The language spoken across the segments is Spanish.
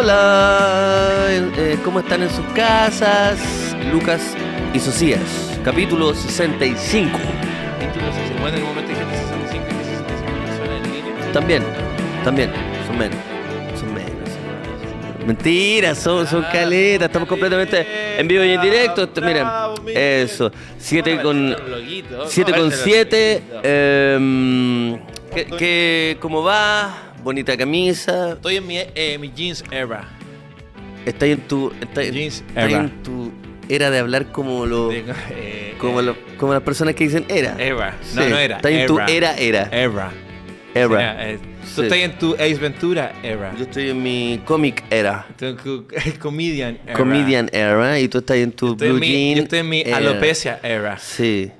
hola, eh, ¿cómo están en sus casas? Lucas y Socias, capítulo 65. Título 65. Bueno, en un momento dijiste 65 y que 65 me suena en línea. También, también, son menos, son menos. Mentira, son, son caletas, estamos completamente en vivo y en directo. Esto- Miren, Bravo, Miguel. eso, 7 con... Los loguitos. 7 con Aparte los 7. loguitos. Eh, ¿qué, qué- cómo va? Bonita camisa. Estoy en mi, eh, mi jeans era. Está en tu. Está, Jeans está era. en tu era de hablar como lo, De- eh, como, Oh. eh, lo- como las personas que dicen era. Era. Sí, No, no era. Está en tu era, era. Era. Era. Mira, eh, Sí. Tú estás en tu Ace Ventura era. Yo estoy en mi comic era. Estoy en tu Comedian era. Comedian era. Y tú estás en tu Estoy en blue mi- jean. Yo estoy en mi era. alopecia era. Sí.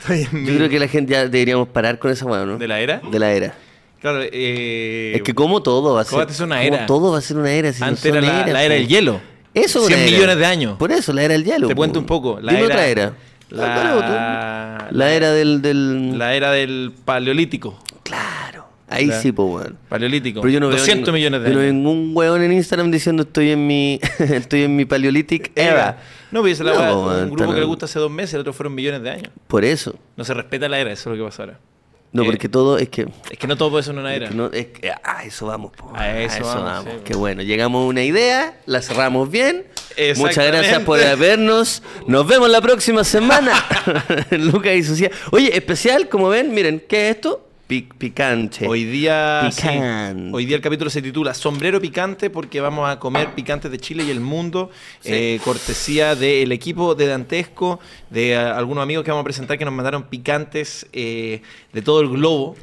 Estoy en Yo mi... creo que la gente ya deberíamos parar con esa mano, ¿no? ¿De la era? De la era. Claro, eh... Es que como todo va a ser. ¿cómo antes una como era? todo va a ser una era. si no Antes son era la, eras, la era po. del hielo. Eso es una 100 era. millones de años. Por eso, la era del hielo. Te po. cuento un poco. La Dime era, otra era. Ah, La, La, la era del... del... la era del paleolítico. Claro. Ahí La- sí, po, weón. Paleolítico. Pero yo no veo 200 ningún- millones de yo no veo años. ningún weón en Instagram diciendo estoy en mi estoy en mi paleolithic era. No, pero esa es la No, weá, man, un grupo tan- que le gusta hace dos meses, el otro fueron millones de años. Por eso. No se respeta la era, eso es lo que pasa ahora. No, Eh, porque todo es que Es que no todo puede ser una era. es que no- es que- ah, a eso vamos, po. A eso vamos, sí, po. Qué bueno, llegamos a una idea, la cerramos bien. Muchas Exactamente. gracias por vernos. Nos vemos la próxima semana. Lucas y Sucia. Oye, especial, como ven, miren, ¿qué es esto? Pic- picante. Hoy día. sí. Picante. hoy día el capítulo se titula Sombrero Picante porque vamos a comer picantes de Chile y el mundo. Sí. eh, cortesía del equipo de Dantesco, de eh, algunos amigos que vamos a presentar que nos mandaron picantes eh, de todo el globo.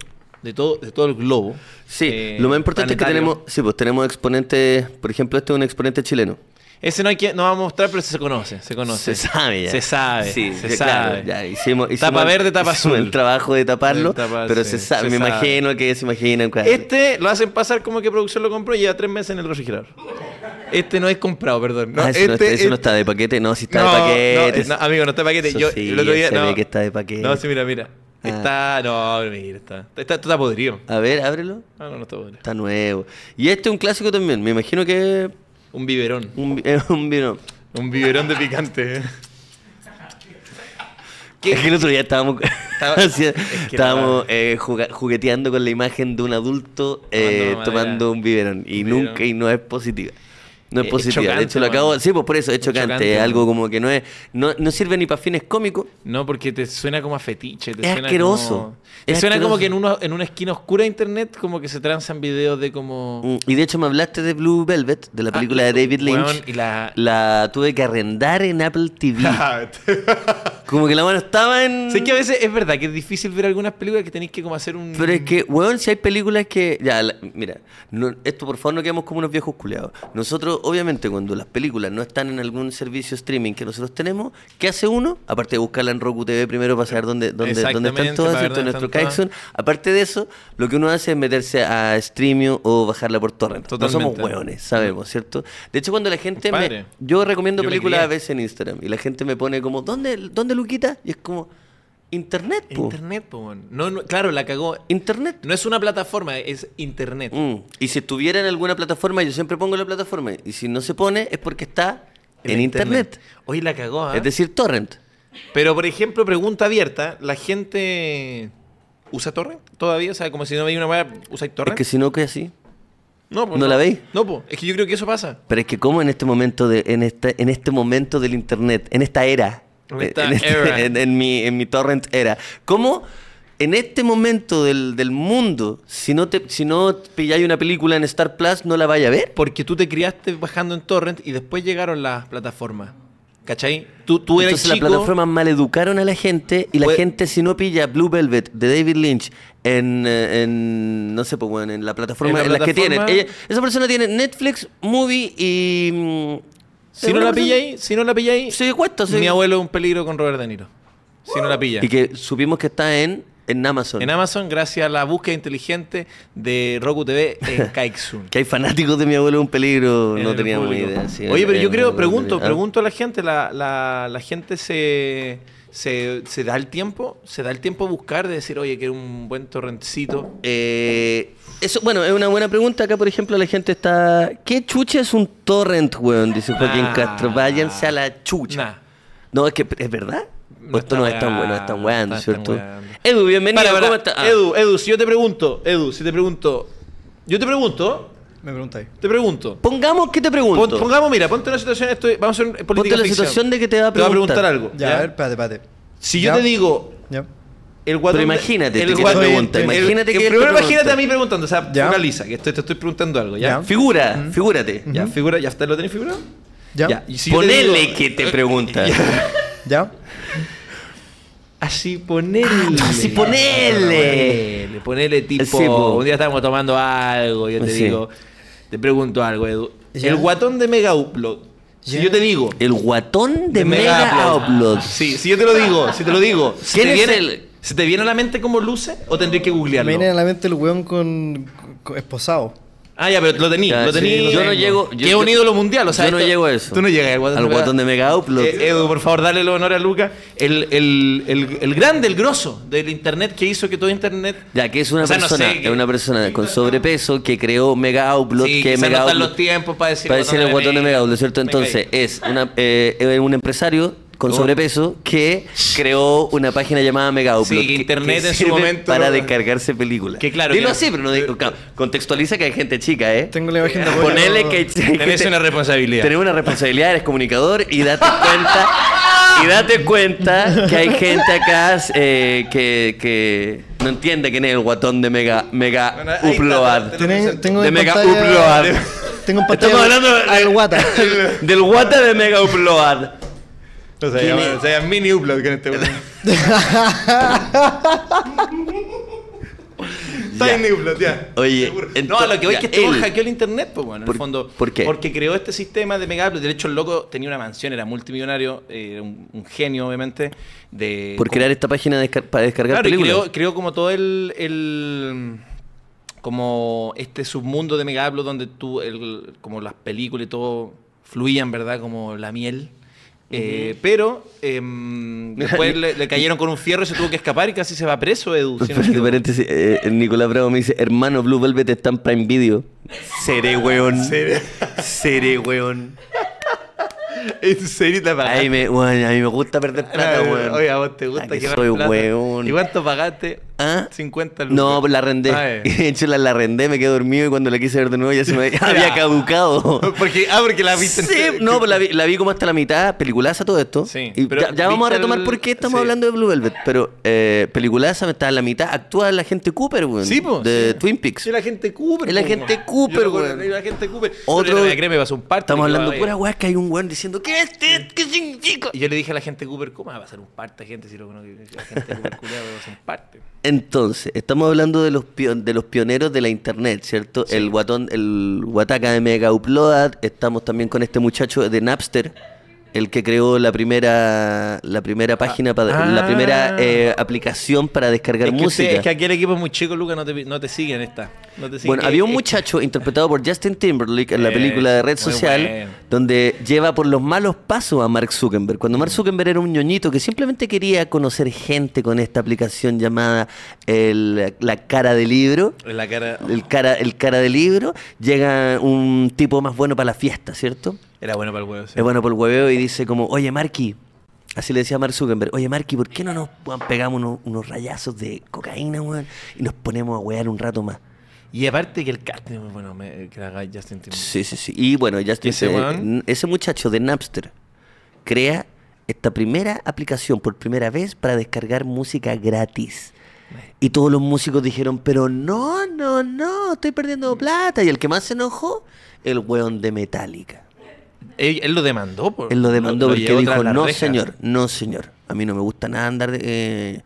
De todo, de todo el globo. Sí, eh, lo más importante planetario. es que tenemos, sí, pues tenemos exponentes, por ejemplo, este es un exponente chileno. Ese no hay que, no vamos a mostrar, pero se conoce, se conoce. Se sabe ya. Se sabe, Sí, se ya, claro, sabe. ya hicimos, hicimos Tapa el- verde, tapa hicimos azul. el trabajo de taparlo, De tapar, pero sí, se sabe, se me sabe. imagino que se imaginan cuál. Este lo hacen pasar como que producción lo compró y lleva tres meses en el refrigelador. Este no este es comprado, perdón. Ah, eso, no, está- eso no está de paquete, no, si está no, eh, de paquete. no, no, amigo, no está de paquete. Eso Yo sí, el otro día. se no. ve que está de paquete. No, sí, mira, mira. Ah. Está. No, mira, está. Está, está podrido. A ver, ábrelo. Ah, no, no está podrido. Está nuevo. Y este es un clásico también, me imagino que Un biberón. un, vi- es un vino. Un biberón de picante. eh. Es que el otro día estábamos, Estaba- hacía- es que estábamos eh, juga- jugueteando con la imagen de un adulto eh, madera. tomando un biberón y Ah, Un biberón. Eh, nunca y no es positiva. No es Es positiva. de chocante, hecho, lo acabo. mano. Sí, pues por eso es Es chocante. chocante, es mano. algo como que no es. No, no sirve ni para fines cómicos. No, porque te suena como a fetiche. Te Es suena asqueroso. como- Es Te suena asqueroso. como que en, uno, en una esquina oscura de internet, como que se transan videos de como. Mm, Y de hecho, me hablaste de Blue Velvet, de la Ah, película de David Lynch. weón, y la. La tuve que arrendar en Apple TV. Uh. como que la mano estaba en. sé que a veces es verdad que es difícil ver algunas películas que tenéis que como hacer un. Pero es que, Mm. weón, si hay películas que. Ya, la- mira, no- esto por favor no quedamos como unos viejos culeados. Nosotros, obviamente, cuando las películas no están en algún servicio streaming que nosotros tenemos, ¿qué hace uno? Aparte de buscarla en Roku TV primero para saber dónde, dónde, dónde están Exactamente, todas, para ver ¿cierto? dónde Nuestro están todas. Kaixon. Aparte de eso, lo que uno hace es meterse a Streamio o bajarla por torrent. No somos Totalmente. weones, sabemos, ¿cierto? De hecho, cuando la gente. me- Compadre, yo recomiendo yo me películas crié. a veces en Instagram y la gente me pone como, ¿dónde, dónde Luquita? Y es como, Internet, po. Internet, po, weón. no, no, claro, la cagó. Internet. No es una plataforma, es internet. Mm, Y si estuviera en alguna plataforma, yo siempre pongo la plataforma. Y si no se pone, es porque está en, internet. Hoy la cagó, ¿ah? Es decir, torrent. Pero, por ejemplo, pregunta abierta, ¿la gente usa torrent todavía? O sea, como si no veis una weá, ¿usáis torrent? Es que si no, que así. no, po, ¿no la veis? No, po. es que yo creo que eso pasa. Pero es que como en este momento de, en este, en este momento del internet, en esta era. En esta este- era. en- en mi, en mi torrent era. ¿Cómo en este momento del, del mundo, si no te, si no pilláis una película en Star Plus, no la vaya a ver? Porque tú te criaste bajando en torrent y después llegaron las plataformas. ¿Cachai? Tú, tú eras Entonces chico. las plataformas maleducaron a la gente y la Pues- gente si no pilla Blue Velvet de David Lynch en, eh, en no sé, pues bueno, en la plataforma en, En la la que tienen. plataforma- Ella- esa persona tiene Netflix, Movie y... mm, Si es no una persona- la pilla ahí, si no la pilla ahí, Se cuesta, sí. mi abuelo es un peligro con Robert De Niro. Si no la pilla. Y que supimos que está en en Amazon. En Amazon, gracias a la búsqueda inteligente de Roku TV en Kaiksun. Que hay fanáticos de mi abuelo es un peligro, en no el teníamos público. idea. sí, Oye, pero en- yo creo, en- pregunto, ah. pregunto a la gente, la, la- la gente se, se, se da el tiempo, se da el tiempo a buscar de decir, oye, quiero un buen torrentcito. Eh, eso, bueno, es una buena pregunta. Acá, por ejemplo, la gente está. ¿Qué chucha es un torrent, weón? Dice Joaquín Nah. Castro. Váyanse a la chucha. Nah. No, es que es verdad. Pues No esto no está es tan bueno, weando, están weando, no están ¿cierto? weando. Edu, bienvenido. Para, para, ¿Cómo estás? Ah, Edu, Edu, si yo te pregunto, Edu, si te pregunto, yo te pregunto, Me preguntáis. te pregunto. Pongamos que te pregunto. Pon- pongamos, mira, ponte una situación, estoy, vamos a hacer política Ponte la ficción. situación de que te va a Te voy a preguntar preguntar. algo. Ya, ¿ya? a ver, espérate, espérate. Si yo Ya. te digo, Ya. el guatón Pero de- imagínate, el te guatón- pregunta, el- imagínate el- que él te primero imagínate pregunta. a mí preguntando, o sea, Ya. focaliza, que estoy- te estoy preguntando algo, ¿ya? Ya. Figura, figúrate. Mm. Ya, figura, ya está, lo tenés figurado. Ya. y si yo te Ponele digo- que te pregunta. Ya. Ah, Así ponele. Así ponele. Ponele, ponele tipo. Sí, po. un día estábamos tomando algo, yo te Sí. digo. Te pregunto algo, Edu. Ya. El guatón de Mega Upload. Si Ya. yo te digo. El guatón de, Mega, Upload. Sí, si yo te lo digo, si te lo digo. Si ¿Quién te es viene, el- ¿Se te viene a la mente cómo luce o tendrías que Me viene a googlearlo? la mente el weón con, con- esposado. Ah, ya, pero lo tení, Ya, lo tení. sí, lo Yo no tengo. llego- yo- Que es un yo- ídolo mundial, o sea. yo no esto- llego a eso. Tú no llegas al guatón, Al guatón de Mega Upload. Eh, Edu, por favor, dale el honor a Luca. El, el, el, el grande, el grosso del internet que hizo que todo internet Ya, que es una O sea, no persona, sé, que- es una persona con sobrepeso que creó Mega Outlook, Sí, que quizás Mega no están Outlook- los tiempos para decir para decir el botón de Mega Outlook, ¿cierto? Venga ahí. Entonces, es una, eh, es un empresario con Oh. sobrepeso que creó una página llamada Mega Outlook. Sí, que internet en su sirve momento- Para descargarse películas. Que claro, Dilo que- así, pero no digo- claro, contextualiza que hay gente chica, ¿eh? Tengo la imagen de abuelo. Ponele que hay gente- Tenés una responsabilidad. Tenés una responsabilidad, eres comunicador y date cuenta. Y date cuenta que hay gente acá eh, que, que no entiende quién es el guatón de Mega, mega Bueno, ahí está, Upload. te- te- Tiene- tengo de en Mega pantalla- Upload. Tengo en pantalla Estamos hablando de- al Guata. del Guata de Mega Upload. O sea, ¿Quién ya, es? o sea, ya mini upload con este botón. Tiny upload, ya. Oye, Seguro. ento- no, lo que voy es que ya, este weón él- hackeó el internet, pues bueno, en ¿Por- el fondo. por qué? Porque creó este sistema de mega upload. De hecho, el loco tenía una mansión, era multimillonario, era un, un genio, obviamente. De, Por crear esta página desca- para descargar Claro, y películas. creó, creó como todo el, el- como este submundo de Mega Upload donde tú el- como las películas y todo fluían, ¿verdad? Como la miel. Eh, pero em, después le, le cayeron con un fierro y se tuvo que escapar y casi se va preso, Edu. si no me Espérate, equivoco. paréntesis, eh, el Nicolás Bravo me dice, hermano, Blue Velvet está en Prime Video. Seré weón. Seré, weón. en serio te A mí, pagaste. me, weón, a mí me gusta perder plata, Ah, weón. Oye, a vos te gusta Ah, que llevar soy plata. weón. ¿Y cuánto pagaste? ¿Ah? 50 lucas. No, la arrendé. Ah, eh. De hecho, la, la arrendé, me quedé dormido y cuando la quise ver de nuevo ya se me había caducado. porque, ah, porque la viste Sí, entera. no, pues la vi, la vi como hasta la mitad, peliculaza todo esto. Sí, Y pero ya, ya vamos a viste retomar el- por qué estamos sí. hablando de Blue Velvet, pero eh, peliculaza está en la mitad, actúa la gente Cooper, weón. Sí, po, De sí. Twin Peaks. Es la gente Cooper. Es la po, gente weón. Cooper, Yo me acuerdo, weón. Es la gente Cooper. Otro- Yo le regalé, me pasó un party. Estamos que hablando iba a- pura weá que hay un weón diciendo, ¿qué es este? ¿Qué significa? Y yo le dije a la gente Cooper, ¿cómo va a pasar un parte, gente? Si lo que la gente Cooper culiao, va a pasar un parte. Entonces, estamos hablando de los, pion- de los pioneros de la internet, ¿cierto? El guatón, el guataca de Mega Upload. Estamos también con este muchacho de Napster, el que creó la primera, la primera página, para, la ah. primera eh, aplicación para descargar Es que, música. usted- es que aquí el equipo es muy chico, Lucas, no te, no te siguen esta. No te siguen. Bueno, Eh, había un eh, muchacho interpretado por Justin Timberlake en la Eh, película de Red muy Social, bueno. donde lleva por los malos pasos a Mark Zuckerberg. Cuando Mm. Mark Zuckerberg era un ñoñito que simplemente quería conocer gente con esta aplicación llamada el- la cara de libro. En la cara. El cara, el cara de libro, llega un tipo más bueno para la fiesta, ¿cierto? Era bueno para el huevo. sí. Es bueno por el hueveo y dice como, oye Marky, así le decía a Mark Zuckerberg, oye Marky, ¿por qué no nos weón, pegamos unos, unos rayazos de cocaína, weón? Y nos ponemos a huear un rato más. Y aparte que el casting, bueno, me, que la haga Justin Timberlake. Sí, sí, sí. Y bueno, ya ¿Y ese eh, weón? n- ese muchacho de Napster crea esta primera aplicación por primera vez para descargar música gratis. Y todos los músicos dijeron, pero no, no, no, estoy perdiendo plata. Y el que más se enojó, el weón de Metallica. Él, él lo demandó. Por, Él lo demandó porque llevó tras dijo, las no rejas". señor, no señor, a mí no me gusta nada andar, de- eh,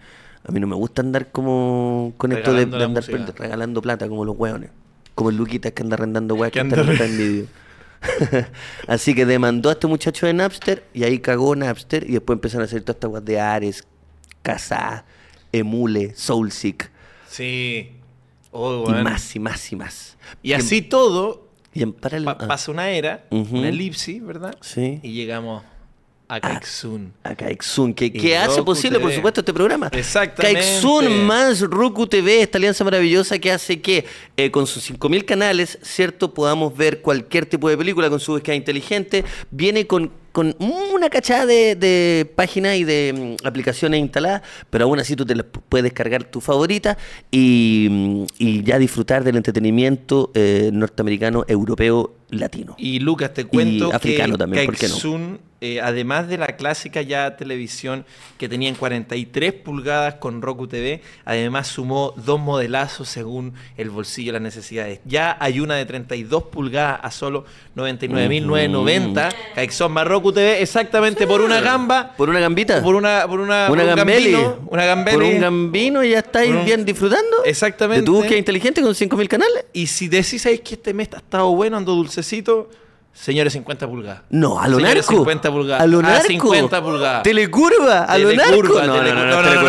a mí no me gusta andar como con esto de, Regalando de la andar música. per- regalando plata como los hueones, como el Luquitas que anda arrendando hueas que Que están anda en re- vídeo. Así que demandó a este muchacho de Napster y ahí cagó Napster y después empezaron a hacer todas estas weas de Ares, Casá, Emule, Soulseek Sí. Oh, y weón. más y más y más. Y así todo, Y en paralelo. pa- ah, pasa una era, Ujú. una elipsis, ¿verdad? Sí. Ah. Y llegamos a Kaixun. A Kaixun, que, que Y hace Roku posible, por TV. supuesto, este programa. Exactamente. Kaixun más Roku TV, esta alianza maravillosa que hace que eh, con sus 5.000 canales, ¿cierto? Podamos ver cualquier tipo de película con su búsqueda inteligente. Viene con, con una cachada de, de páginas y de mm, aplicaciones instaladas, pero aún así tú te las pu- puedes cargar tu favorita y, mm, y ya disfrutar del entretenimiento eh, norteamericano, europeo, latino. Y Lucas, te cuento africano que también, ¿por qué no? Kaixun, eh, además de la clásica ya televisión que tenía en 43 pulgadas con Roku TV, además sumó dos modelazos según el bolsillo y las necesidades. Ya hay una de 32 pulgadas a solo 99.990. Kaixun más Roku TV, exactamente por una gamba. ¿Por una gambita? Por una, por una, una por un gambeli. gambino, una gambeli. Por un gambino y ya estáis Por un- bien disfrutando. Exactamente. De tu búsqueda inteligente con 5.000 canales. Y si decís, ¿sabes que este mes ha estado bueno, ando dulcecito? Señores, 50 pulgadas. No, a lo Señores, narco. 50 pulgadas. A lo Ah, narco. 50 pulgadas. Telecurva, a lo narco. Telecurva, telecurva. no, no,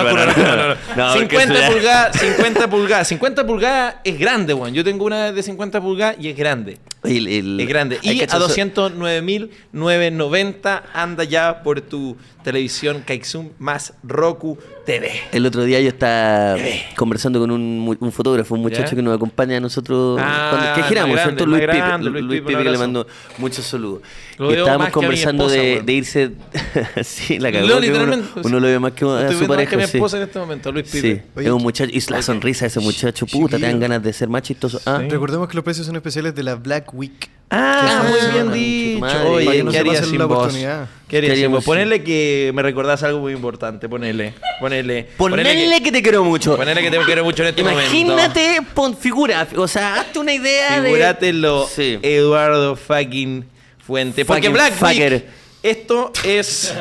no, no. 50 pulgadas, 50 pulgadas. 50 pulgadas es grande, Juan. Yo tengo una de 50 pulgadas y es grande. Es grande. Y a 209.990 anda ya por tu televisión Kaixun más Roku TV. El otro día yo estaba conversando con un, mu- un fotógrafo, un muchacho Eh. ¿Ya? que nos acompaña a nosotros Ah, cuando- que el giramos, más ¿cierto? grande, Luis el más Pipe, grande, Lu- Luis Luis Pipe, Pipe un que le abrazo. mando muchos saludos. Lo Y veo estábamos más que a mi conversando esposa, de, weón. de irse. sí, la Lo, cagó. que literalmente, Uno, uno lo ve más que a Estoy su viendo más pareja. que mi sí. esposa en este momento, Luis Pipe. Sí, Oye, es un muchacho. Y la sonrisa de ese muchacho, puta, te dan chiquillo. ganas de ser más chistoso. Ah, Recordemos que los precios son especiales de la Black Week. Ah, Que muy estamos bien hablando, dicho. conchetumadre. Para Oye, que no ¿qué se haría pasen sin la vos? oportunidad. ¿Qué ¿Qué haría sin haríamos vos? Ponele que me recordás algo muy importante. Ponele. Ponele. Ponele que te quiero mucho. ponele que te quiero mucho en este momento. Imagínate, pon figura, o sea, hazte una idea de. Figúratelo, Sí. Eduardo fucking Fuente. Porque Fucking Black fucker. Week. Esto es.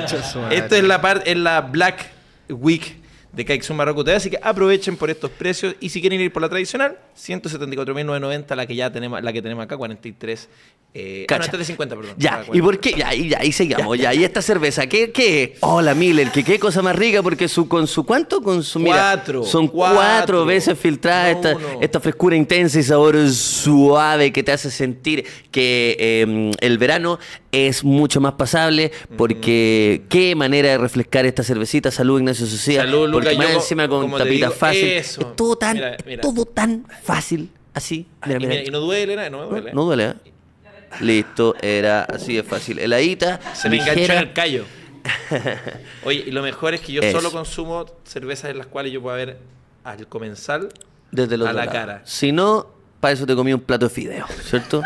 esto es la parte. Es la Black Week de Kaixun Marroco TV. Así que aprovechen por estos precios. Y si quieren ir por la tradicional, 174.990, la que ya tenemos, la que tenemos acá, 43. Eh, ah, no, Cacha. esta es de 50, perdón. Ya, Ah, ¿y 40. por qué? Ya, y, ya, y sigamos, ya. ¿Y esta cerveza? ¿Qué? qué? Hola, Miller, que qué cosa más rica, porque su, con su cuánto, con su mira, Cuatro, son cuatro, cuatro. veces filtrada No esta, uno. esta frescura intensa y sabor suave que te hace sentir que eh, el verano es mucho más pasable, porque qué manera de refrescar esta cervecita. Salud, Ignacio Sucía. Mm. Salud, Luca, porque más yo co- encima con como te tapita digo, fácil. eso. Es todo tan, Mira, es mira. Ah, todo tan fácil, así. Mira, Y, mira. mira, y no duele, nada, no me duele. No duele, ¿eh? Listo, era así de fácil. Heladita, Se me enganchó en ligera. el callo. Oye, y lo mejor es que yo Eso. solo consumo cervezas en las cuales yo pueda ver al comensal. desde el a otro la lado. cara. Si no, para eso te comí un plato de fideos, ¿cierto?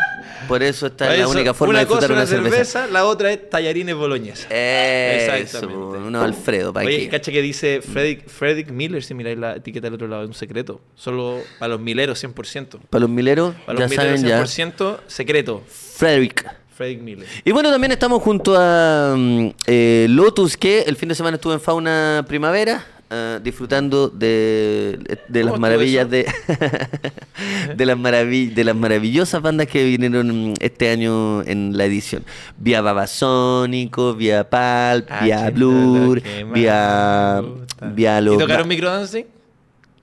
Por eso esta es la Eso, única forma una de disfrutar cosa es una cerveza. La otra es tallarines boloñesa. Eso, Exactamente. uno Alfredo, para Oye, que. Mm. cacha que dice Frederick, Frederick Miller, si miráis la etiqueta del otro lado, es un secreto. Solo para los mileros, 100%. Para los mileros, Para ya los mileros, saben ya. 100%, secreto. Frederick. Frederick Miller. Y bueno, también estamos junto a mm, eh, Lotus, que el fin de semana estuvo en Fauna Primavera, eh, disfrutando de, de las estuvo maravillas eso? de, de, las maravi- de las maravillosas bandas que vinieron mm, este año en la edición. Vía Babasónico, vía Palp, Ah, vía chingada, Blur, qué más vía, me gusta. vía ¿Y los tocaron microdancing?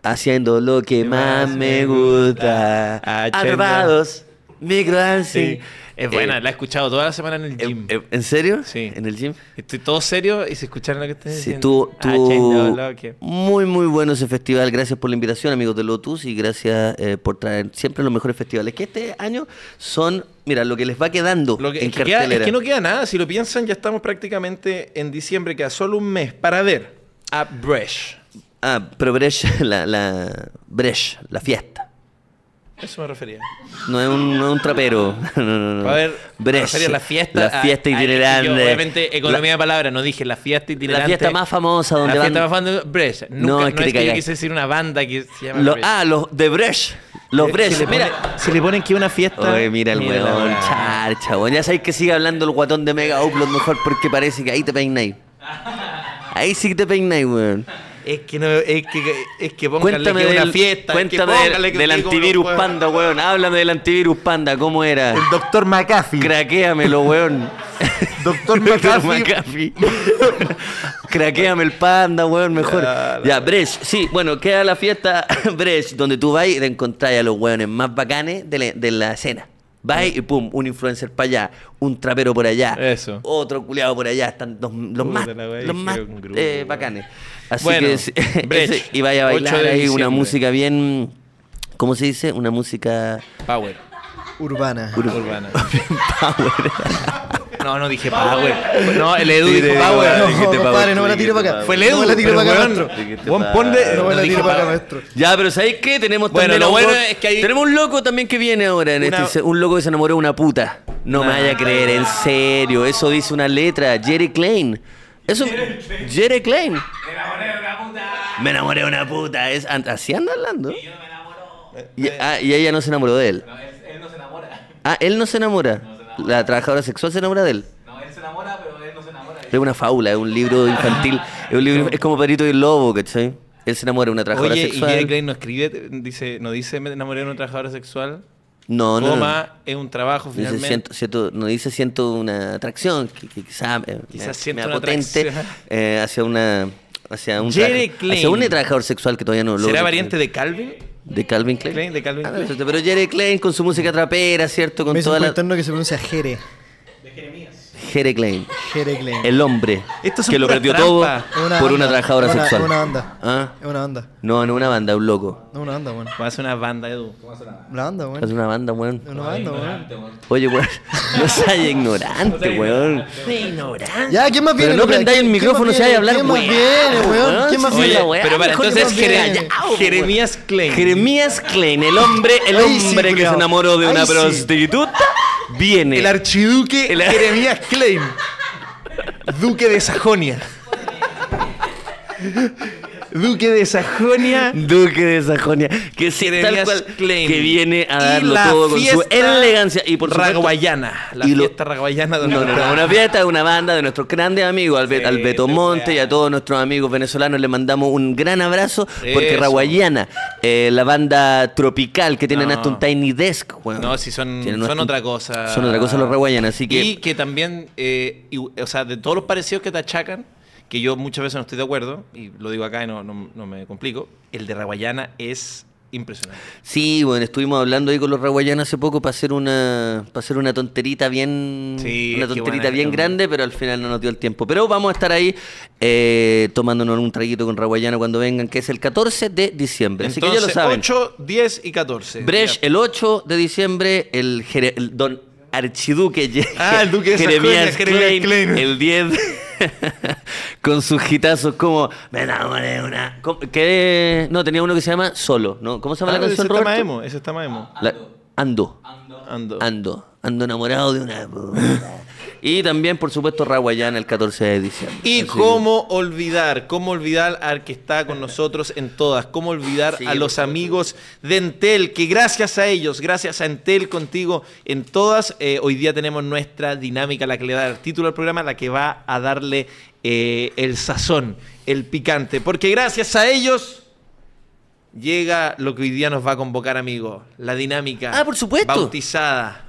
haciendo lo que más me gusta. Ah, chingada. Atrapados, microdancing. Es buena, Eh, la he escuchado toda la semana en el gym. ¿En, Eh, en serio? Sí. ¿En el gym? Estoy todo serio y se escucharon lo que estoy Sí, diciendo. tuvo, Ah, tuvo chingada, loco. muy, muy bueno ese festival. Gracias por la invitación, amigos de Lotus, y gracias eh, por traer siempre los mejores festivales. Que este año son, mira, lo que les va quedando Lo que, en es, que queda- cartelera. es que no queda nada. Si lo piensan, ya estamos prácticamente en diciembre. Queda solo un mes para ver a Bresh. Ah, pero Bresh, la, la, Bresh, la fiesta. A Eso me refería. No es un, no es un trapero. No, no, no. Para ver me Mm. Bresh, refería a la fiesta. La fiesta a- a- itinerante. yo, obviamente, economía de palabras, no dije la fiesta itinerante. La fiesta más famosa donde La van- fiesta más famosa, Bresh. Nunca, No, no, es es que te que yo cagas. quise decir una banda que se llama Lo- Bresh. ah, los de Bresh. Los Si- Bresh. si le mira. ponen- si le ponen que una fiesta. Oye, mira el la weón, weá. charcha, weón. Ya sabéis que sigue hablando el guatón de Mega Upload mejor porque parece que ahí te peináis. Ahí sí que te peináis, weón. Es que no, es que, es que pónganle Cuéntame que del, una fiesta. es que cuéntame del- pónganle que pues. del digo, antivirus weón. panda, weón. Háblame del antivirus panda, ¿cómo era? El doctor McAfee. Craquéamelo, weón. Doctor Doctor McAfee. McAfee. Craqueame el panda, weón, mejor. Claro. Ya, Bresh, sí, bueno, queda la fiesta Bresh, donde tú vas y te encontrás a los weones más bacanes de la, de la escena. Vas y pum, un influencer para allá, un trapero por allá, Eso. otro culiado por allá, están los, los Puta más, la wea, los dije, más un grupo, eh, weón. bacanes. Así Bueno, que sí, Bresh, ese- y vaya a 8 bailar de ahí una diciembre. música bien, ¿cómo se dice? Una música Power. Urbana. Urbana. power. No, no dije Power. No, el Edu Sí, dijo te- Power. No, Dijiste pa' compadre, no me la Bresh, tiro para dijiste acá. pa' Fue el Bresh. Edu. No me la tiro pero, para acá, weón, maestro. Dijiste Weón, pa- ponle. No me la dije tiro para acá, pa- maestro. Ya, pero ¿sabéis qué? Tenemos Bueno, también a lo un bueno loco- es que hay- Tenemos un loco también que viene ahora en Una- Ah. este... Un loco que se enamoró de una puta. No me Nah. vaya a creer, en serio. Eso dice una letra. Jerry Klein. Eso... Jerry Klein. Me enamoré de una puta. Me enamoré de una puta. Es... an- Así anda hablando. Y ah, y ella no se enamoró de él. Él no se enamora. Ah, él no se enamora. La trabajadora sexual se enamora de él. No, él se enamora, pero él no se enamora. Es una fábula, es un libro infantil. Es, un libro- es como Perito y el Lobo, ¿cachai? Él se enamora de una trabajadora Oye, y sexual. Jerry Klein no escribe, dice, no dice me enamoré de una trabajadora sexual. No, no, no. Coma, es un trabajo Dice finalmente. siento- siento- no dice siento una atracción, que, que quizá eh, Quizás me- siento me una potente atracción. eh, hacia una hacia un, Jerry Klein. hacia un trabajador sexual que todavía no lo ¿Será variante de Calvin? de Calvin Klein. Klein, de Calvin Ah, Klein. perfecto. Pero Jerry Klein con su música trapera, ¿cierto? Con Me hizo toda un la comentario que se pronuncia Jere. Jerry Klein, Jere Klein. el hombre Esto son que lo puras perdió trampas. todo por una trabajadora es una- sexual. Es una banda. ¿Ah? Es una banda. No, no una banda, un loco. Es una banda, weón. Va a ser una banda, Edu. La banda, Es weón. una banda, weón. Es una banda, weón. Oye, weón, no seas ignorante, weón. Ignorante. Ya, ¿quién más viene? Pero no Lucas? prendáis el ¿Quién- micrófono, quién se vaya a hablar, ¿Quién más weón. viene, weón? ¿Quién más Oye, viene? weá, pero para, mejor entonces que me Jere- callao, weón. Jeremías Klein. Jeremías Klein, el hombre, el Ahí sí, hombre que se culiao. enamoró de Ahí una sí. prostituta, viene. El archiduque Eh, El- Jeremías Klein. Duque de Sajonia. Duque de Sajonia. Duque de Sajonia, que sí, tal Jeremías cual, Klein. que viene a Y darlo la todo con su fiesta elegancia y por supuesto- Raguayana. La y lo- fiesta raguayana de No, no, no, una fiesta de una banda de nuestros grandes amigos, al, Be- al Beto Monte y a todos nuestros amigos venezolanos. Le mandamos un gran abrazo porque Eso. Raguayana, eh, la banda tropical que tienen No. hasta un Tiny Desk, weón. No, sí, son, Tienen son hasta un- otra cosa. Son otra cosa los Raguayanas, así que. Y que también, eh, y- o sea, de todos los parecidos que te achacan, que yo muchas veces no estoy de acuerdo, y lo digo acá y no, no- no me complico, el de Raguayana es impresionante. Sí, bueno, estuvimos hablando ahí con los raguayanos hace poco para hacer una para hacer una tonterita bien Sí, una es que tonterita buena, bien es que- grande, pero al final no nos dio el tiempo. Pero vamos a estar ahí eh, tomándonos un traguito con raguayana cuando vengan, que es el 14 de diciembre. Así que ya lo Entonces, saben. 8, 10 y 14. Bresh Ya. el 8 de diciembre, el, jere- el don Archiduque Ye- Ah, el duque de Jeremías Sajonia, Klein, Jeremías Klein. el 10 con sus hitazos como me enamoré de una ¿Cómo- qué? no tenía uno que se llama Solo, ¿no? ¿Cómo se llama Ah, la ese canción está más Roberto? emo, ese está más emo. La- ando. Ando. Ando. Ando enamorado de una. puta. y también, por supuesto, Raguayana el 14 de diciembre. Y Así que- cómo olvidar, cómo olvidar al que está con nosotros en todas, cómo olvidar Sí, a los por amigos de Entel, que gracias a ellos, gracias a Entel contigo en todas, eh, hoy día tenemos nuestra dinámica, la que le da el título al programa, la que va a darle eh, el sazón, el picante, porque gracias a ellos llega lo que hoy día nos va a convocar, amigo, la dinámica Ah, por supuesto. bautizada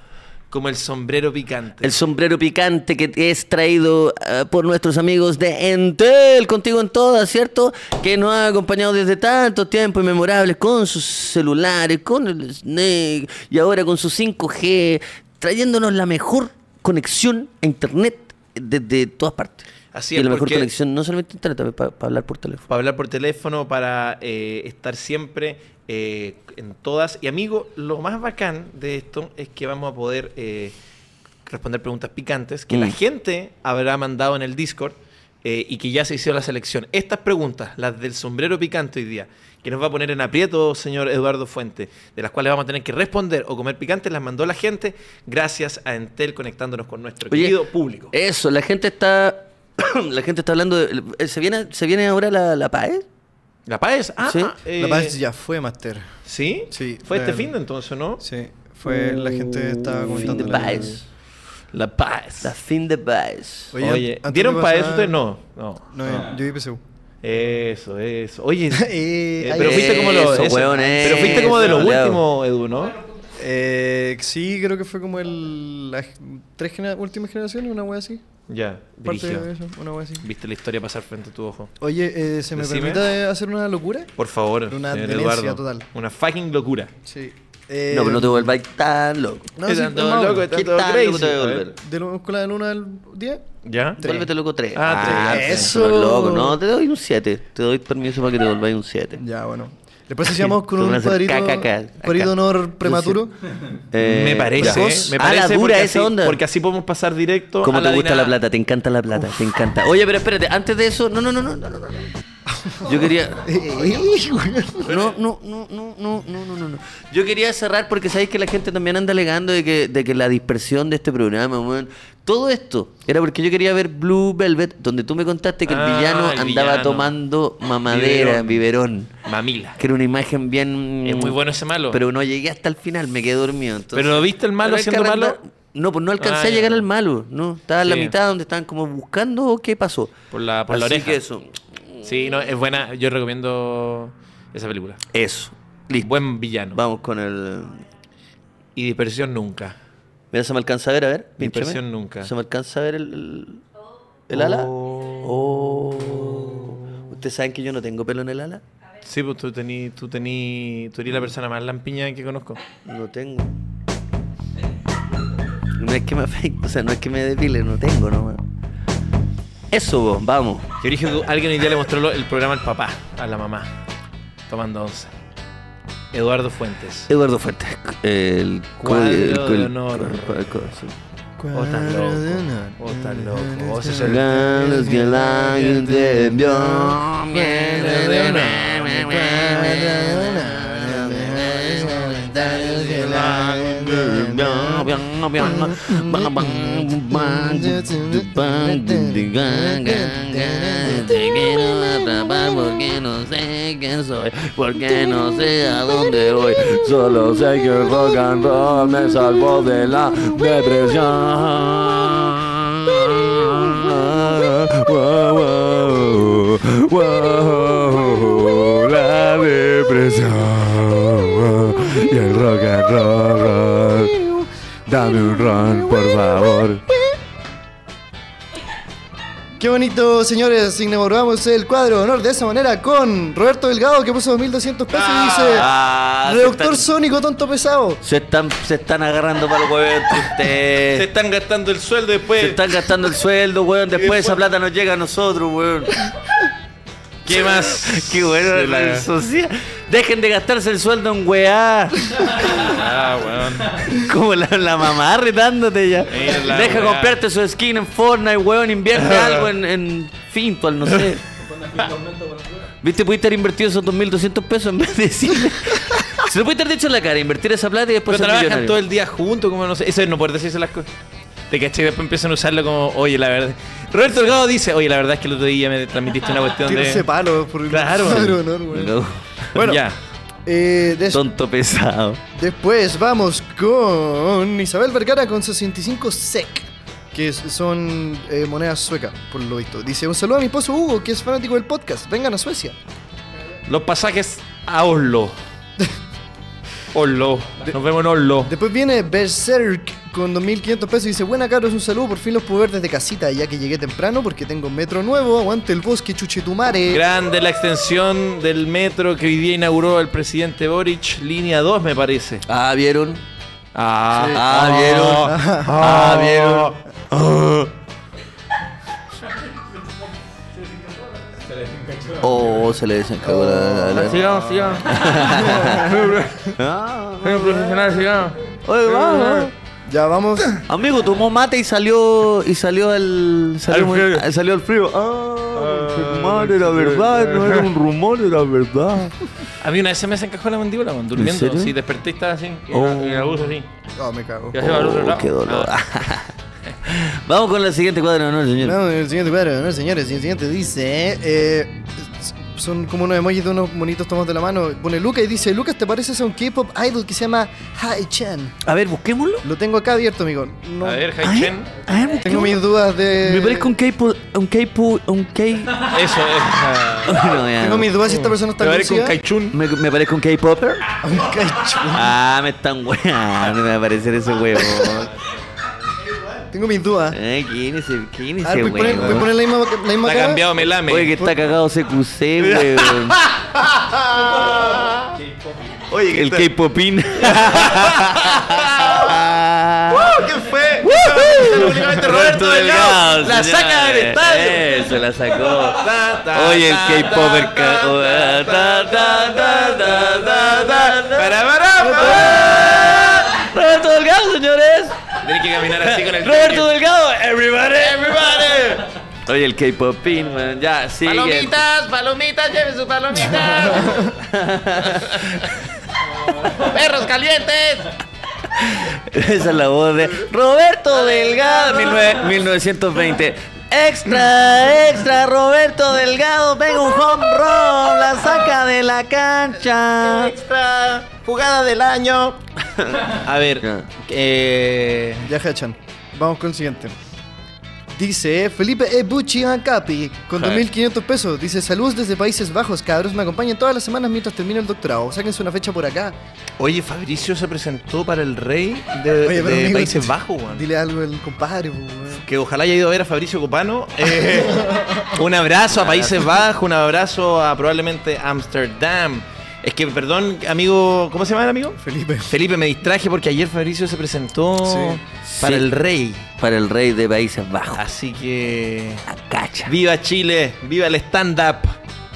como el sombrero picante. El sombrero picante que es traído eh, por nuestros amigos de Entel, contigo en todas, ¿cierto? Que nos ha acompañado desde tanto tiempo inmemorable con sus celulares, con el Snake y ahora con su 5G, trayéndonos la mejor conexión a Internet desde todas partes. Así y es, la mejor porque- conexión, no solamente a Internet, también para hablar por teléfono. para hablar por teléfono, para eh, estar siempre eh, en todas. Y amigo, lo más bacán de esto es que vamos a poder eh, responder preguntas picantes que la Mm. gente habrá mandado en el Discord eh, y que ya se hizo la selección. Estas preguntas, las del sombrero picante hoy día, que nos va a poner en aprieto, señor Eduardo Fuente, de las cuales vamos a tener que responder o comer picante, las mandó la gente gracias a Entel conectándonos con nuestro Oye, querido eh, público. Eso, la gente está. la gente está hablando. de- eh, ¿se, viene, ¿Se viene ahora la, la PAE? La Paez, ah, Sí. eh, La Paz ya fue, Master. ¿sí? Sí, Fue este la- fin de entonces, ¿no? Sí, fue Pues, la gente estaba Mm, Fin comentando. de en la- PAES. La Paz. La fin de PAES. Oye, Oye, antes ¿dieron de para pasar- eso ustedes? No, no. No, no. yo vi PSU. Eso, eso. Oye, Eh, eh, pero fuiste como lo, eso, eso. weón, pero fuiste como de lo eso, Leo. último, Edu, ¿no? Eh, sí, creo que fue como el, las tres gener- últimas generaciones, una wea así. Ya, Parte dirigido. de eso, una wea así. Viste la historia pasar frente a tu ojo. Oye, eh, ¿se me Decime. permite hacer una locura? Por favor, Una señor demencia Eduardo. total. Una fucking locura. Sí. Eh, No, pero no te vuelvas tan loco. No, Es sí, tanto no, loco, no. es ¿Qué tanto tan crazy. loco te voy a A ver. volver? De la escuela del 1 al 10. ¿Ya? Tres. Vuélvete loco 3. Ah, tres. Eso. loco, no, te doy un 7. Te doy permiso para que te volváis un 7. Ya, bueno. Después sigamos Te con van a un hacer cuadrito, caca acá, acá. cuadrito de honor prematuro. me parece, ¿eh? precoz. me Eh, a parece Ah, la dura porque, esa así, onda. porque así podemos pasar directo Como a la te gusta dinámica. la plata, te encanta la plata, te encanta. Oye, pero espérate, antes de eso, no, no, no, no, no, no, no. Yo quería. No, no, no, no, no, no, no, no, no. Yo quería cerrar porque sabéis que la gente también anda alegando de que, de que la dispersión de este programa, weón. Todo esto era porque yo quería ver Blue Velvet, donde tú me contaste que el Ah, villano el andaba villano. tomando mamadera, Biberón. biberón. Mamila. Que era una imagen bien. Es muy bueno ese malo. Mm, Pero no llegué hasta el final, me quedé dormido. entonces- ¿Pero viste el Pero malo hay que siendo arrancar- malo? No, pues no alcancé a Ah, llegar ya. al malo, ¿no? Estaba en la Sí. mitad donde estaban como buscando o qué pasó. Por la, por la Así oreja. que eso. Sí, no, es buena. Yo recomiendo esa película. Eso. Listo. Buen villano. Vamos con el. Y dispersión nunca. Mira, se me alcanza a ver, a ver. Mi pínchame. impresión nunca. Se me alcanza a ver el. el- ¿El ala? Oh. ¿Ustedes saben que yo no tengo pelo en el ala? Sí, pues tú tení, tú tení, tú eres la persona más lampiña que conozco. No tengo. No es que me afecte, o sea, no es que me depile, no tengo nomás. Eso, vos, vamos. Yo dije que alguien hoy día le mostró lo- el programa al papá, a la mamá, tomando once. Eduardo Fuentes. Eduardo Fuentes, el Cuadro el- de el- honor. el- sí. Oh, tan loco. Oh, tan loco. Oh, ese es el- Regalos que la gente envió. Que no atrapa porque no sé quién soy, porque no sé a dónde voy. Solo sé que el rock and roll me salvó de la depresión. Wow, wow, wow, la depresión y el rock and roll. Dame un ron, por favor. Qué bonito, señores. Inauguramos el cuadro de honor de esa manera con Roberto Delgado que puso 2.200 pesos Ah, y dice: Reductor están- sónico, tonto pesado. Se están, se están agarrando para el huevo entre Se ustedes. están gastando el sueldo después. Eh. Se están gastando el sueldo, weón. Después, después- esa plata nos llega a nosotros, weón. ¿Qué más? Qué bueno De la la- red social. Dejen de gastarse el sueldo en weá. Ah, weón. Como la, la mamá retándote ya. Mira la Deja weá. comprarte su skin en Fortnite, weón. Invierte algo en, en Fintual, no sé. Viste, pudiste haber invertido esos 2.200 pesos en vez de decirle. Se lo pudiste haber dicho en la cara, invertir esa plata y después Pero ser trabajan millonario. todo el día juntos, como no sé. Eso es no poder decirse las cosas. Te caché y después empiezan a usarlo como, oye, la verdad. Roberto Delgado dice, oye, la verdad es que el otro día me transmitiste una cuestión Tiro ese de. palo por el Claro. cuadro de honor, Me güey. cago. Bueno, Ya. eh, des- Tonto pesado. después vamos con Isabel Vergara con 65 SEC, que es- son eh, monedas suecas, por lo visto. Dice: Un saludo a mi esposo Hugo, que es fanático del podcast. Vengan a Suecia. Los pasajes a Oslo. Oslo. Nos vemos en Oslo. Después viene Berserk con 2.500 pesos y dice, buena cabros, un saludo, por fin los puedo ver desde casita, ya que llegué temprano porque tengo metro nuevo, aguante el bosque, chuchetumare. Grande la extensión del metro que hoy día inauguró el presidente Boric, línea 2 me parece. Ah, ¿vieron? Ah, Ah, ¿vieron? Ah, ¿vieron? Ah. Oh, se le desencagó la... la- la- Sigamos, sigamos. Ah. profesional, sigamos. Oye, va, va. Ya vamos. Amigo, tomó mate y salió y salió el salió Al muy- frío. ah, salió al frío. Ah, madre, era verdad, no era un rumor, era verdad. A mí una vez se me desencajó la mandíbula, man, durmiendo. serio? Sí, desperté y estaba así. Y Oh. la- y la puse así. Oh, me cago. Y así para el otro Oh, lado. qué dolor. Ah. Vamos con la siguiente cuadra, de honor, señor. No, el siguiente cuadro, no, señores, el siguiente dice, eh, s- son como unos emojis de unos bonitos tomados de la mano. Pone Luca y dice, Lucas, ¿te pareces a un K-pop idol que se llama Hai-chan? A ver, busquémoslo. Lo tengo acá abierto, amigo. No, A ver, Haichen. A ver, busquémoslo. Tengo mis dudas de... Me parezco un K-pop, un K-pop, un K... Eso es. ah. No, ya, Tengo no. mis dudas si esta persona está Me parezco un lúcida. Caichun. Me, me parezco un K-popper. Un Kai-chan. Ah, me están weando, me va a parecer ese huevo. Tengo mis dudas. Ay, ¿Quién es el- quién es A ver, pues, ese voy a poner- voy a weón? poner la misma, la misma Está cara. cambiado Melame. Oye, que está cagado CQC, weón. Oye, que el K-Popín. ¿Quién fue? Roberto Delgado. La señores. saca del estadio. Eso, la sacó. Ta, ta, Oye, el ta, K-Popper. ta, ca- ta, ta, ta, ta, ta, ta. Para, para, para. Roberto Delgado, señores. Tenés que caminar así con el Roberto Delgado, everybody, everybody. Oye, el K-Popín, man. Ya, sigue. Palomitas, palomitas, lleve sus palomitas. Perros calientes. Esa es la voz de Roberto Delgado, 19- 1920. Extra, extra, Roberto Delgado, pega un home run, la saca de la cancha. Extra. Jugada del año. Ah. A ver, Ya. eh, Ya, Hachan. Vamos con el siguiente. Dice Felipe Ebuchi Ancapi con Ja. 2.500 pesos. Dice: Saludos desde Países Bajos, cabros. Me acompañan todas las semanas mientras termino el doctorado. Sáquense una fecha por acá. oye, Fabricio se presentó para el rey de, Oye, pero de amigo, Países Bajos, weón. Dile algo al compadre, po, weón. que ojalá haya ido a ver a Fabricio Copano. Eh, un abrazo a Países Bajos, un abrazo a probablemente Amsterdam. Es que, perdón, amigo, ¿cómo se llama el amigo? Felipe. Felipe, me distraje porque ayer Fabricio se presentó Sí. para Sí. el rey. Para el rey de Países Bajos. Así que. La cacha. ¡Viva Chile! ¡Viva el stand-up!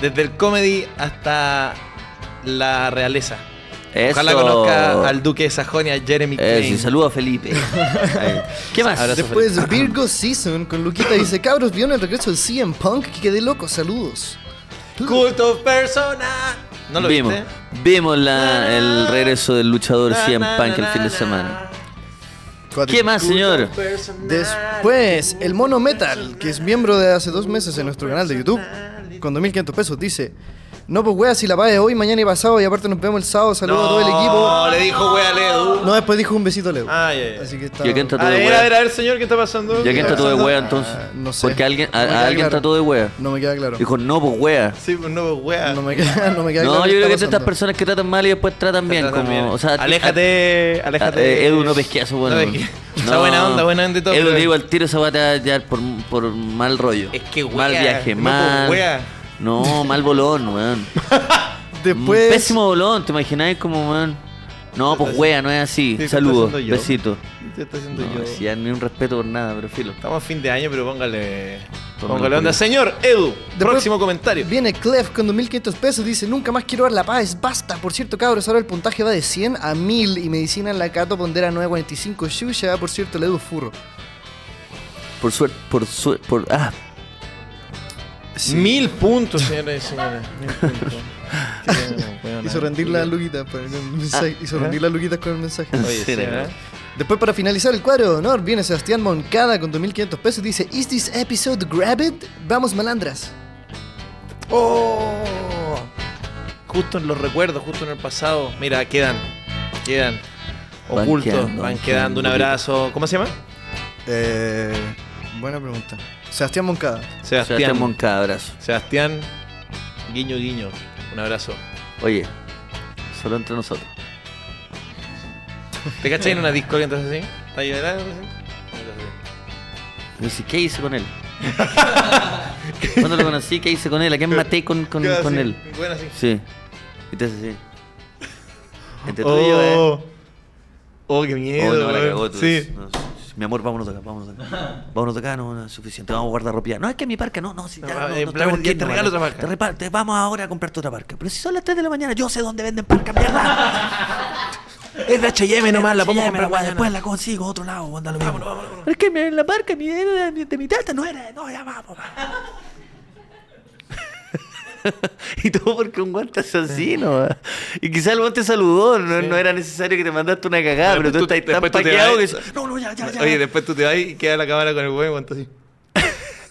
Desde el comedy hasta la realeza. Ojalá Eso. conozca al duque de Sajonia, Jeremy Eh, sí, Kane. saluda a Felipe. Ahí. ¿Qué más? Abrazo, Después Virgo Season con Luquita dice: Cabros, vieron el regreso de CM Punk. Que quedé loco, saludos. Culto of persona. ¿No lo vimos, viste? vimos la- el regreso del luchador Na, 100 na, Punk el na, fin de na. semana. ¿Qué más, señor? Después, el Mono Metal, que es miembro de hace dos meses en nuestro canal de YouTube, con 2.500 pesos, dice: No, pues wea, si la pagues hoy, mañana y pasado, y aparte nos vemos el sábado, saludos a todo el No, equipo. le dijo Ah, wea Ledu. No, después dijo un besito a Leo. Ay, ay, ay. Así que está. ¿Y a quién A trató de ver, a ver, wea? a ver, señor, ¿qué está pasando? ¿Y a quién está trató de wea entonces? Ah, no sé. Porque alguien, a, No me queda a alguien claro. trató de wea. No me queda claro. Dijo, no, pues wea. Sí, pues no, wea. No me queda, no me queda claro. No, qué yo creo que está estas pasando. personas que tratan mal y después tratan bien. Trata bien. Como, o sea, aléjate, aléjate. Ah, eh, Edu no pesquea su bueno. No pesquea. Está buena onda, buena onda y todo. Edu pero- le digo al tiro esa bata ya por, por mal rollo. Es que wea, Mal viaje, no, mal. pues, wea. No, mal bolón, weón. Después. Pésimo bolón, ¿te imaginas como, weón? No, pues wea, no es así. Sí, ¿qué Saludos, estoy haciendo yo? besitos. ¿Qué está haciendo No, yo? si ya ni un respeto por nada, pero filo. Estamos a fin de año, pero póngale. Póngale Póngale onda. polio. Señor, Edu, Después próximo comentario. Viene Clef con 2.500 pesos, dice, nunca más quiero ver la paz, basta. Por cierto, cabros, ahora el puntaje va de 100 a 1000 y medicina en la Cato pondera 945 Shusha, por cierto, le doy furro. Por suerte, por suerte, por. Ah, Mil puntos, señoras y señores. Mil puntos. Sí, weona. Hizo rendir las luquitas por el Ah. mensaje. Hizo rendir las luquitas con el mensaje. Oye, sí, ¿eh? Sí, ¿verdad? Después, para finalizar el cuadro de honor, viene Sebastián Moncada con 2.500 pesos, dice, ¿Is this episode grabbed? Vamos, malandras. ¡Oh! Justo en los recuerdos, justo en el pasado. Mira, quedan. Quedan. Van Ocultos, quedando, van van quedando. Un quedando. abrazo. ¿Cómo se llama? Eh, buena pregunta. Sebastián Moncada. Sebastián Sebastián. Moncada, abrazo. Sebastián. Guiño, guiño. Un abrazo. Oye, solo entre nosotros. ¿Te cachai en una disco entonces así? ¿Está llorando así? Me dice, ¿qué hice con él? Cuando lo conocí, ¿qué hice con él? ¿A quién maté con, con, Queda con así, él? Bueno, así. Sí. Y te hace así. Entre tú y yo, eh. Oh, qué miedo. Oh, no, la weón. cagó tú. Sí. No, sí, mi amor, vámonos de acá, vámonos de acá. Vámonos de acá, no, no es suficiente. Vamos a guardar ropa. No, es que mi parca, no, no, si ya. No, No, Ah, en no plan, estamos ¿qué te yendo, regalo vale. otra parca? Te repar- te vamos ahora a comprarte otra parca. Pero si son las 3 de la mañana, yo sé dónde venden parca, mierda. Es de HM nomás, la Sí, podemos ya, comprar pero mañana. Después la consigo, otro lado, anda lo mismo. Pero Es que me- la parca mi, era de, de mi tata no era, no, ya vamos. y todo porque un guante asesino. ¿eh? Y quizás el guante saludó, no, no era necesario que te mandaste una cagada, pero, tú, Después estás tan después tú te paqueado que... vas- dices, No, no, ya, ya, ya. Oye, después tú te vas y queda la cámara con el huevo, entonces.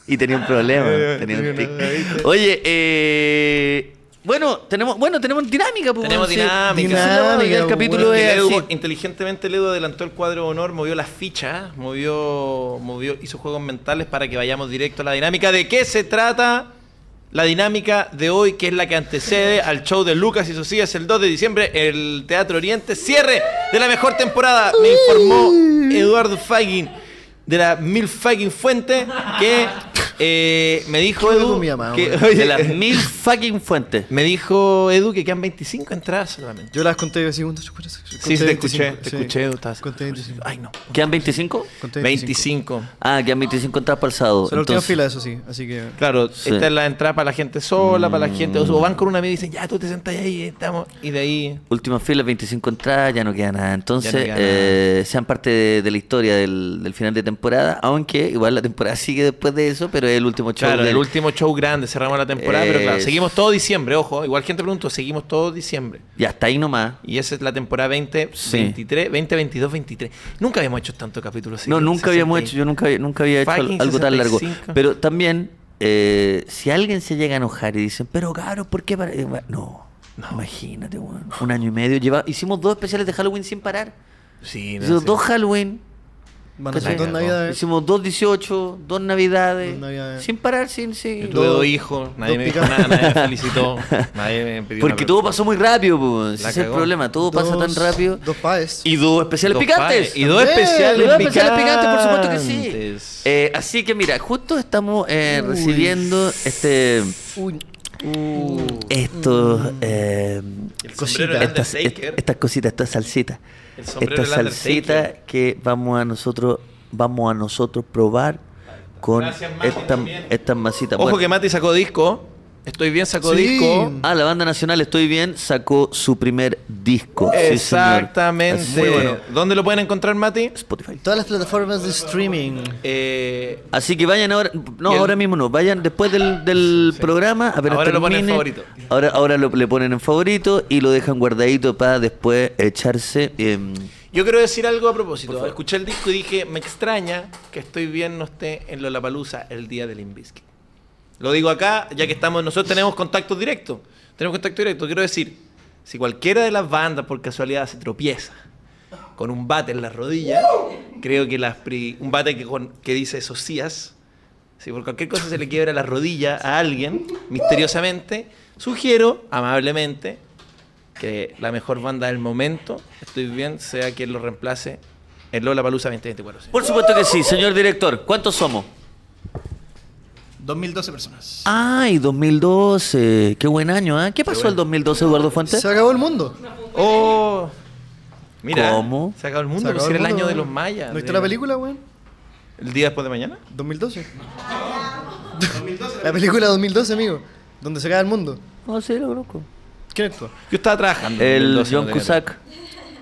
Y tenía un problema. Eh, tenía un tenía una- ahí tic. está. Oye, eh, bueno, tenemos, bueno, tenemos dinámica. pues, bueno, Tenemos sí. dinámica. Esa es la hueá, Dinámica, El pues, capítulo bueno. Y es Ledo, así. inteligentemente Ledo adelantó el cuadro de honor, movió las fichas, movió, movió, hizo juegos mentales para que vayamos directo a la dinámica. ¿De qué se trata la dinámica de hoy, que es la que antecede al show de Lucas y Socias el 2 de diciembre, el Teatro Oriente, cierre de la mejor temporada, me informó Eduardo Fagin. de la mil fucking fuente que eh, me dijo ¿Qué Edu con mi mamá, que- weón? oye, De las mil fucking fuentes. me dijo Edu que quedan 25 entradas solamente. Yo las conté así, un, dos, tres, Sí, conté sí, te 25, escuché, te sí. escuché, Edu, estabas- Conté 25. Ay, no. ¿Quedan 25? Conté 25. 25. Ah, quedan 25 entradas para el sábado. Son la última entonces. fila, eso sí. Así que. Claro, Sí. Mm. esta es la entrada para la gente sola, para la gente. O van con una amiga y dicen, ya tú te sentás ahí, estamos. Y de ahí. Última fila, 25 entradas, ya no queda nada. Entonces, Ya no queda eh, sean parte de, de la historia del, del final de temporada, aunque igual la temporada sigue después de eso, pero es el último show. Claro, del- el último show grande, cerramos la temporada, pero claro, Es- seguimos todo diciembre, ojo. Igual gente preguntó, seguimos todo diciembre. Y hasta ahí nomás. Y esa es la temporada 20, Sí. 23, 20, 22, 23. Nunca habíamos hecho tanto capítulo no, nunca habíamos hecho, yo nunca, había- nunca había hecho Fucking algo tan largo. 65. Pero también, eh, si alguien se llega a enojar y dicen, pero cabrón, ¿por qué? para-?" Eh, No, no, imagínate, weón. Un año y medio. Lleva... Hicimos dos especiales de Halloween sin parar. Sí, no, Hicimos sí. dos Halloween. Van a ¿cachai? ser dos Cagó. navidades. Hicimos dos 18, dos navidades, Eh. Dos navidades. sin parar, sin... sin... Yo tuve Dos- dos hijos, nadie dos me dijo pica- nada, nadie me felicitó, nadie me pidió Porque una- todo pasó muy rápido, po, ese La es el cagó. problema, todo pasa tan Dos- rápido. Dos paes. Y dos especiales Dos picantes. pares. Y dos También, especiales Y dos especiales picantes, por supuesto que sí. picantes. Eh, así que mira, justo estamos eh, Uy. recibiendo este Uy. Uh. estos eh, El sombrero del estas, Undertaker. est- estas cositas, estas salsitas. El sombrero Estas del salsitas Undertaker. que vamos a nosotros vamos a nosotros probar con Gracias, Mati, estas también. estas masitas. Ojo Bueno, que Mati sacó disco. Estoy bien, sacó Sí. disco. Ah, la banda nacional Estoy Bien sacó su primer disco. sí, señor. Exactamente. Así que, ¿Dónde lo pueden encontrar, Mati? Spotify. Todas las plataformas de streaming. Eh, Así que vayan ahora, no, Y el- ahora mismo no, vayan después del, del programa. apenas Ahora lo ponen en termine, favorito. Ahora, ahora lo, le ponen en favorito y lo dejan guardadito para después echarse. em, yo quiero decir algo a propósito. Escuché el disco y dije, me extraña que estoy bien no esté en Lollapalooza el día del Invisky. Lo digo acá, ya que estamos, nosotros tenemos contacto directo. Tenemos contacto directo. Quiero decir, si cualquiera de las bandas por casualidad se tropieza con un bate en las rodillas, creo que las pri- un bate que, con- que dice Socias, si por cualquier cosa se le quiebra la rodilla a alguien, misteriosamente, sugiero, amablemente, que la mejor banda del momento, estoy bien, sea quien lo reemplace en Lola Palusa 2024. sí. por supuesto que sí, señor director. ¿Cuántos somos? 2012 personas. ¡Ay, 2012! ¡Qué buen año! ¿ah? ¿Qué pasó el 2012, Eduardo Fuentes? Se acabó el mundo. ¡Oh! Mira, ¿Cómo? se acabó el mundo, Se acabó pues era el mundo, año de weón. los mayas. ¿No viste de- la película, weón? ¿El día después de mañana? 2012. 2012. La película 2012, amigo. Donde se acaba el mundo. No, sí, lo conozco. ¿Quién actúa? Yo estaba trabajando. en El 2012, John no tenía Cusack.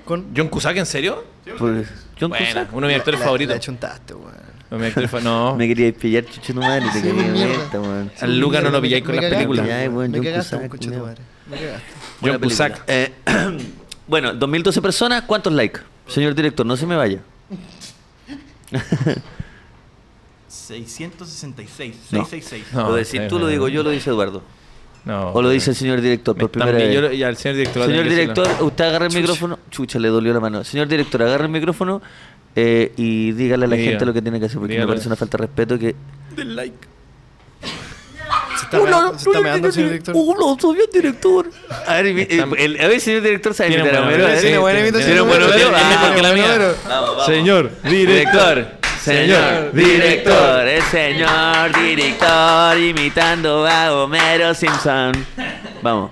Con. tiempo. ¿John Cusack, en serio? Pues, John Bueno, Cusack. uno de mis actores La- favoritos. La chuntaste, weón. Uno de mis actores fa- No. Me quería pillar, chucho, no madre. Te Sí, quería mierda. esta, weón. Al Luca no lo pilláis con Me las cagaste, películas. Ya, weón. weón, Me John cagaste, weón, Cusack, concha de tu culiao. madre. Me cagaste. Buena John Cusack. película. Eh, bueno, 2012 personas, ¿cuántos likes? Señor director, no se me vaya. 666. No. 666. No, lo decís sí, tú, lo no. digo yo, lo dice Eduardo. No. o lo dice el señor director por primera También, vez. yo lo- y al señor director. va a Señor tener que decirlo. director, usted agarra el micrófono. Chucha, le dolió la mano. Señor director, agarra el micrófono eh, y dígale a la Diga. gente lo que tiene que hacer, porque Dígale. me parece una falta de respeto que. Del like. Se está meando- se está meando el señor director. ¡Uno, señor director! A ver, mi- Está- el, a ver, señor director, sabe Tiene imitar a buena Homero, memoria, ¿eh? sí, Tiene buena tiene- imitación. tiene Homero, buena Homero. memoria, es mejor que la mía. Homero. Vamos, vamos. director. Señor director, el señor director imitando a Homero Simpson. Vamos.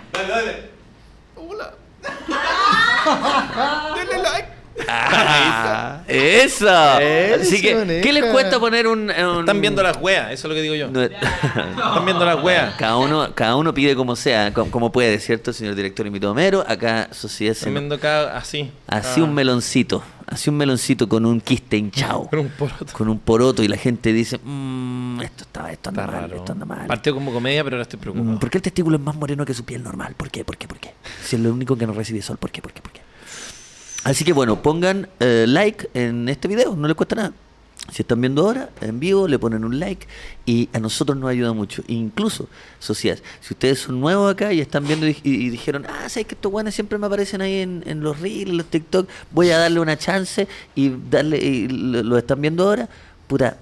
Ah. Eso. Eso, Así que, ¿qué les neta. cuesta poner un. un- Están viendo las weas, eso es lo que digo yo. No- Están viendo las weas. cada, uno, cada uno pide como sea, com- como, puede, ¿cierto? Señor director imitó a Homero. Acá, sociedad. se- Están viendo acá así. Ah, Así un meloncito. Así un meloncito con un quiste hinchado. Con un poroto. Con un poroto. Y la gente dice: "Mm, esto, está, esto anda Está mal, raro. esto anda mal. Partió como comedia, pero ahora estoy preocupado. Mm, ¿Por qué el testículo es más moreno que su piel normal? ¿Por qué? ¿Por qué? ¿Por qué? Si es lo único que no recibe sol, ¿por qué? ¿Por qué? ¿Por qué? Así que bueno, pongan eh, like en este video, no les cuesta nada. Si están viendo ahora en vivo, le ponen un like y a nosotros nos ayuda mucho. Incluso, sociedad, si ustedes son nuevos acá y están viendo y, y- y dijeron, ah, sabes que estos guanes siempre me aparecen ahí en, en los reels, en los TikTok, voy a darle una chance y darle y lo, lo están viendo ahora, pura,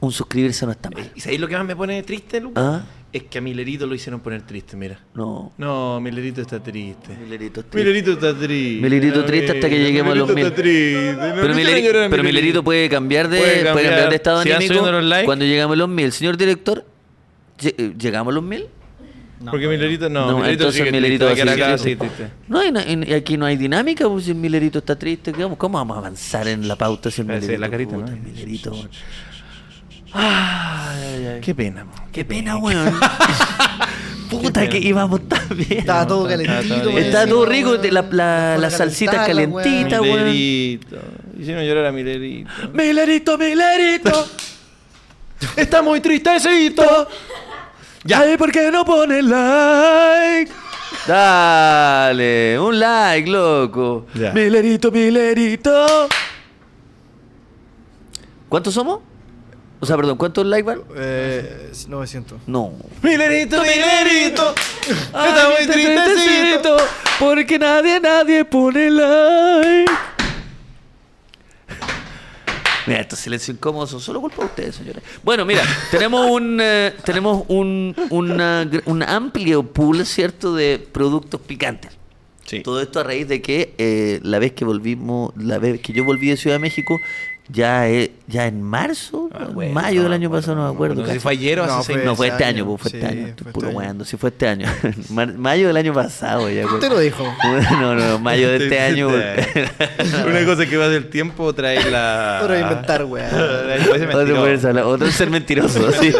un suscribirse no está mal. ¿Y sabéis lo que más me pone triste, Luca? ¿Ah? Es que a Milerito lo hicieron poner triste, mira. No. No, Milerito está triste. Milerito es triste. Milerito está triste. Milerito triste hasta que lleguemos a los Milerito está mil. triste. No, Pero, no Mileri- quiero llorar, pero Milerito puede cambiar de, Puede puede cambiar. cambiar. de estado Si van anímico subiendo los likes. cuando llegamos a los mil. Señor director, lle- eh, ¿llegamos a los mil? Porque Milerito no. No, entonces sigue Milerito triste, va a va a quedar acá, seguir sí, triste. No hay, na- en- aquí no hay dinámica, pues si el Milerito está triste, ¿qué vamos? ¿cómo vamos a avanzar en la pauta si el Parece Milerito... la carita, puta, ¿no? el Milerito, weón. Ay, ay, ay. Qué pena, mo. Qué pena, weón. Puta que íbamos tan bien. Estaba todo Está- está- calentito. está- weón. Está todo rico, Weón. te- la, la, Con la salsita calentita, weón. weón. Milerito. Hicieron llorar a Milerito. Milerito, Milerito. Está muy tristecito. Ya. Ay, ¿por qué no pone like? Dale, un like, loco. Ya. Milerito, milerito. ¿Cuántos somos? O sea, perdón, ¿cuántos likes van? Eh, 900. No. Milerito, Milerito. Ay, Está muy está tristecito. tristecito, Porque nadie, nadie pone like. Mira, estos silencios incómodos son solo culpa de ustedes, señores. Bueno, mira, tenemos un eh, tenemos un, una gr- un amplio pool, ¿cierto?, de productos picantes. Sí. Todo esto a raíz de que eh, la vez que volvimos, la vez que yo volví de Ciudad de México, ya, eh, ya en marzo, Ah, en bueno, mayo del no me año acuerdo, pasado, no me acuerdo. No sé si cacho. fue ayer o No, hace seis fue- No, fue ese este año. año, pues, fue este Sí, año. Estoy fue puro este año. weando, sí fue este año. Mar- mayo del año pasado, ya. güey. Te lo dijo. No, no, mayo de este año. güey. Una cosa que va del tiempo, otra es la. Ahora voy a inventar, weón. Otra es mentira. Otro, por esa, la- otro ser mentiroso, sí.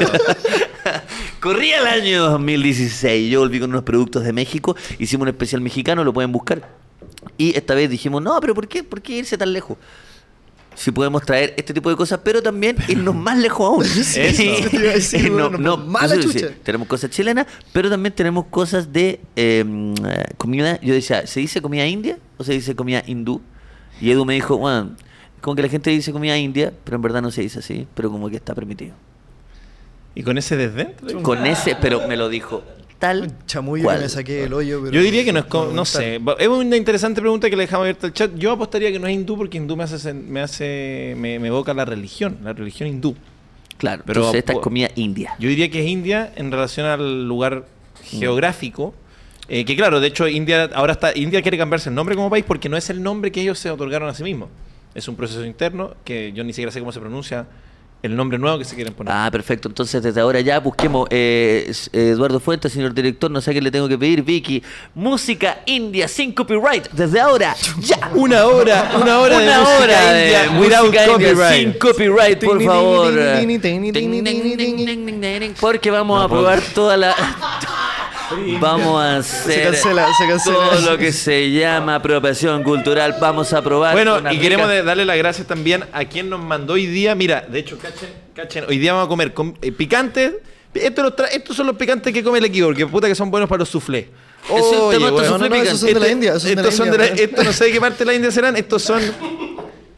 Corría el año 2016, yo volví con unos productos de México, hicimos un especial mexicano, lo pueden buscar. Y esta vez dijimos, no, pero ¿por qué, por qué irse tan lejos? Si podemos traer este tipo de cosas, pero también irnos más lejos aún. Sí, Y- eso te iba a decir, y bueno, mala sí, chucha. sí, tenemos cosas chilenas, pero también tenemos cosas de eh, mm, eh, comida. Yo decía, ¿se dice comida india o se dice comida hindú? Y Edu me dijo, bueno, como que la gente dice comida india, pero en verdad no se dice así, pero como que está permitido. Y con ese desdén. Con ese, pero me lo dijo tal. Un chamullo cual. que me saqué del hoyo. pero- Yo diría que no es. co- No mental. sé. Va- Es una interesante pregunta que le dejamos abierta al chat. Yo apostaría que no es hindú porque hindú me hace. sen- Me, hace me, me evoca la religión, la religión hindú. Claro, Pero- pero entonces esta es comida india. Yo diría que es India en relación al lugar geográfico. eh, que claro, de hecho, India ahora está. India quiere cambiarse el nombre como país porque no es el nombre que ellos se otorgaron a sí mismos. Es un proceso interno que yo ni siquiera sé cómo se pronuncia el nombre nuevo que se quieren poner. Ah, perfecto. Entonces, desde ahora ya busquemos eh, s- eh, Eduardo Fuentes, señor director. No sé qué le tengo que pedir, Vicky. Música india sin copyright. Desde ahora, ya. Una hora, una hora de Una música hora de india música without india copyright. sin copyright, por Ting, favor. ting, ting, ting, ting, ting, ting, Porque vamos a probar toda la. Vamos a hacer Se cancela, se cancela. todo lo que se llama apropiación cultural. Vamos a probar. Bueno, unas y queremos ricas- de- darle las gracias también a quien nos mandó hoy día. Mira, de hecho, cachen, cachen, hoy día vamos a comer com- eh, picantes. Esto los tra- estos son los picantes que come el equipo, porque puta que son buenos para los soufflés. Ese es el tema, estos weón. soufflés No, no, no, esos son de la Este- India, esos son de la estos son de India, la- weón. Estos no sé de qué parte de la India serán. Estos son.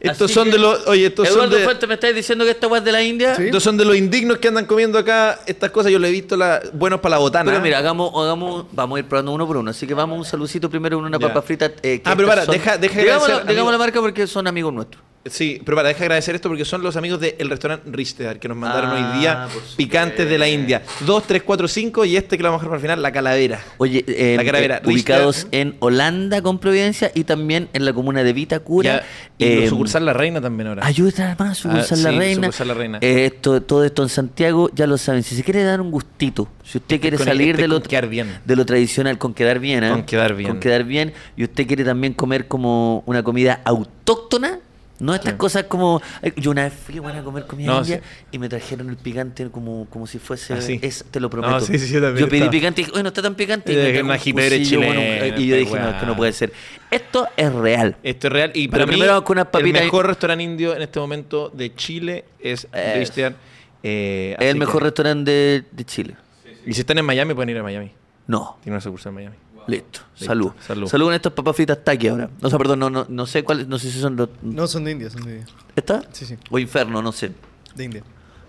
Estos Así son que, de los. Oye, estos son Eduardo de. Fuentes, ¿me estáis diciendo que esta weá es de la India? Sí. Estos son de los indignos que andan comiendo acá estas cosas. Yo le he visto la, buenos para la botana. Pero mira, hagamos, hagamos, vamos a ir probando uno por uno. Así que vamos un saludcito primero con una Ya. papa frita. eh, que Ah, pero estas para, son- deja- deja digamos, la, agradecer, digamos la amigo. marca porque son amigos nuestros. Sí, pero para, deja de agradecer esto porque son los amigos del restaurante Ristear que nos mandaron Ah, hoy día por supuesto. picantes de la India. 2, 3, 4, 5 y este que lo vamos a dejar para el final, la calavera. Oye, eh, La calavera, eh, Richter. ubicados en Holanda con Providencia y también en la comuna de Vitacura. Ya, em, y Eh, lo sucursal La Reina también ahora. Hay otra más, sucursal Ah, La sí, Reina. sucursal La Reina. Eh, esto, todo esto en Santiago, ya lo saben. Si se quiere dar un gustito, si usted quiere con- salir este de, con lo, quedar bien. de lo tradicional, con quedar bien, ¿eh? Con quedar bien. Con quedar bien. Y usted quiere también comer como una comida autóctona. No estas Sí. cosas como... ay, Yo una vez fui bueno, a comer comida No, india sí. y me trajeron el picante como, como si fuese... Ah, sí. es- te lo No, prometo. sí, sí, yo también pedí estaba. picante y dije, oye, no está tan picante. Y Yo me dije, trajo una un jipera cuchillo, bueno, chilena, Y yo dije, esta no, es que no weá. Eh, puede ser. Esto es real. Esto es real. Y para mí, primero con unas el papitas ahí. mejor restaurante indio en este momento de Chile es Es. Ristear. Eh, Es así el mejor que- restaurante de, de Chile. Y si están en Miami, pueden ir a Miami. No. Tiene una sucursal en Miami. Listo. Listo. Salud. Salud. Salud. con estas papas fritas taqui ahora. O sea, perdón, no, no, no sé cuáles, no sé si son los... No, son de India, son de India. ¿Esta? Sí, sí. O Inferno, no sé. De India.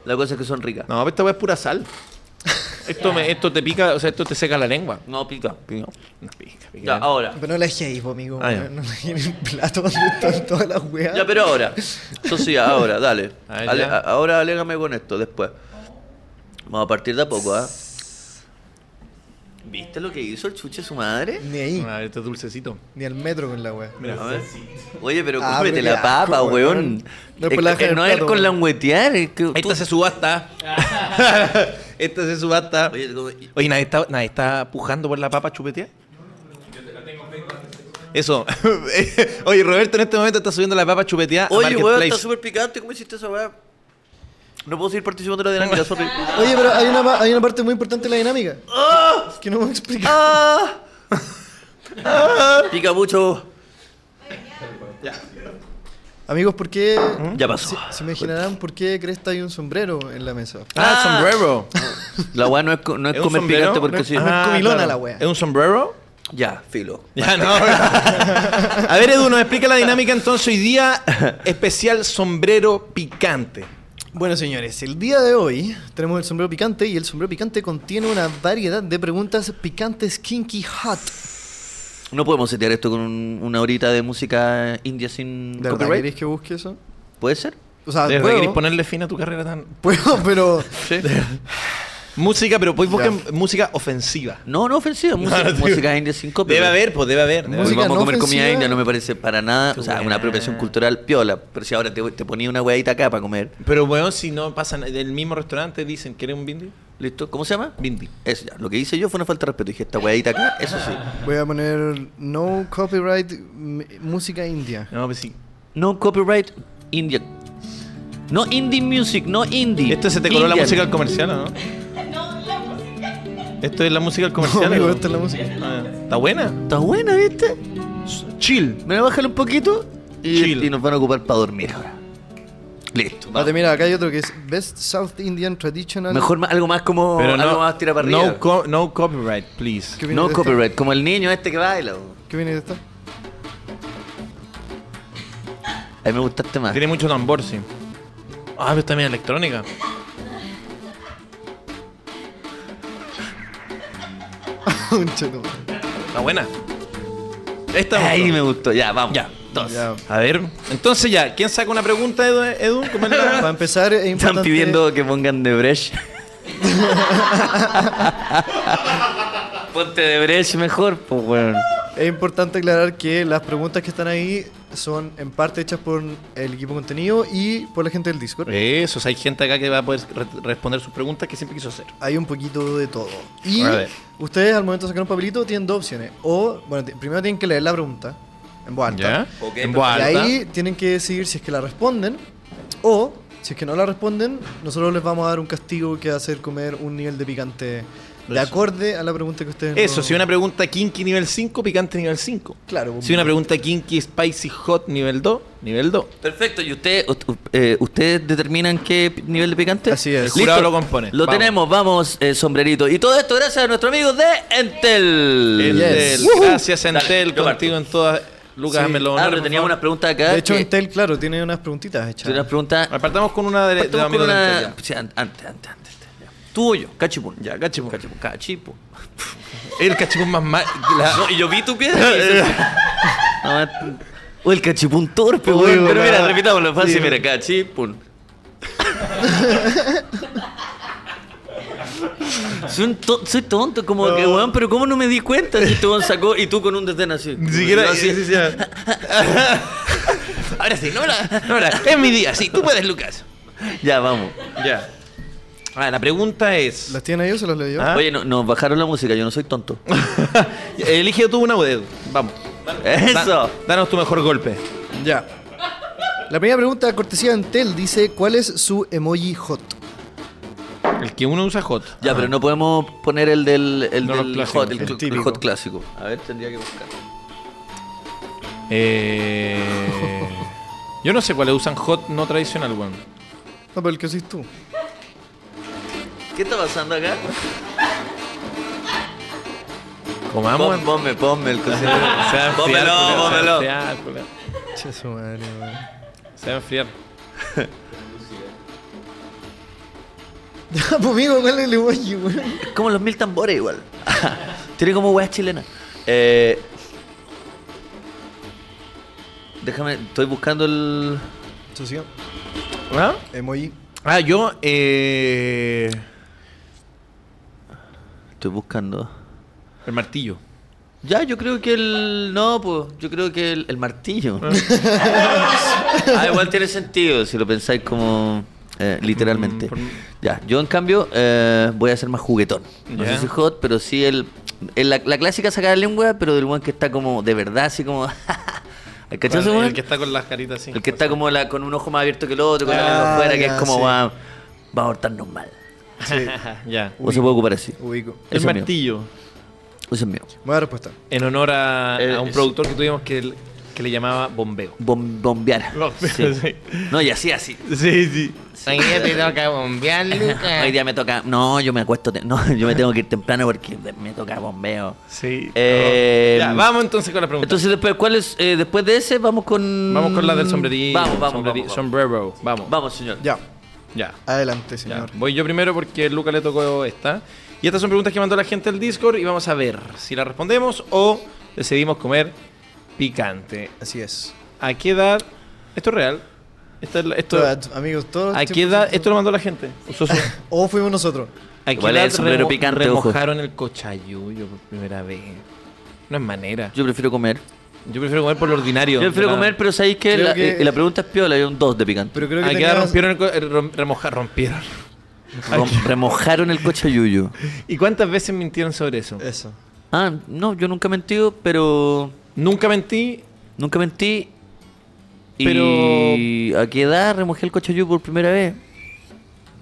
La cosa es que son ricas. No, No, pero esta weá es pura sal. Esto, me- esto te pica, o sea, esto te seca la lengua. pica, pica. No, pica, pica. Ya, ahora. Pero no la dejé ahí, po, amigo. Ah, ya. weón. No la dejé en el plato donde están todas las weas. Ya, pero ahora. Eso sí, ahora, dale. A ver, Ale- ya. a- ahora alégame con esto, después. Vamos a partir de a poco, ¿ah? ¿Viste lo que hizo el chuche su madre? Ni ahí, Ah, este es dulcecito. ni al metro con la wea. Mira. A ver. Oye, pero Ah, cómprete pero qué la papa, asco, weón. weón. No, pues la Es que deja en el no es plato, con weón. languetear. es que tú- Esta se subasta. Esta se subasta. Oye, como- Oye, ¿nadie está, nadie está pujando por la papa chupetea? Eso. Oye, Roberto en este momento está subiendo la papa chupetea a Oye, weón, Marketplace. está súper picante. ¿Cómo hiciste esa weá? No puedo seguir participando de la dinámica, sorry. Oye, pero hay una, ma- hay una parte muy importante de la dinámica. Que no me explica. ¡Ah! ¡Ah! Pica mucho. Amigos, ¿por qué? ¿Mm? Ya pasó. Se imaginarán por qué cresta hay un sombrero en la mesa. Ah, Ah. sombrero. La weá no es, co- no es ¿Es un comer sombrero? picante porque No es- sí. Ah. comilona la wea. wea. ¿Es un sombrero? Ya, filo. Ya no. a ver, Edu, nos explica la dinámica entonces hoy día especial sombrero picante. Bueno, señores, el día de hoy tenemos el sombrero picante y el sombrero picante contiene una variedad de preguntas picantes, kinky, hot. No podemos setear esto con un- una horita de música india sin ¿De verdad copyright. queréis que busque eso? ¿Puede ser? O sea, ¿De verdad puedo, querés ponerle fin a tu carrera tan...? puedo, pero Música, pero podéis buscar Ya. música ofensiva. No, no ofensiva. Música, tío. música india sin copyright. Debe haber, pues debe haber. debe Hoy Música haber. vamos no a comer comida ofensiva. india, no me parece para nada. O sea, Qué una apropiación buena. cultural piola. Pero si ahora te, te ponía una huevita acá para comer. Pero bueno, si no pasan del mismo restaurante, dicen, ¿quieres un bindi? ¿Listo? ¿Cómo se llama? Bindi. Eso ya. Lo que hice yo fue una falta de respeto. Dije, esta huevita acá, eso sí. voy a poner no copyright m- música india. No, pues sí. No copyright india. No indie music, no indie. Esto Este se te coló la Indian. música al comercial, ¿o ¿no? Esto es la música al No, comercial. amigo, ¿o? esta es la música. Ah, ¿Está buena? Está buena, ¿viste? Chill. Me la bajan un poquito y, Chill. y nos van a ocupar para dormir ahora. Listo. Vale, mira, acá hay otro que es Best South Indian Traditional. Mejor ma- algo más como algo más tira para arriba. no, co- no copyright, please. ¿Qué viene No de esta? copyright, como el niño este que baila. bo. ¿Qué viene de esta? A mí me gustaste más. Tiene mucho tambor, sí. Ah, pero está bien electrónica. Concha tu madre. Está buena. Esta me Ahí gustó. me gustó. Ya, vamos. Ya. Dos. Ya. A ver, entonces ya, ¿quién saca una pregunta, Edu? Edu? ¿Cómo es la- Para empezar, es importante. Están pidiendo que pongan de Brecht. Ponte de Brecht mejor, pues, weón. Es importante aclarar que las preguntas que están ahí son en parte hechas por el equipo de contenido y por la gente del Discord. Eso, o sea, hay gente acá que va a poder re- responder sus preguntas que siempre quiso hacer. Hay un poquito de todo. Y A ver. ustedes al momento de sacar un papelito tienen dos opciones. O, bueno, ti- primero tienen que leer la pregunta en voz alta. Ok, en perfecto. voz Y alta. ahí tienen que decidir si es que la responden o, si es que no la responden, nosotros les vamos a dar un castigo que va a hacer comer un nivel de picante de Eso. acorde a la pregunta que ustedes Eso, no- si una pregunta kinky nivel 5, picante nivel 5. Claro. Si una pregunta kinky spicy hot nivel 2, nivel 2. Perfecto, y usted, u- u- eh, ustedes determinan qué pi- nivel de picante. Así es. El jurado lo compone. Lo Vamos. tenemos, vamos, eh, sombrerito. Y todo esto gracias a nuestro amigo de Entel. Entel, Yes. Gracias, Dale, Entel, yo contigo en todas. Lucas, Sí. me lo Ah, pero teníamos unas preguntas acá. De hecho, que- Intel, claro, tiene unas preguntitas hechas. Unas preguntas. Apartamos con una de, de Partamos amigos Pues, con de una- Entel, ya. sí, an- antes, antes, antes. ya. Tú o yo, cachipún. Ya, cachipún. Cachipún, cachipún. El cachipún más mal. la- No, y yo vi tu piedra. y dices, "No, o el cachipún torpe, Uy, güey. Pero bueno. mira, repitámoslo fácil, Sí. mira, cachipún. Soy, un to- soy tonto, como que, weón, pero ¿cómo no me di cuenta si este weón sacó y tú con un desdén así? Ni siquiera. Yo así, sí, sí, sí. Ahora sí, no la, no la- es mi día, sí, tú puedes, Lucas. Ya, vamos. Ya. Ah, la pregunta es. ¿Las tienen ellos o se las leo yo? Ah. Oye, no- nos bajaron la música, yo no soy tonto. Elige tú una o de Edu. Vamos. Eso. Da- danos tu mejor golpe. Ya. La primera pregunta, cortesía de Entel, dice: ¿Cuál es su emoji hot? El que uno usa hot. Ya, pero no podemos poner el del, el No, los del clásicos, hot, el, el cl- el típico. hot clásico. A ver, tendría que buscar. Eh, yo no sé cuáles usan hot no tradicional, weón. No, Ah, pero el que usas tú. ¿Qué está pasando acá? Comamos. Pon- Ponme, ponme el cocinero. Se va a enfriar, Pómelo, culiao, se va a pómelo. enfriar, culiao. Che, su madre, weón. Se va a enfriar. Ya, pues, amigo, ¿cuál es el emoji, weón? Es como los mil tambores igual. Tiene como weas chilenas. Eh, déjame, estoy buscando el... Socio, ¿Ah? emoji. Ah, yo. Eh... Estoy buscando. El martillo. Ya, yo creo que el. No, pues. Yo creo que el, el martillo. ah, igual tiene sentido si lo pensáis como. eh, literalmente. Mm, por- Ya, yo en cambio eh, voy a ser más juguetón. No Ya. sé si hot, pero sí el. el- la, la clásica sacada de lengua, pero del one que está como de verdad, así como. ¿Al cachado ese el weón? que está con las caritas así. El que está como la, con un ojo más abierto que el otro, con la Ah, lengua afuera, que es ya, como sí. va, va a abortarnos mal. Sí, Ya. O se puede ocupar así. ubico. Ese El es mío. martillo. Ese es mío. Buena respuesta. En honor a, Eh, a un es- productor que tuvimos que, que le llamaba Bombeo. Bom- bombear. Bombear, Sí. sí. No, y así, así. Sí, sí. Hoy día te toca bombear, Lucas. Eh. Hoy día me toca. No, yo me acuesto. te- No, yo me tengo que ir temprano porque me toca bombeo. Sí. Eh, ya, vamos entonces con la pregunta. Entonces, después, ¿cuál es? Eh, después de ese, vamos con. vamos con la del sombrerillo. Vamos, vamos. sombreri- vamos, vamos. Sombrero. Vamos. Vamos, señor. Ya, Ya. ya. adelante, señor. Voy yo primero porque Luca le tocó esta. Y estas son preguntas que mandó la gente al Discord y vamos a ver si la respondemos o decidimos comer picante. Así es. ¿A qué edad? Esto es real. Esta es la- Esto, Todas, amigos, todos. ¿A qué edad? Esto lo mandó la gente. Usó su- O fuimos nosotros. ¿A qué Igual es edad el sombrero remo- picante, ojo. remojaron el cochayuyo por primera vez? No es manera. Yo prefiero comer. Yo prefiero comer por lo ordinario. Yo prefiero de la- comer, pero sabéis que Creo la, que- eh, la pregunta es piola. Hay un 2 de picante. Pero creo que ¿A qué edad tenías- rompieron el co- el rom- remoja- rompieron? Rom- remojaron el coche yuyo. ¿Y cuántas veces mintieron sobre eso? Eso. Ah, no, yo nunca he mentido, pero. Nunca mentí. Nunca mentí. Y Pero- a qué edad remojé el coche yuyo por primera vez.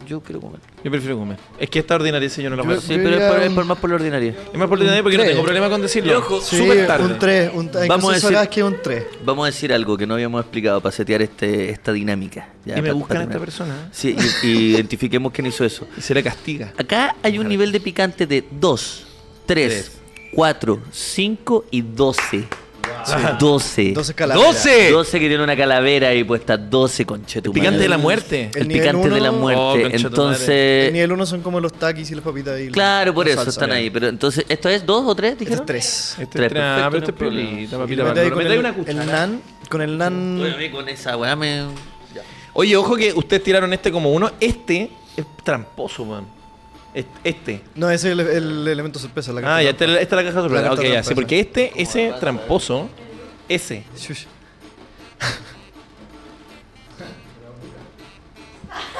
Yo quiero comer. Yo prefiero comer. Es que esta ordinaria, yo no la Yo- puedo Sí, Yo pero es diría por, un- es por más por la ordinaria. Es más por ordinaria porque no Tres. tengo problema con decirlo. Sí, súper tarde. un 3. Un, hay Vamos a consenso decir- acá que un 3. Vamos a decir algo que no habíamos explicado para setear este, esta dinámica. Ya, y me pa- buscan a pa esta terminar. persona. ¿eh? Sí, y, y identifiquemos quién hizo eso. Y se le castiga. Acá hay un nivel de picante de 2, 3, Tres. 4, 5 y 12. 12. 12 calaveras. ¡12! 12 que tiene una calavera y puesta 12 conchetumares. Picante de la muerte. El, El nivel picante de la uno- muerte. Oh, conchetumare. El Entonces. nivel 1 son como los taquis y las papitas. Y Claro, por la eso salsa. están ahí. Pero entonces, ¿esto es 2 o 3? Este Dijeron es 3. Este Tres, es tres, ah, perfecto, pero no hay problema. este es piolita, Y papita. le metáis Pablo. Le con metáis una el, el cuchara. nan. Con el Oye, a nan. mí con esa weá me. Oye, ojo que ustedes tiraron este como uno. Este es tramposo, man. Es- Este. No, ese es el, el elemento sorpresa. La Ah, ya carta trampa. esta, es la- esta es la caja sorpresa. La ok, carta ya, trampa, sí, sí. porque este, ese tramposo, ese. Shush.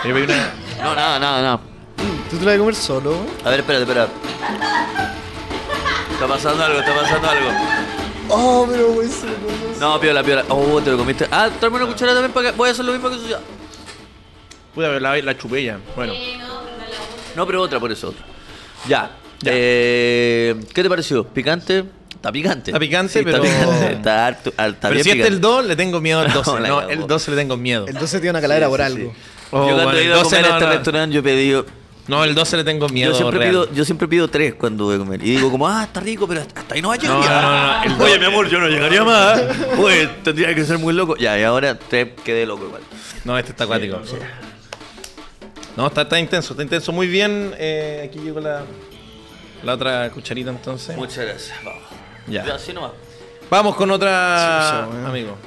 Yo pedí una- No, no, no, no. ¿Tú te la vas a comer solo? güey? A ver, espérate, espérate. Está pasando algo, está pasando algo. Oh, pero güey, se lo comió. No, piola, piola. Oh, te lo comiste. Ah, tráeme una cuchara también para acá. Voy a hacer lo mismo que sucia. Pude haber la, la chupé ya. Bueno. No, pero otra, por eso, otra. Ya. Eh, ¿Qué te pareció? ¿Picante? Está picante. Está picante, Sí, pero- Está picante. Está harto, harta Pero bien si este es picante. el 2, le tengo miedo al 12. No, la no, cagó. el 12 le tengo miedo. El 12 tiene una calavera por Sí, sí, algo. sí. Oh, yo cuando bueno, he el ido a 12 comer a no, este no. restaurante, yo he pedido. No, el 12 le tengo miedo. Yo siempre, real. pido, yo siempre pido tres cuando voy a comer. Y digo, como, ah, está rico, pero hasta ahí no va a llegar. No, no, no, no, el Oye, do- mi amor, yo no llegaría más. ¿eh? Pues tendría que ser muy loco. Ya, y ahora te quedé loco igual. No, este está acuático. No, está, está intenso, está intenso. Muy bien. eh, aquí llegó la, la otra cucharita entonces. Muchas gracias. Vamos. Ya. Ya, así nomás. Vamos con otra, Sí, sí, bueno. amigo.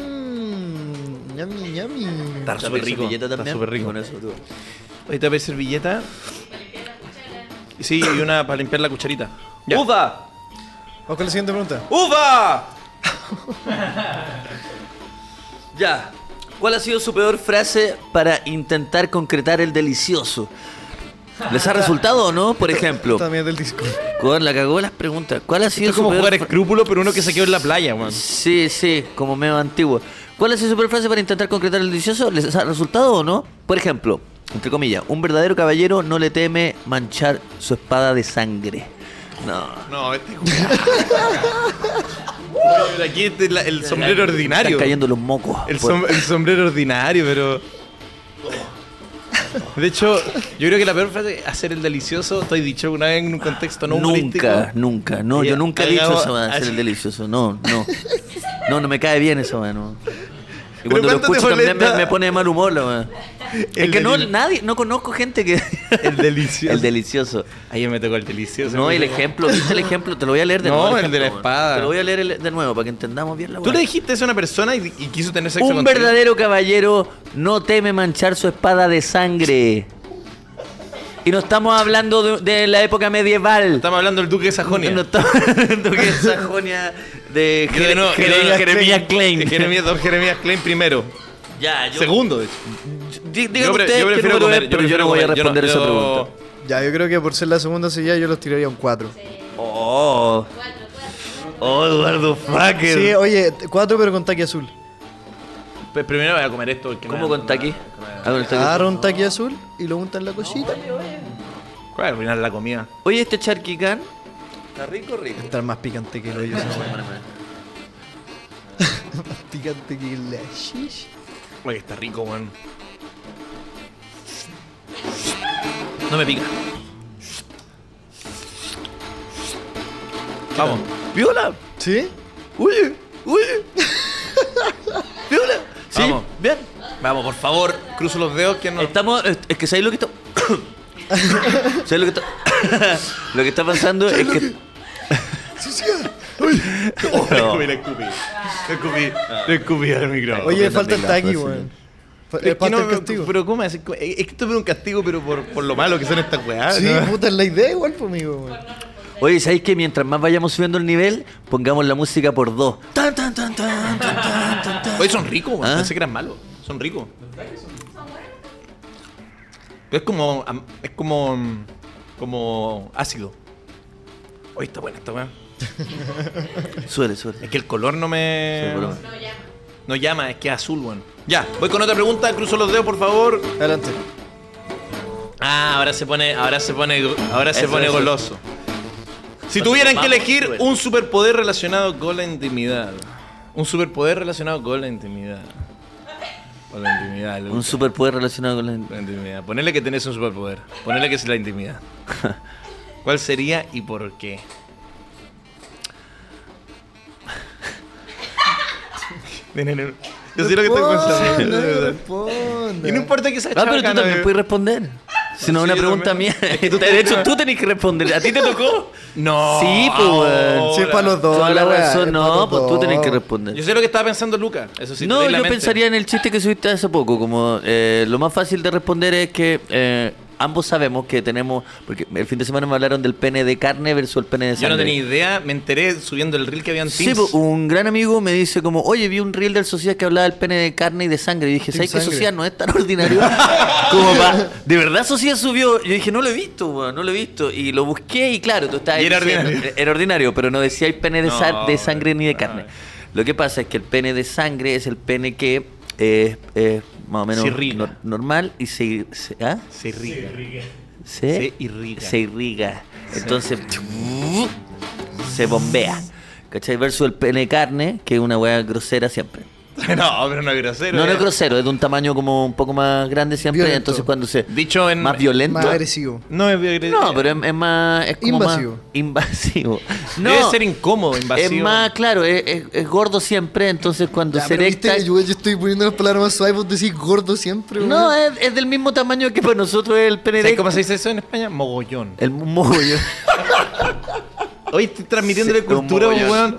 Mmm. Yummy, yummy. Está súper rico. servilleta Está también. súper rico. Con eso, tú. Ahí te voy a pedir servilleta. Sí, y una para limpiar la cucharita. Ya. ¡Uva! Vamos con la siguiente pregunta. ¡Uva! Ya. ¿Cuál ha sido su peor frase para intentar concretar el delicioso? ¿Les ha resultado o no? Por ejemplo, También del disco. con la cagó las preguntas. ¿Cuál ha sido Esto es como su peor jugar fra- escrúpulo, pero uno que se quedó en la playa, weón. Sí, sí, como medio antiguo. ¿Cuál es su superfrase para intentar concretar el delicioso? ¿Les ha resultado o no? Por ejemplo, entre comillas, un verdadero caballero no le teme manchar su espada de sangre. No. No, este Pero Aquí este es la- el sombrero ordinario. Están cayendo los mocos. El, Por- som- el sombrero ordinario, pero. De hecho, yo creo que la peor frase es hacer el delicioso. Estoy dicho una vez en un contexto no humorístico. nunca, nunca. No, Ella yo nunca he dicho cagaba eso va a ser así. el delicioso. No, no. No, no me cae bien eso, mano. Y cuando lo cuánto te escucho también me, molesta? me pone de mal humor, la weá. Es El que no, deli- nadie, no conozco gente que. El delicioso. El delicioso. Ayer me tocó el delicioso. No, el ejemplo, ¿viste el ejemplo? Te lo voy a leer de No, nuevo. el de ejemplo, la weón. espada. Te lo voy a leer el- de nuevo para que entendamos bien la Tú weá. le dijiste eso a una persona y, y quiso tener sexo Un contigo. verdadero caballero no teme manchar su espada de sangre. Y Y no estamos hablando de, de la época medieval. Estamos hablando del Duque de Sajonia. No estamos hablando que es Sajonia de Yo de nuevo- Jere- yo de Jere- nuevo- Jeremías Klein. Jeremías, don Jeremías Klein primero. Ya, yo. Segundo, de hecho. Di- Digan Yo pre- ustedes yo qué prefiero número comer, es, pero yo yo prefiero no voy a comer, yo no- responder esa yo- pregunta. Ya, yo creo que por ser la segunda silla yo los tiraría un 4. Oh. Oh, Eduardo Fucker. Sí, oye, 4 pero con taqui azul. Pe- pues Primero voy a comer esto. porque ¿Cómo me- con Taki? Ah, con el Taki. Agarra un taqui azul y lo unta en la cosita. Voy a arruinar la comida. Oye, este charquicán. Está rico, rico. Estar más picante que el hoyo. esa weá. más picante que la shish. Oye, está rico, weón. No me pica. Vamos. ¡Viola! ¿Sí? ¡Uy! ¡Uy! ¡Viola! Sí, Vamos. bien. Vamos, por favor, cruzo los dedos que no. Estamos. Es es que sabéis lo que está. ¿Sabéis lo que está. lo que está pasando es que. No. Mira, escupí. Escupí. Escupí al micrófono. Oye, falta el taqui, weón. Fa- Es El que pastel no, castigo. pero ¿cómo es? Es que esto es un castigo, pero por, por lo malo que son estas weas. Sí, ah, ¿no? puta, es la idea igual, pues, amigo, weón. Oye, ¿sabéis que mientras más vayamos subiendo el nivel, pongamos la música por dos? Tan, tan, tan, tan, tan, tan, tan, tan. Oye, son ricos, weón. ¿Ah? Pensé que eran malos. Son ricos. Es como. am- Es como. mm, Como ácido. Oye, está buena esta weón. Suele, suele. Es que el color no me. Sí, color. No llama, es que es azul, weón. Ya, voy con otra pregunta, cruzo los dedos, por favor. Adelante. Ah, ahora se pone, ahora se pone, ahora se Eso, pone eso. goloso. Si tuvieran que Vamos, elegir bueno. un superpoder relacionado con la intimidad. Un superpoder relacionado con la intimidad. Con la intimidad, Luca. Un superpoder relacionado con la. Con la intimidad. Ponele que tenés un superpoder. Ponele que es la intimidad. ¿Cuál sería y por qué? Yo sí lo que estoy Responde, pensando. responde. Y no importa que sea Ah, pero tú chabacana, también bebé. puedes responder. Si no, es Sí, una yo pregunta también. mía. De hecho, tú tenés que responder. ¿A ti te tocó? No. Sí, pues, weón. Sí, es para los dos. Toda la la weá, razón, es no, para pues los tú tenés dos. que responder. Yo sé lo que estaba pensando Luca. Eso sí, no, tenéis la yo mente. pensaría en el chiste que subiste hace poco, como eh, lo más fácil de responder es que eh, ambos sabemos que tenemos, porque el fin de semana me hablaron del pene de carne versus el pene de Yo sangre. no tenía idea, me enteré subiendo el reel que había en Sí, pues, uh. Teams. po, un gran amigo me dice como, oye, vi un reel del Sociedad que hablaba del pene de carne y de sangre. Y dije, Team ¿sabes que sangre. Sociedad no es tan ordinario? como pa- De verdad Sociedad subió. Yo dije, no lo he visto, weón, no lo he visto. Y lo busqué y claro, tú estabas Y era ordinario. eh, Era ordinario, pero no decía hay pene de, sa- No, de sangre ni de no. carne. Lo que pasa es que el pene de sangre es el pene que eh, es más o menos Se irriga. nor- normal y se... se- ¿ah? Se irriga. se, Se irriga. se irriga. Entonces se bombea. ¿Cachai? Versus el pene de carne, que es una weá grosera siempre. no, pero no es grosero. no, no eh. es grosero, es de un tamaño como un poco más grande siempre. Violento. Entonces cuando se. Dicho en- Más violento. Más agresivo. No es grosero. No, pero es, es más. Es como Invasivo. más invasivo. No, Debe ser incómodo, invasivo. Es más, claro, es, es- es gordo siempre. Entonces cuando Ya, se pero erecta. viste, yo, yo estoy poniendo las palabras más suaves, vos decís gordo siempre, weón. No, es, es del mismo tamaño que para nosotros es el pene ¿Sabes de- cómo se dice eso en España? Mogollón. El mogollón. Hoy estoy transmitiéndole Sí, un cultura, mogollón. weón.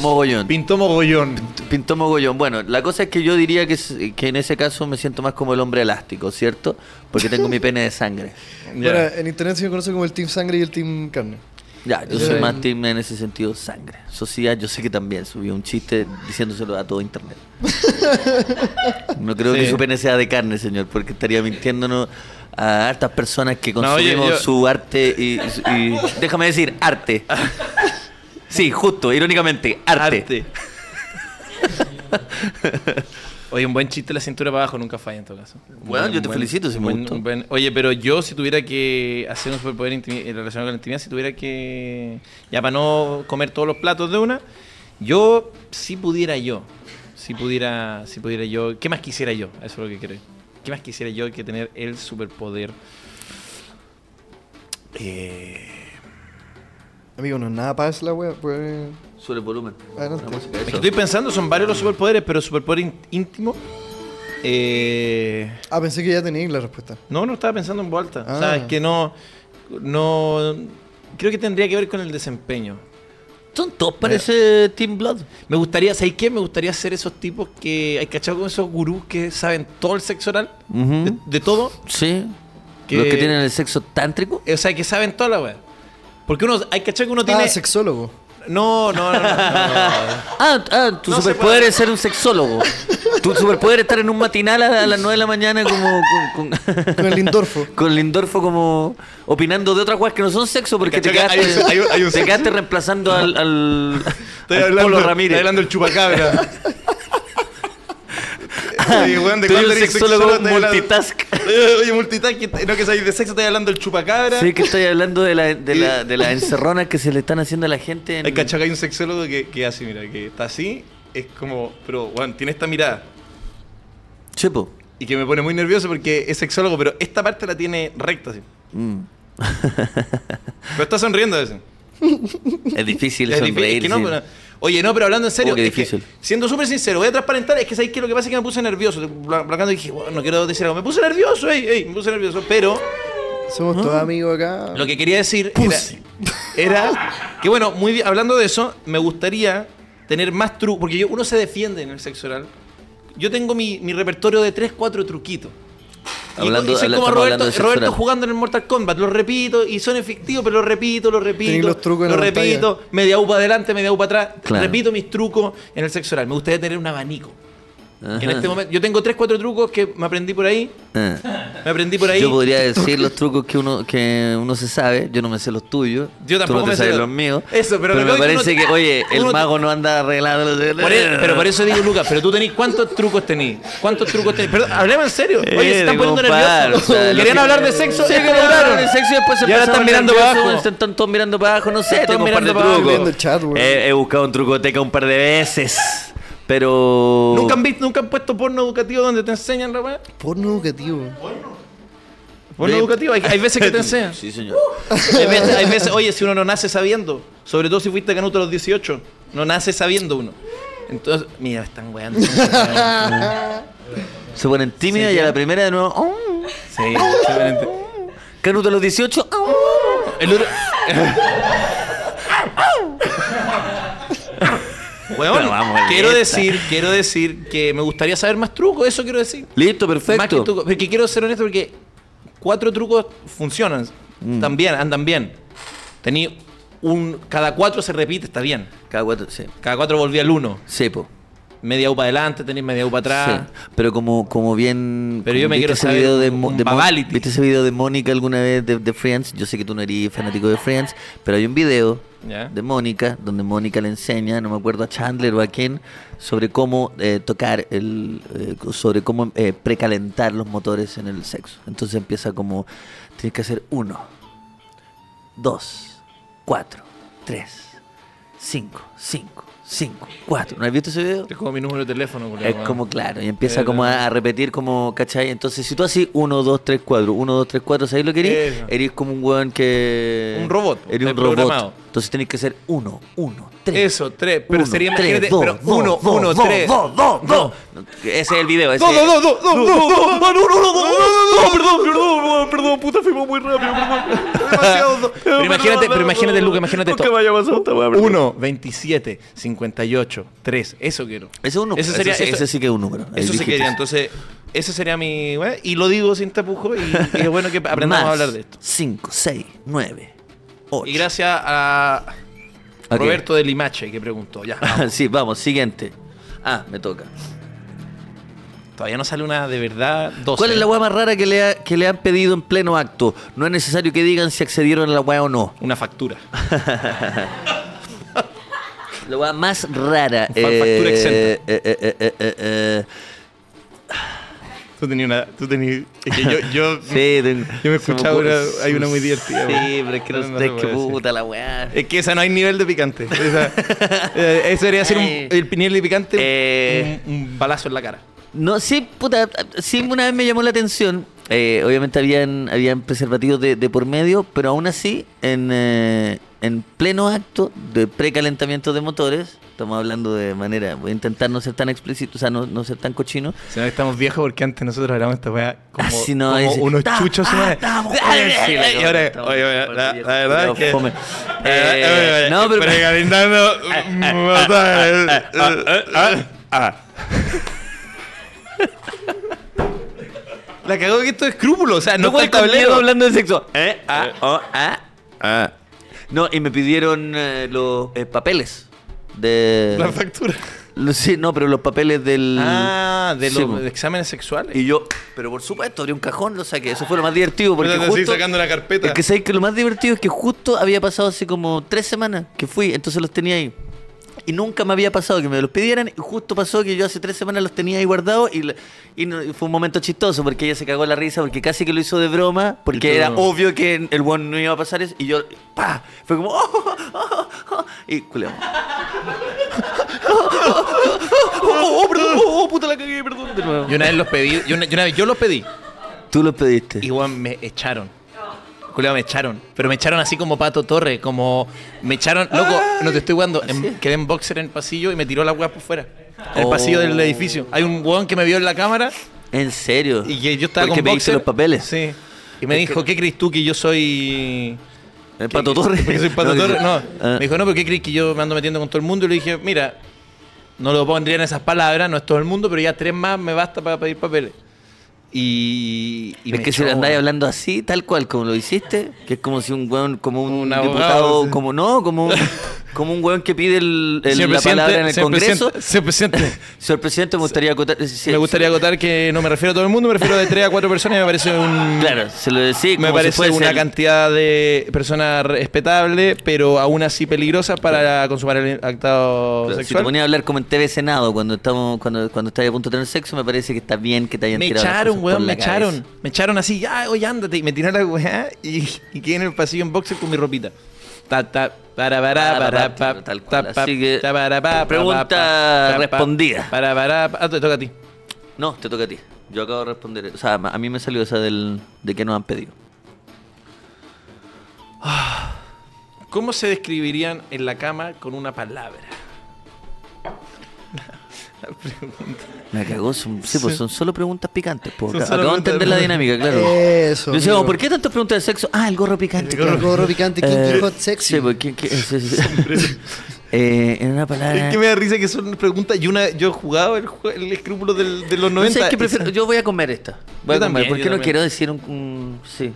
Mogollón. Pintó mogollón. Pintó mogollón. Bueno, la cosa es que yo diría que, s- que en ese caso me siento más como el hombre elástico, ¿cierto? Porque tengo mi pene de sangre. Ahora, en internet se me conoce como el Team Sangre y el Team Carne. Ya, yo Ese soy es más el- team en ese sentido sangre. Sociedad, yo sé que también subí un chiste diciéndoselo a todo internet. No creo Sí. que su pene sea de carne, señor, porque estaría mintiéndonos a hartas personas que No, oye, consumimos yo- su arte y, y- Déjame decir, arte. Sí, justo, irónicamente, arte. Oye, un buen chiste de la cintura para abajo nunca falla en todo caso. Un Bueno, yo te felicito, sí un me buen- gustó. un buen- oye, pero yo si tuviera que hacer un superpoder intimi- eh, relacionado con la intimidad, si tuviera que... Ya para no comer todos los platos de una, yo, si pudiera yo, si pudiera, si pudiera yo, ¿qué más quisiera yo? Eso es lo que quiero. ir. ¿Qué más quisiera yo que tener el superpoder? Eh, Amigo, no es nada para la wea, pues. Sube el volumen. Adelante. La música, es que eso. estoy pensando, son varios los superpoderes, pero superpoder in- íntimo... Eh, Ah, pensé que ya teníais la respuesta. No, no estaba pensando en vuelta. Ah. O sea, es que no, no. Creo que tendría que ver con el desempeño. Son todos parece Team Blood. Me gustaría, ¿sabes qué? Me gustaría ser esos tipos que. ¿Hay cachado con esos gurús que saben todo el sexo oral? Ujú. de, de todo. Sí. Los que tienen el sexo tántrico. O sea, que saben toda la weá. Porque uno, hay que achar que uno Ah, tiene... sexólogo. No, no, no, no, no. Ah, ah, tu No se superpoder puede. es ser un sexólogo. tu superpoder es estar en un matinal a, a las 9 de la mañana como con, con- Con el Lindorfo. con Lindorfo como opinando de otras cosas que no son sexo porque te Cachaca, quedaste, hay un- hay un- hay un te sexo. quedaste reemplazando al, al, Estoy al hablando, Polo Ramírez. Estoy hablando del chupacabra. Oye, weón, Tú eres cuándo un eres sexólogo sexólogo? Estoy hablando- multitask. Oye, multitask, que- no que sabéis de sexo, estoy hablando del chupacabra. Sí, que estoy hablando de la, de Y- la, de las encerronas que se le están haciendo a la gente. en- Hay cachado que hay un sexólogo que, que hace, mira, que está así, es como, pero weón, tiene esta mirada. Sí, po. Y que me pone muy nervioso porque es sexólogo, pero esta parte la tiene recta así. Mm. Pero está sonriendo a veces. Es difícil Es difícil, sonreír. es que no, sí. pero- Oye, no, pero hablando en serio, Oh, qué es que, difícil. siendo súper sincero, voy a transparentar, es que sabéis que lo que pasa es que me puse nervioso, bla- blancando y dije, "Bueno, no quiero decir algo, me puse nervioso, ey, ey, me puse nervioso, pero Somos todos amigos acá. Lo que quería decir era, era que, bueno, muy bien, hablando de eso, me gustaría tener más trucos, porque yo, uno se defiende en el sexo oral. Yo tengo mi, mi repertorio de 3, 4 truquitos. Y- Hablando- y soy habla- estamos como hablando Roberto, de sexo Roberto oral. jugando en el Mortal Kombat, los repito y son efectivos, pero los repito, los Tenés repito, los trucos en los la pantalla. repito, media upa adelante, media upa atrás, Claro. repito mis trucos en el sexo oral. Me gustaría tener un abanico. Ajá. En este momento, yo tengo 3, 4 trucos que me aprendí por ahí, Ah. me aprendí por ahí. Yo podría decir los trucos que uno que uno se sabe, yo no me sé los tuyos. Yo tú tampoco no me te sé sabes los los- míos. Eso, pero lo que me digo es parece que uno- que, oye, el uno- mago no anda arreglando. los- Por e- pero por eso digo, Lucas, pero tú tenés cuántos trucos tenés. ¿Cuántos trucos tenés? Pero hablemos en serio. Oye, se están Eh, poniendo compadre, nerviosos. o sea, lo Querían que- hablar de sexo, Sí, ya querían lograron. hablar de sexo y después se Y ahora empezaron están mirando nerviosos, para abajo. Están todos mirando para abajo, no sé, Están tengo un par de mirando para abajo. trucos. Viendo el chat, weón. he, he buscado un trucoteca un par de veces, pero ¿Nunca han, visto, ¿Nunca han puesto porno educativo donde te enseñan la weá? Porno educativo. Porno Ve- educativo, hay, hay veces que te enseñan. Sí, señor. Hay veces, hay veces- oye, si uno no nace sabiendo, sobre todo si fuiste canuto a los 18, no nace sabiendo uno. Entonces, mira, están weando. Se ponen tímidos Sí, y a ya. la primera de nuevo. "Oh". Sí, exactamente. Canuto a los 18. "Oh". El otro. Weón, Pero vamos, quiero lista. decir, quiero decir que me gustaría saber más trucos, eso quiero decir. Listo, Más que perfecto. trucos, porque quiero ser honesto porque cuatro trucos funcionan, Mm. también andan bien. Tení un cada cuatro se repite, está bien. Cada cuatro, sí. Cada cuatro volví al uno. Sepo. Media U para adelante, tenés media U para atrás. Sí, pero como, como bien. Pero yo como me quiero ese saber video de, un- Mo- un de Mo- Babality. ¿Viste ese video de Mónica alguna vez de, de Friends? Yo sé que tú no eres fanático de Friends, pero hay un video Ya. de Mónica donde Mónica le enseña, no me acuerdo a Chandler o a quién, sobre cómo eh, tocar, el, eh, sobre cómo eh, precalentar los motores en el sexo. Entonces empieza como: tienes que hacer uno, dos, cuatro, tres, cinco, cinco, cinco, cuatro. ¿No has visto ese video? Es como mi número de teléfono, culiao, Es weón. como claro, y empieza Eh, como a, a repetir como, ¿cachai? Entonces, si tú haces 1, 2, 3, 4, 1, 2, 3, 4, ¿sabéis lo que eres? Eso. Eres como un weón que... Un robot, Eres un robot. programado. Entonces tenés que ser 1, 1, 3. Eso, tres, pero sería, imagínate, pero uno, uno, 1, tres. 3. 2, 2, 2. Ese es el video. Ese No, no, no, no, no, no, no, no, Ah, no, no, no, no, no, no, perdón, perdón, perdón, perdón, puta, fuimos muy rápido, perdón. Demasiado. Pero imagínate, pero imagínate, Luca, imagínate esto. vaya a pasar esta weá, 1, 27, 58, 3. Eso quiero. Ese es un número. Ese sería, ese, eso- ese sí que es un número. Ahí eso sí dijiste. quería. Entonces, ese sería mi. ¿eh? Y lo digo sin tapujo. Y, y es bueno que aprendamos a hablar de esto. 5, 6, 9, 8. Y gracias a ¿A qué? Roberto de Limache que preguntó. Ya, vamos. sí, vamos, siguiente. Ah, me toca. todavía no sale una de verdad 12. ¿Cuál es la weá más rara que le, ha- que le han pedido en pleno acto? No es necesario que digan si accedieron a la weá o no. Una factura. La weá más rara. factura eh, exenta. eh, eh, eh, eh, eh, eh. Tú tenías una. Tú tenías. es que yo. yo Sí, ten- Yo me he se escuchado ocurre- una- hay una muy divertida, Sí, weón. pero es que no, No, sé, no se es que puede decir. puta la weá. Es que esa no hay nivel de picante. Esa, eh, ese debería ser un, Ay. el nivel de picante. un- Eh. Un, un balazo en la cara. No, sí, puta, sí una vez me llamó la atención. Eh, obviamente habían, habían preservativos de, de por medio, pero aún así, en, eh, en pleno acto de precalentamiento de motores, estamos hablando de manera, voy a intentar no ser tan explícito, o sea, no, no ser tan cochino. Si no, estamos viejos porque antes nosotros éramos esta weá como, Ah, sí, no, como dice, unos "Ta- chuchos. ah, madre". estamos Ah, jóvenes, sí, sí, la- y ahora, estamos oye, oye, jóvenes, la, viejos, la verdad es culiados que. fome. la verdad- Eh, oye, oye, no, pero- precalentando, ah. mm, ah, ah, ah, ah. La cagó que esto es escrúpulo. O sea, no Luego está el el con miedo tablero. hablando de sexo. Eh, ah, oh, ah, ah. No, y me pidieron eh, los eh, papeles de... La factura. Lo- Sí, no, pero los papeles del... Ah, de los Sí, po. exámenes sexuales. Y yo, pero por supuesto, abrí un cajón, lo saqué. Eso fue lo más divertido porque Pero te seguís justo... sacando la carpeta. Es que sabéis que lo más divertido es que justo había pasado hace como tres semanas que fui, entonces los tenía ahí. Y nunca me había pasado que me los pidieran. Y justo pasó que yo hace tres semanas los tenía ahí guardados. Y, la- y no- y fue un momento chistoso porque ella se cagó la risa porque casi que lo hizo de broma. Y Porque tú era no. obvio que el one no iba a pasar eso. Y yo, pa Fue como, "Oh, oh, oh, oh", Y culeo. Oh, oh, perdón, oh, oh, puta la cagué, perdón. De nuevo. Yo una vez los pedí, yo una, yo una vez yo los pedí Tú los pediste. y weón, me echaron. Culeado, me echaron. Pero me echaron así como Pato Torre, como me echaron, loco, no te estoy jugando. en- quedé en boxer en el pasillo y me tiró la weá por fuera. En el Oh. pasillo del edificio. Hay un weón que me vio en la cámara En serio. y que yo estaba Porque con pediste boxer. los papeles. Sí. Y me dijo, ¿qué crees tú que yo soy El Pato Torres. Porque soy Pato que- Torres. No, Ah. me dijo, no, pero ¿qué crees que yo me ando metiendo con todo el mundo? Y le dije, mira, no lo pondría en esas palabras, no es todo el mundo, pero ya tres más me basta para pedir papeles. Y. y es me que si echó, andáis weón. hablando así, tal cual, como lo hiciste, que es como si un weón, como un, Un abogado, diputado, sí. como no, como, como un weón que pide el, el- Señor la presidente, palabra en el señor Congreso. presidente, señor presidente, Señor presidente, me gustaría acotar. sí, me gustaría acotar que no me refiero a todo el mundo, me refiero de tres a cuatro personas y me parece un. Claro, se lo decía. Me como si parece fuese una el- cantidad de personas respetable, pero aún así peligrosa para consumar el acto claro, Si te sexual. ponía a hablar como en TV Senado cuando estamos cuando, cuando estás a punto de tener sexo, me parece que está bien que te hayan Me tirado. las echaron, cosas weón, por me la cabeza. echaron. Me echaron así, ya, oye, ándate. Y me tiraron la weá y, y quedé en el pasillo en boxer con mi ropita. Ta, ta, para, para, para, pa, Ah, Tal ta, cual, pa, así que, ta, para, pa, pa, pregunta pa, pa, pa, respondida. Para, para, pa. Ah, te toca a ti. No, te toca a ti. Yo acabo de responder. O sea, a mí me salió esa del, de que nos han pedido. ¿Cómo se describirían en la cama con una palabra? Me cagó, son, sí, pues, son solo preguntas picantes. po. Son Acá- solo Acabo de preguntas entender la dinámica, claro. Eso, Yo decía, "Oh, amigo. ¿por qué tantas preguntas de sexo? Ah, el gorro picante. El gorro picante, kinky, hot, sexy. Sí, pues, ¿qué- qué- sí, sí, sí. Eh, en una palabra. Es que me da risa que son preguntas. Yo, una, yo he jugado el, jue- el escrúpulo del- de los No, 90. ¿sabes qué prefiero? Yo voy a comer esta. Voy Yo a comer, también, porque yo no también. quiero decir un, un- Sí.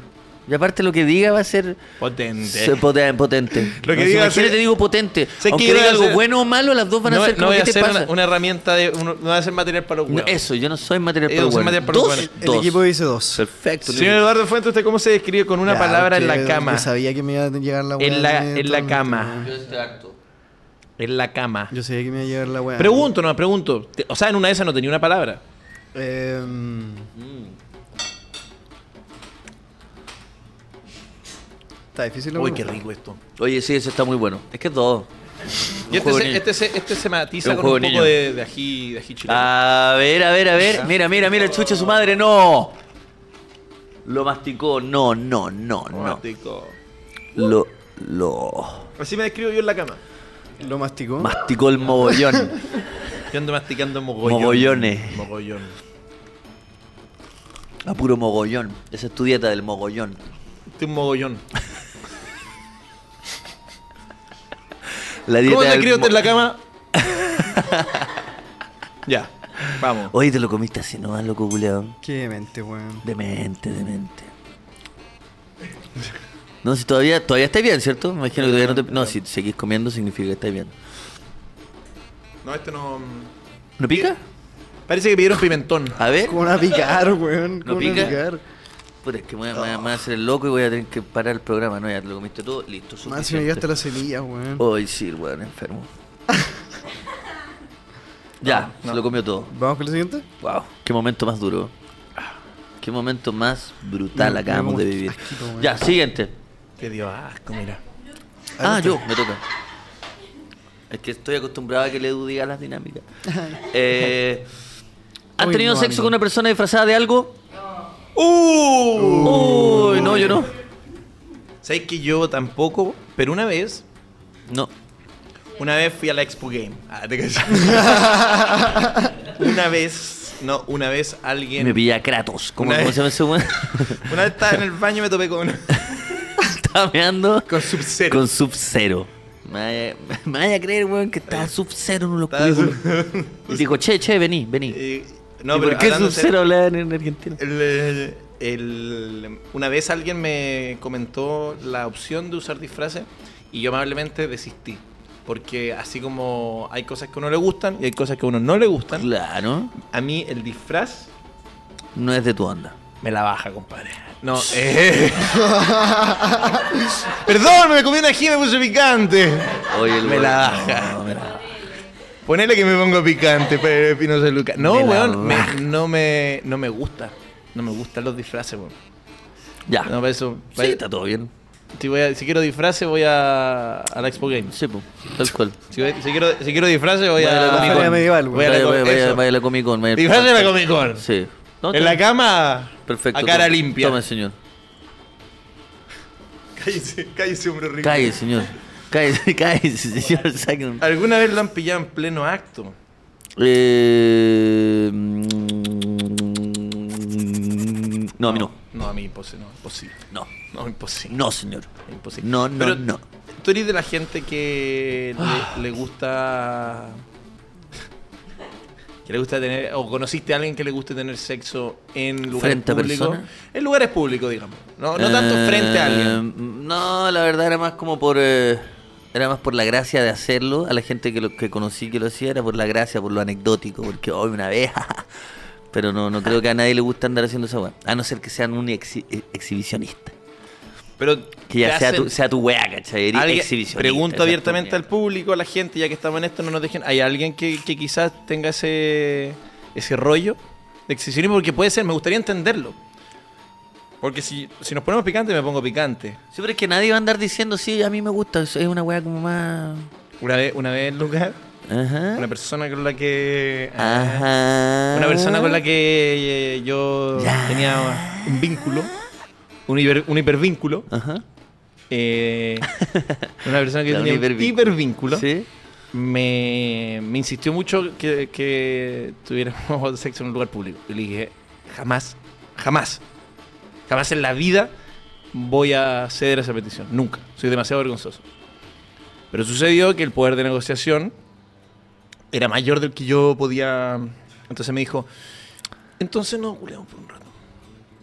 Y aparte, lo que diga va a ser. Potente. ser poten- potente. Lo que No, si diga va a imagínate, ser- digo potente. que Aunque yo voy diga a algo hacer- bueno o malo, las dos van no, a ser no como voy a que te hacer pasa. una, una herramienta de. uno- no voy a hacer material para los No, huevos. eso, yo no soy material Yo para no Eh, soy hueones. material para los Dos, hueones. El dos. equipo dice dos. Perfecto. Señor Eduardo Fuente, ¿usted cómo se describe con una Ya, palabra en la porque cama? yo sabía que me iba a llegar la weá. En la, de en la todo- cama. Yo estoy harto. En la cama. Yo sabía que me iba a llegar la weá. Pregunto, no, pregunto. Te- O sea, en una de esas no tenía una palabra. Em, Está difícil la Uy, weá. qué rico esto. Oye, sí, ese está muy bueno. Es que es dos. Y este juego se, niño. este, se, este se Es matiza un con juego un poco niño. Ah, de, de ají, de ají chileno. A ver, a ver, a ver. Mira, mira, mira, el chuche su madre, no. Lo masticó, no, no, no, no. Romántico. Lo, lo. Así me describo yo en la cama. Lo masticó. Masticó el mogollón. Yo ando masticando mogollón. Mogollones. Mogollón. A puro mogollón. Esa es tu dieta del mogollón. Este es un mogollón. La dieta ¿Cómo te del describo mo- usted en la cama? ya, vamos. Oye, te lo comiste así nomás, loco culeado. Qué mente, weón. Demente, demente. No, si todavía, todavía estás bien, ¿cierto? Me imagino que todavía no te. No, si seguís comiendo significa que estás bien. No, este no. ¿No pica? Parece que pidieron pimentón. A ver. ¿Cómo van a picar, weón? ¿Cómo van a pica? picar? Puta, es que me voy, a- me voy a- me voy a hacer el loco y voy a tener que parar el programa. No, ya te lo comiste todo, listo. Más si me llegaste la semilla, weón. Hoy sí, el weón enfermo. ya, se lo comió todo. ¿Vamos con el siguiente? Wow, qué momento más duro. Qué momento más brutal Mm, Me- acabamos me de gusta vivir. asquito, weón. ya, siguiente. Te dio asco, mira. Ah, este. yo, me toca. Es que estoy acostumbrado a que Ledu diga las dinámicas. Eh, ¿Han Uy, tenido no, sexo amigo. con una persona disfrazada de algo? ¡Uh! Uy, no, yo no. ¿Sabes que yo tampoco? Pero una vez, No. una vez fui a la Expo Game. Ah, te cacho. una vez, no, una vez alguien. Me pilla Kratos. ¿Cómo, Una cómo vez- se llama ese weón? Una vez estaba en el baño y me topé con, Estaba meando con Sub-Zero. con Sub-Zero. Me vaya, me vaya a creer, weón, que estaba Sub-Zero en los Estaba cubículos. Y dijo, che, che, vení, vení. Eh, No, ¿Y pero ¿Por qué hablando en Sub-Zero serio, hablaba en en Argentina? el- el- una vez alguien me comentó la opción de usar disfraces y yo amablemente desistí. Porque así como hay cosas que a uno le gustan y hay cosas que a uno no le gustan, Claro, a mí el disfraz no es de tu onda. me la baja, compadre. No, eh. Perdón, me comí una ají y me puse picante. Oye, el Me weón- la baja. no, me la baja. Ponele que me pongo picante, pero Pino de Luca. No, Me la weón, me- baja. no, me, no me gusta. No me gustan los disfraces, weón. Ya. No, para eso. Ah. sí, para- está todo bien. si, voy a- si quiero disfraces, voy a, a la Expo Games. Sí, pues, tal cual. Si, voy- si quiero, si quiero disfraces, voy Vaya a a la Comic feria Con. medieval, weón. Voy a la Vaya, vaya, vaya, eso. vaya a la Comic Con. vaya al- Disfraz de la Comic Con. Sí. No, En está la bien. cama. Perfecto. A cara tome- limpia. Tome, señor. Cállese, cállese, hombre rico. Cállese, señor. Cállese, cállese, señor. Saquen- ¿Alguna vez lo han pillado en pleno acto? Eh, mm, no, a mí no. No, a mí imposible. No, imposible. No. No, imposible. No, señor. Imposible. No, no, Pero, no. Ah. ¿Tú eres de la gente que le, le gusta. que le gusta tener. o conociste a alguien que le guste tener sexo en lugares Frente a públicos? persona. En lugares públicos, digamos. No, no tanto Eh, frente a alguien. No, la verdad era más como por. eh, era más por la gracia de hacerlo. A la gente que, lo, que conocí que lo hacía era por la gracia, por lo anecdótico. Porque hoy una vez. Pero no, no creo que a nadie le gusta andar haciendo esa weá. A no ser que sean un exhi- eh, exhibicionista. Pero. Que ya te sea, hacen- tu, sea tu weá, ¿cachai? Eres alguien- exhibicionista. pregunto esa abiertamente tu al público, a la gente, ya que estamos en esto, no nos dejen. ¿Hay alguien que, que quizás tenga ese, ese rollo de exhibicionismo? Porque puede ser, me gustaría entenderlo. Porque si, si nos ponemos picante, me pongo picante. Sí, pero es que nadie va a andar diciendo, sí, a mí me gusta. Es es una weá como más. Una vez, una vez Lucas, Ajá. una persona con la que. ¿Ah? eh, Ajá. Una persona con la que eh, yo Ya. tenía un vínculo, un, hiper- un hipervínculo. Ajá. eh, una persona que Ya, un tenía un hipervínculo. hipervínculo. Sí. me, me insistió mucho que, que tuviéramos sexo en un lugar público. Y le dije, jamás, jamás, jamás en la vida voy a ceder a esa petición. Nunca. Soy demasiado vergonzoso. Pero sucedió que el poder de negociación era mayor del que yo podía... Entonces me dijo, entonces no culeamos por un rato.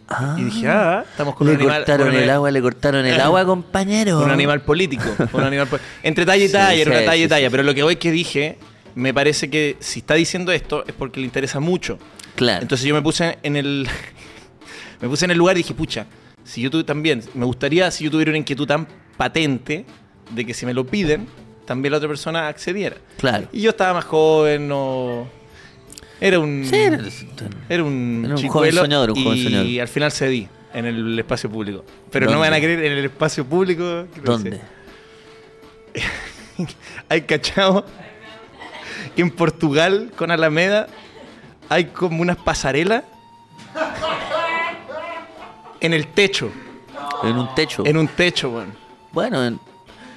Ah. Y dije, ah, estamos con le un animal... cortaron con un el animal- Eh. agua, le cortaron el agua, compañero. un animal político. Un animal po- Entre talla y Sí, talla, sí, era una talla y sí, talla. sí, pero lo que hoy que dije, me parece que si está diciendo esto es porque le interesa mucho. Claro. Entonces yo me puse en el. me puse en el lugar y dije, pucha, si yo tuve también. Me gustaría si yo tuviera una inquietud tan patente de que si me lo piden, también la otra persona accediera. claro. Y yo estaba más joven, no. Era un. Sí, era- Era un, Era un chicuelo joven soñador, un y joven soñador. al final cedí en el espacio público. Pero no me ¿Dónde? van a creer en el espacio público. que lo ¿Dónde? hice. Hay cachao que en Portugal con Alameda hay como unas pasarelas en el techo, En un techo. en un techo, weón. Bueno, en,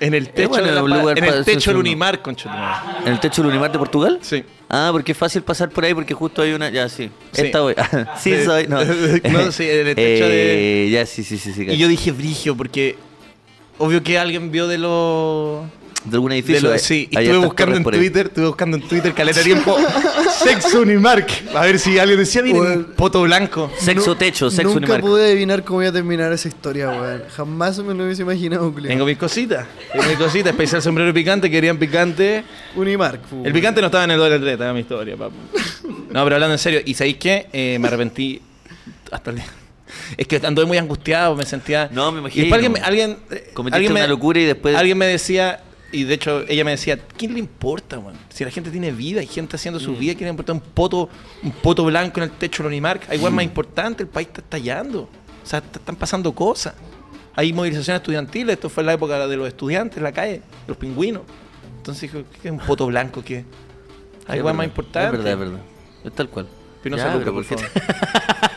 En el techo, bueno, de la un pa- lugar en para el techo hacerse del uno. Unimar, conchetumare. en el techo del Unimar de Portugal. Sí. Ah, porque es fácil pasar por ahí porque justo hay una. Ya, sí. Sí. Esta voy. sí, Sí. soy. No, No, sí, en el techo Eh, Ya, sí, sí, sí. sí Y yo dije brigio porque obvio que alguien vio de los de algún De edificio. lo- hay- sí, y hay estuve hartas buscando torres en por eh. ahí. Twitter, estuve buscando en Twitter caleta de tiempo sexo Unimark, a ver si alguien decía, miren, Weón. un poto blanco. Sexo Nu- techo, sexo Nunca Unimark. pude adivinar cómo iba a terminar esa historia, weón. Jamás me lo hubiese imaginado, Julio. Tengo mis cositas, tengo mis cositas, especial sombrero picante, querían picante. Unimark. El picante no estaba en el dólar 3, estaba en mi historia, papu. No, pero hablando en serio, ¿y sabéis qué? Eh, me arrepentí hasta el día. Es que anduve muy angustiado, me sentía. No, me imagino. Y después alguien, me- alguien, eh, Cometiste alguien una locura y después- Alguien me decía, y de hecho ella me decía, ¿quién le importa, weón? Si la gente tiene vida, hay gente haciendo Mm. su vida, ¿quién le importa un poto, un poto blanco en el techo de Unimark? Hay Mm. igual más importante, el país está estallando. O sea, t- están pasando cosas. Hay movilizaciones estudiantiles, esto fue en la época de los estudiantes, en la calle, los pingüinos. Entonces dijo, ¿qué es un poto blanco? ¿Qué? Hay Es igual verdad, más importante. Es verdad, es verdad. Es tal cual. Pino Ya, Saluca, pero por ¿por qué favor.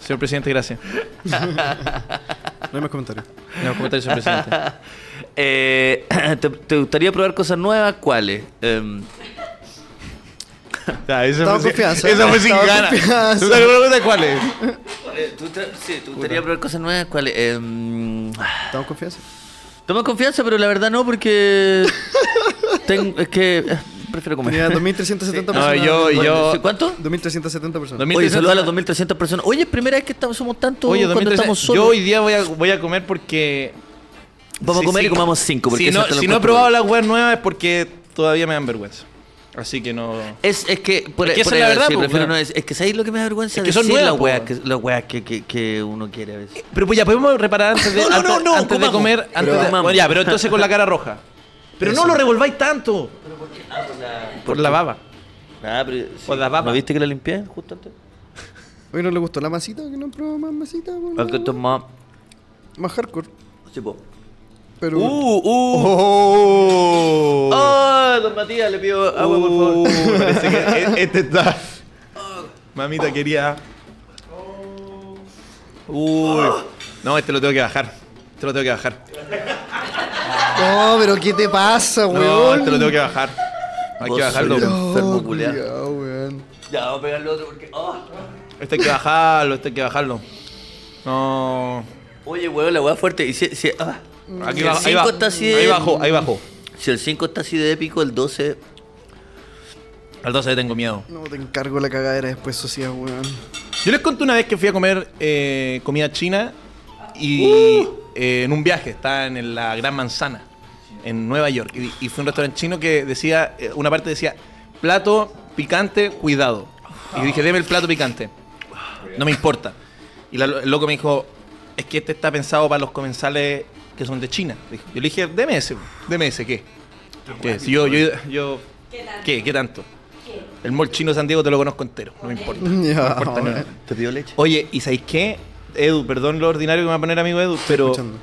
Señor presidente, gracias. No hay más comentarios. No, comentario, señor presidente. Eh, ¿te, te gustaría probar cosas nuevas? ¿Cuáles? Em, Ya, eso Estaba fue sin- confianza. Eso fue sin Estaba ganas. confianza. ¿Tú te acuerdas de cuál es? Eh, ¿tú te- sí, ¿te gustaría probar cosas nuevas? ¿Cuáles? Em, ¿Estamos confianza? toma confianza, pero la verdad no, porque. ten- es que. eh, prefiero Tenía comer. 2.370 No, personas. yo- Bueno, yo- ¿Cuánto? 2.370 personas. 2000. Oye, 1300. saluda a las 2.300 personas. Oye, es primera vez que estamos, somos tantos Oye, cuando 2013, estamos solos. yo hoy día voy a, voy a comer porque... Vamos a Sí, comer sí. y comamos cinco. Porque Si eso no, te lo si no he encuentro probado bueno. las weas nuevas es porque todavía me dan vergüenza. Así que no... Es, es que, por, e, Es que por esa es la ahí, verdad, sí, po, prefiero bueno. no decir- es que ¿sabéis lo que me da vergüenza? Es que son Decir nuevas, las po, weas bueno. que, las weas que, que, que uno quiere a veces. Pero pues ya podemos reparar antes de, No, no, antes- no, no, antes de comamos. comer. Antes Pero de- comamos. bueno, ya, pero entonces con la cara roja. Pero no lo revolváis tanto. Ah, Por la baba. Ah, pero, sí. Por la papa. ¿No viste que la limpié justo antes? Oye, ¿no le gustó la masita? ¿Que no probó más masita? weón? Ah, Porque esto es más... Más hardcore. Sí, po. Pero... Uh, uh. ¡Oh! Oh, don Matías, le pido agua, por Uh, favor. parece que e- este está. Mamita quería. Uy. No, este lo tengo que bajar. Este lo tengo que bajar. No, Oh, pero ¿qué te pasa, weón? No, este lo tengo que bajar. Hay Vos que bajarlo. sois po. un enfermo, No, culiao. culiao, weón. Ya, vamos a pegarle otro porque... oh. Este hay que bajarlo, este hay que bajarlo. No. Oye, weón, la wea fuerte. Y si, si- ah. Aquí Si va- el ahí, va- cinco está así de- ahí bajó, ahí bajó. Si el 5 está así de épico, el 12... Al 12 le tengo miedo. No, te encargo la cagadera después, sociedad, weón. Yo les conté una vez que fui a comer eh, comida china y eh, en un viaje, estaba en el- la Gran Manzana, en Nueva York, y, y fue un restaurante chino que decía, eh, una parte decía, plato picante, cuidado. Y dije, deme el plato picante. No me importa. Y la- el loco me dijo, es que este está pensado para los comensales que son de China. Dijo. Yo le dije, deme ese, deme ese, ¿qué? ¿Qué? Si yo, yo, yo- ¿qué? ¿Qué tanto? El mall chino de San Diego te lo conozco entero, no me importa. Ya, importa weón. nada. ¿Te pidió leche? Oye, ¿y sabéis qué? Edu, perdón lo ordinario que me va a poner amigo Edu, pero Escuchando.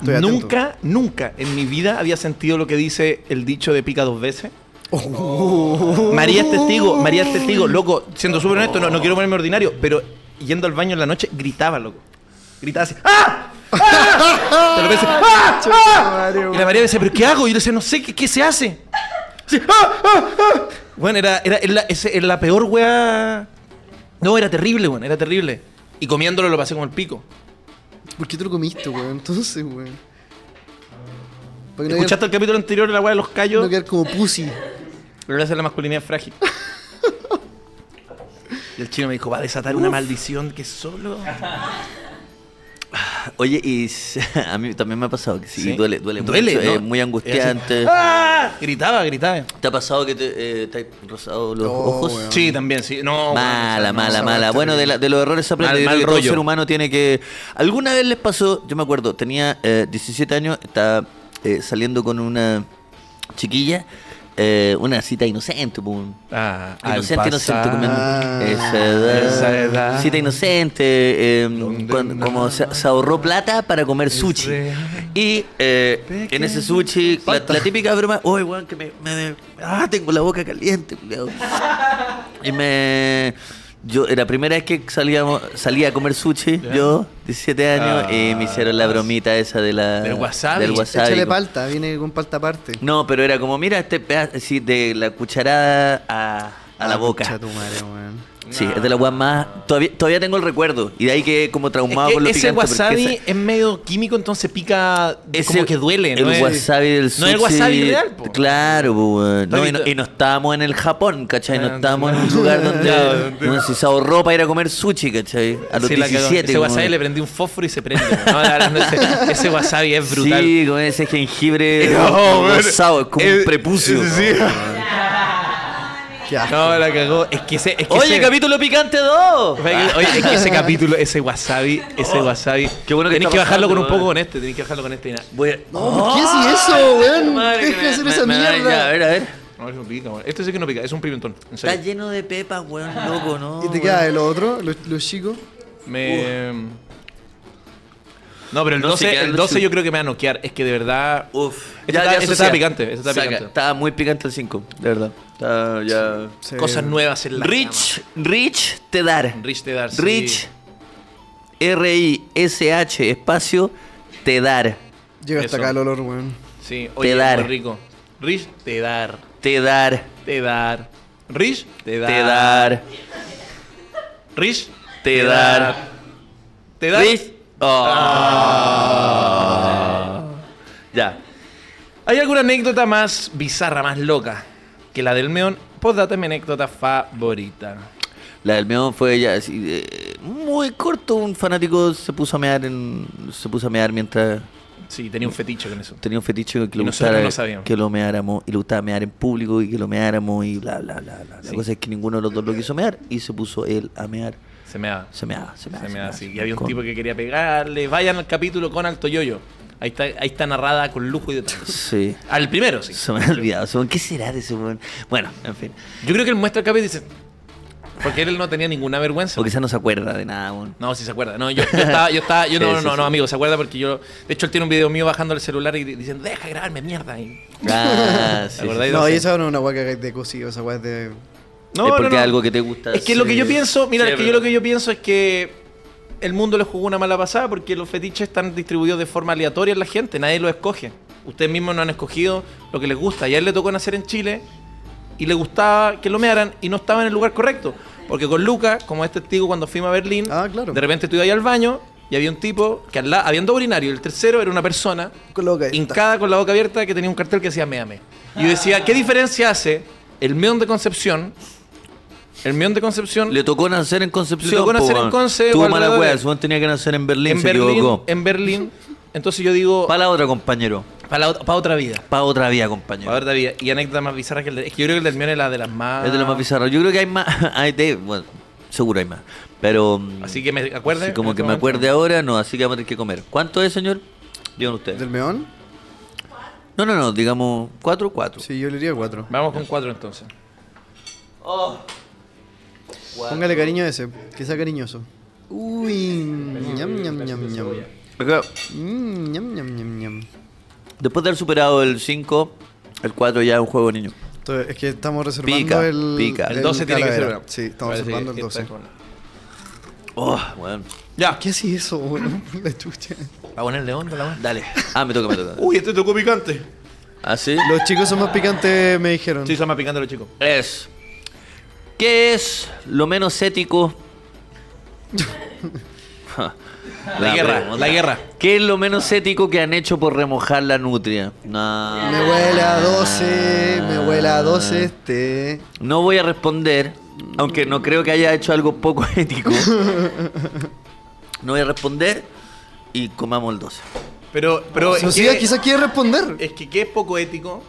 Estoy atento. nunca, nunca en mi vida había sentido lo que dice el dicho de pica dos veces. Oh. María es testigo, María es testigo, loco, siendo súper honesto, no, no quiero ponerme ordinario, pero yendo al baño en la noche gritaba, loco. Gritaba así, ¡ah! ¡Ah! Te lo pensé, ¡ah! ¡Ah! Mario, Y la María me decía, ¿pero qué hago? Y yo le decía, no sé, ¿qué, qué se hace? Así, ¡ah! ¡ah! ¡ah! Bueno, era, era, era la, ese- era la peor wea. No, era terrible, bueno, era terrible. Y comiéndolo lo pasé como el pico. ¿Por qué te lo comiste, weón? Entonces, weón. Para que no quedar- ¿Escuchaste el capítulo anterior de la wea de los callos? no quedar como pussy. Gracias a la masculinidad frágil. Y el chino me dijo, va a desatar una maldición que solo... Oye, y s- a mí también me ha pasado que sí, Sí. duele, duele, Duele, mucho, ¿no? es muy angustiante. ¡Ah! Gritaba, gritaba. ¿Te ha pasado que te, eh, te has rozado los Oh, ojos? weón. Sí, también, sí. No, Mala, bueno, o mala, sea, no, mala. Bueno, de, la- de los errores se aprende. Yo Mal- creo mal que todo rollo. ser humano tiene que... Alguna vez les pasó, yo me acuerdo, tenía eh, 17 años, estaba eh, saliendo con una chiquilla, eh, una cita inocente, pues, pum. Ah, al Inocente, inocente, pasar. comiendo. Esa edad. Esa edad. Cita inocente. eh, Donde cuan- nada como se, se ahorró plata para comer sushi. real. Y eh, en ese sushi, la, la típica broma. Uy, weón, que me, me- Ah, tengo la boca caliente, culiao". Y me. Yo, era la primera vez que salíamos, salía a comer sushi, yo, 17 años, Ah. y me hicieron la bromita esa de la, Del wasabi. Del wasabi. Échale palta, viene con palta aparte. No, pero era como, mira, este pedazo sí, de la cucharada a, a la Ah, boca. concha tu madre, weón. Sí, es de la weá más. Todavía, todavía tengo el recuerdo. Y de ahí que como traumado Es con que lo ese picante. porque wasabi esa- es medio químico, entonces pica ese- como que duele, ¿no? El es- wasabi del sushi. No es el wasabi real, po. Claro, po, weón. No, y, no, Está bien. y no estábamos en el Japón, ¿cachai? No Ah, estábamos en un claro. lugar Ya, donde donde- uno se usaba ropa para ir a comer sushi, ¿cachai? A los Sí, la cagó. 17. Ese como- wasabi le prendí un fósforo y se prende. ¿no? No, no, no, ese, ese wasabi es brutal. Sí, con ese jengibre No, weón. rosado, es como Eh, un prepucio. sí. Qué asco. No, la cagó. Es que ese. Es que Oye, ese- capítulo picante Ah, 2. Oye, es que ese capítulo, ese wasabi, ese wasabi. Qué bueno que Tenés está Oh, que bajarlo con un bajando, poco con weón. este, tenés que bajarlo con este. y nada. Voy a... No, ¿por qué haces eso, weón? Deja de hacer esa a mierda. ver, a ver. No, eso no pica, weón. Este sí que no pica, es un pimentón. En Está serio. lleno de pepas, weón, loco, ¿no? ¿Y te queda el otro? ¿Los, los chicos? Me. No, pero el No, sí, 12, quedan el los 12 chu- yo creo que me va a noquear. Es que de verdad. Uf, Este está- este asociado. está picante, este está picante. Estaba muy picante el 5, de verdad. Está ya. Sí. Cosas nuevas en la Rich, Rich te dar. cama. Rich de dar. sí. Rich, R-I-S-H, espacio, te dar. Llega Eso. hasta acá el olor, weón. Sí, oye, Te dar. muy rico. Rich te dar. Te dar, Te dar. Rich te dar. te dar, Rich te dar. Te dar. Rich. Oh. Ya. Ah. ¿Hay alguna anécdota más bizarra, más loca que la del Meón. Postdata es mi anécdota favorita. La del meón fue ya así, eh, muy corto, un fanático se puso a mear en, se puso a mear mientras Sí, tenía un fetiche con eso. tenía un fetiche que Y lo nosotros gustara no sabíamos. que lo meáramos y le gustaba mear en público y que lo meáramos y bla bla bla bla. La Sí. cosa es que ninguno de los dos lo quiso mear y se puso él a mear. Se me da. Se meaba, se meaba. Se me da así. así Y había un tipo que quería pegarle. Vayan al capítulo con Alto Yoyo. Ahí está, ahí está narrada con lujo y detalle. Sí. Al primero, sí. Se me ha olvidado. ese weón. ¿Qué será de ese weón? Bueno, en fin. Yo creo que él muestra el capítulo y dice. Porque él no tenía ninguna vergüenza. O quizás no se acuerda de nada, weón. No, sí se acuerda. No, yo, yo estaba, yo estaba, Sí, yo no, no, sí, no, sí. no, amigo, se acuerda porque yo. De hecho, él tiene un video mío bajando el celular y di- diciendo, deja de grabarme, mierda. Y- Ah, sí, sí, acordáis? sí. No, sí. y esa no es una hueá que hagáis de cocido, esa hueá es de. No, es no, porque no. algo que te gusta. Es que lo que hacer. yo pienso, mira, Sí, es que es yo lo verdad. que yo pienso es que el mundo le jugó una mala pasada porque los fetiches están distribuidos de forma aleatoria en la gente, nadie los escoge. Ustedes mismos no han escogido lo que les gusta. Y a él le tocó nacer en Chile y le gustaba que lo mearan y no estaba en el lugar correcto. Porque con Luca, como es testigo cuando fuimos a Berlín, Ah, claro. de repente tú ibas ahí al baño y había un tipo que al lado, habiendo urinario, el tercero era una persona Con la boca abierta. hincada con la boca abierta que tenía un cartel que decía meame. Y yo decía, ¿qué diferencia hace el meón de Concepción? El meón de Concepción Le tocó nacer en Concepción. Le tocó po, nacer en weón. Conce, Tuvo igual mala de- hueá. Su weón tenía que nacer en Berlín, en se Berlín, equivocó. en Berlín. Entonces yo digo, Para la otra, compañero. para otra vida. Para otra vía, Para compañero. otra vida. Y anécdota más bizarra que el de- Es que yo creo que el del meón es la de las más... Es de lo más bizarro. Yo creo que hay más. hay de- bueno, seguro hay más. Pero. mm, Así que me acuerde. sí, en como este que me momento. acuerde ahora, no, así que vamos a tener que comer. ¿Cuánto es, señor? Digan ustedes. ¿Del meón? No, no, no, digamos cuatro, cuatro. Sí, yo le diría cuatro. Vamos con cuatro entonces. Póngale cariño a ese, que sea cariñoso. Uy, ñam, ñam, ñam, ñam. Acá, Mm, ñam, ñam, ñam, ñam. Después de haber superado el 5, el 4 ya es un juego de niño. Entonces, es que estamos reservando Pica, el. pica. El 12 tiene que ser calavera. una. Sí, estamos Parece reservando el que esta 12. es una. Oh, bueno. Ya. ¿Qué hace eso, weón? La chucha. Va a ponerle onda la weón. Dale. Ah, me toca, me toca. Uy, este tocó picante. ¿Ah, sí? Los chicos son más picantes, me dijeron. Sí, son más picantes los chicos. Es. ¿Qué es lo menos ético? La guerra, la guerra. ¿Qué es lo menos ético que han hecho por remojar la nutria? No. Me huele a 12, me huele a 12 este. No voy a responder, aunque no creo que haya hecho algo poco ético. No voy a responder y comamos el 12. Pero, pero Pero es, sí, que, quizás quiere responder. es que qué es poco ético.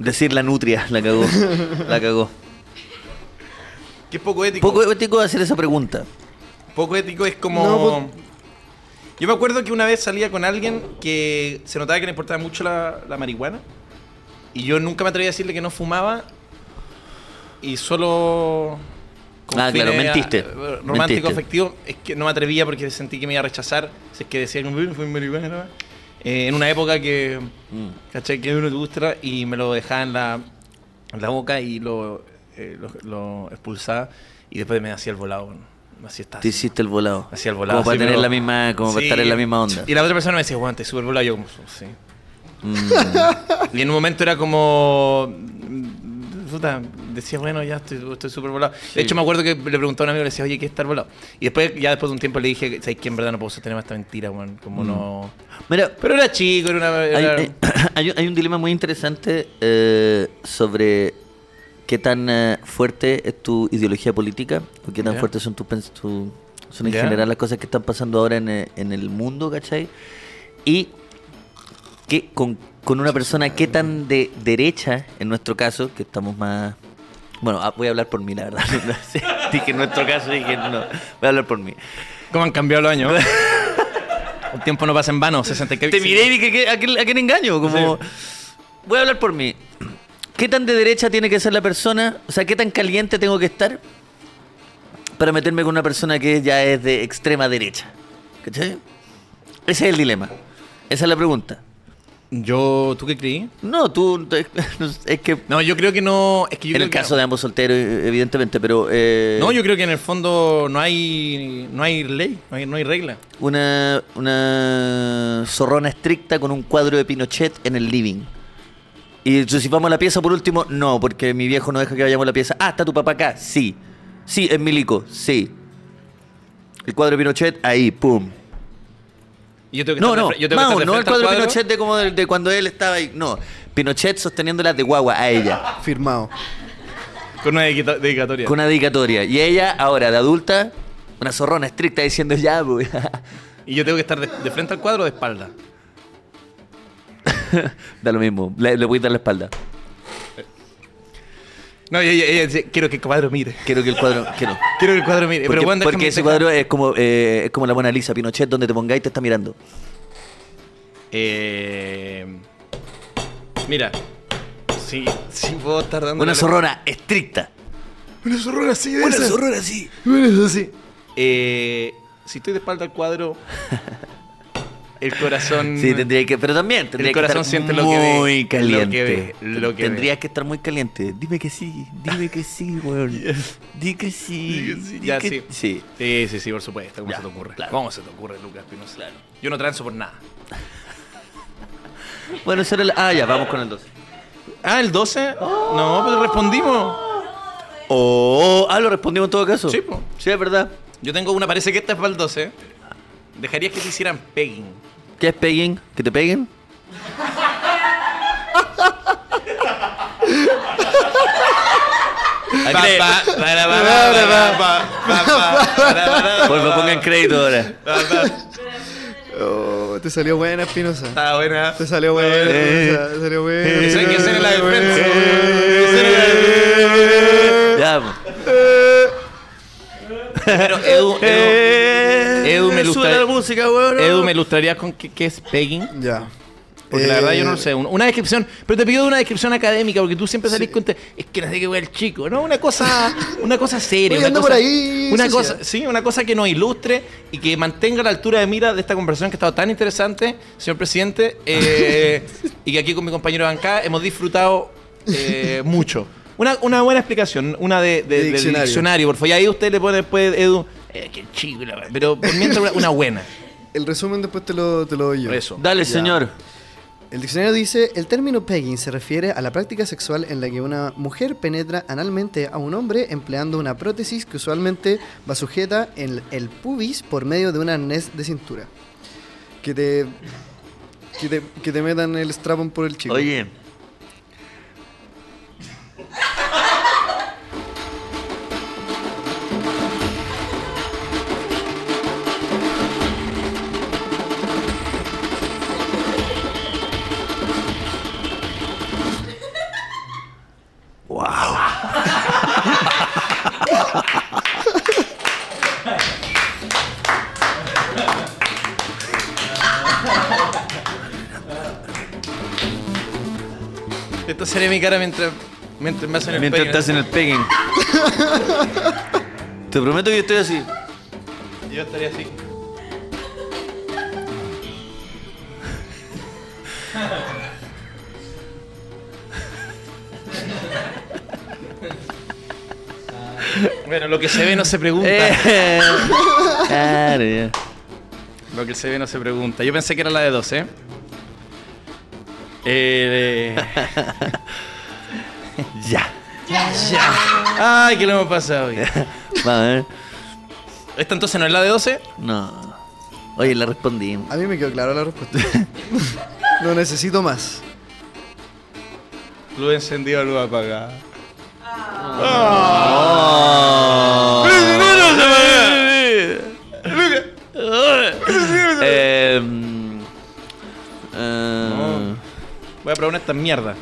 Decir la nutria, la cagó. La cagó. ¿Qué es poco ético? Poco ético hacer esa pregunta. Poco ético es como. No, po- Yo me acuerdo que una vez salía con alguien que se notaba que le importaba mucho la, la marihuana. Y yo nunca me atreví a decirle que no fumaba. Y solo. con Ah, claro, fines, mentiste, ah, Romántico, mentiste. afectivo. Es que no me atrevía porque sentí que me iba a rechazar. Si es que decía que "Uy, fui marihuana. ¿no?". Eh, en una época que. ¿Cachai? Que uno te gusta y me lo dejaba en la, en la boca y lo, eh, lo, lo expulsaba. Y después me hacía el volado. Me hacía esta- Te hiciste el volado. Hacía el volado. Como para sí, tener pero- la misma, como para Sí. estar en la misma onda. Y la otra persona me decía, guante, súper volado. Yo como, sí. Mm. Y en un momento era como... mm, puta, decía, bueno, ya estoy estoy súper volado. De hecho, me acuerdo que le preguntaba a un amigo, le decía, oye, ¿qué es estar volado? Y después, ya después de un tiempo le dije, ¿sabes que En verdad no puedo sostener más esta mentira, weón. Mm. Como no... Mira, Pero era chico, era una... hay, era- hay- hay un- hay un dilema muy interesante eh, sobre qué tan eh, fuerte es tu ideología política o qué tan Ya. fuertes son tus pens- tu- son en Ya. general las cosas que están pasando ahora en, eh, en el mundo, ¿cachai? Y que con, con una persona qué tan de derecha, en nuestro caso, que estamos más... Bueno, ah, voy a hablar por mí, la verdad. Sí, dije en nuestro caso, dije no, voy a hablar por mí. ¿Cómo han cambiado los años? un tiempo no pasa en vano, 60 que... Te miré y dije, ¿qué- ¿a qué, a qué le engaño? Como, Voy a hablar por mí. ¿Qué tan de derecha tiene que ser la persona? O sea, ¿qué tan caliente tengo que estar para meterme con una persona que ya es de extrema derecha? ¿Cachai? Ese es el dilema. Esa es la pregunta. Yo... ¿Tú qué creí? No, tú... Es que... No, yo creo que no... Es que yo en creo el que caso no. de ambos solteros, evidentemente, pero... eh, No, yo creo que en el fondo no hay, no hay ley, no hay, no hay regla. Una, una zorrona estricta con un cuadro de Pinochet en el living. Y entonces, si vamos a la pieza por último, no, porque mi viejo no deja que vayamos a la pieza. Ah, está tu papá acá, sí. Sí, es milico, sí. El cuadro de Pinochet, ahí, pum. Y yo tengo que No, estar de no, fre- yo tengo que Mao, estar de no el frente al cuadro de cuadro. Pinochet de como de, de cuando él estaba ahí. No, Pinochet sosteniéndola de guagua a ella, Firmado. Con una dedica- dedicatoria. con una dedicatoria. Y ella, ahora de adulta, una zorrona estricta diciendo ya, pues. Y yo tengo que estar de, de frente al cuadro o de espalda. da lo mismo, le, le voy a dar la espalda. No, ella, ella dice, quiero que el cuadro mire. Quiero que el cuadro. Quiero. Quiero que el cuadro mire. Porque, Eh, Pero bueno, porque déjame- ese déjame- cuadro es como, eh, es como la Mona Lisa, Pinochet, donde te pongáis te está mirando. Eh, mira. Sí, sí puedo estar dando... Una zorrona estricta. Una zorrona así de Una esas. zorrona así. Eso sí. Eh, si estoy de espalda al cuadro, el corazón... Sí, tendría que. Pero también tendría Mm. El corazón que estar siente lo que ve, muy lo que caliente. ve, lo que tendría ve. que estar muy caliente. Dime que sí, dime que sí, weón. Di que sí. Di que sí. di Ya, que- sí. Sí. Sí, sí, sí, por supuesto. ¿Cómo Ya, se te ocurre? claro. ¿Cómo se te ocurre, Lucas Espinosa? Yo no transo por nada. Bueno, eso era el. Ah, ya, vamos con el 12. Ah, el 12. No, pero respondimos. Oh, ah, lo respondimos en todo caso. Sí, po. Sí, es verdad. Yo tengo una, parece que esta es para el 12. Dejarías que te hicieran pegging. ¿Qué es pegging? ¿Que te peguen? Ah, Pa, cree- pa, para, para, para, pa, pa, para, para, Pues me para, pongan crédito ahora. pa, pa. Oh, te salió buena, Espinosa. Está buena. Te salió buena, Espinosa. Eh. Te salió buena. Eso Eh. hay que hacer en la defensa. Eso hay que hacer en la Eh. defensa. Ya, po. Pero Edu, Edu, Edu me Sube la ilustra- música, weón. Edu, ¿me ilustrarías con qué, qué es pegging? Ya. Porque la Eh, verdad yo no lo sé. Un- Una descripción. Pero te pido una descripción académica, porque tú siempre salís con. te- Es que no sé qué fue el chico, ¿no? Una cosa. Una cosa seria. una Oye, anda cosa, por ahí, Una socia. cosa, sí, una cosa que nos ilustre y que mantenga la altura de mira de esta conversación que ha estado tan interesante, señor presidente. eh, y que aquí con mi compañero de bancada hemos disfrutado eh, mucho. Una, una buena explicación, una de, de- De del diccionario. diccionario. por favor. Y ahí usted le pone después, Edu. eh, qué chico, la verdad. Pero por mientras una, una buena. El resumen después te lo, te lo doy yo. Eso. Dale, Ya. señor. El diccionario dice, el término pegging se refiere a la práctica sexual en la que una mujer penetra analmente a un hombre empleando una prótesis que usualmente va sujeta en el pubis por medio de un arnés de cintura. Que te, que te, que te metan el strapón por el chico. Oye. Wow. Esta sería mi cara mientras, mientras me hacen el Mientras peine. estás en el pegging. Te prometo que yo estoy así. Yo estaría así. Bueno, lo que se ve no se pregunta. Eh. Claro, ya. Lo que se ve no se pregunta. Yo pensé que era la de 12. ¿eh? Eh, de- Ya. Ay, que lo hemos pasado hoy. Vamos a ver. ¿Esta entonces no es la de 12? No. Oye, le respondí. A mí me quedó clara la respuesta. no necesito más. Luz encendida, luz apagada. Oh, Eh, mm, Mm. eh, Voy a probar esta mierda.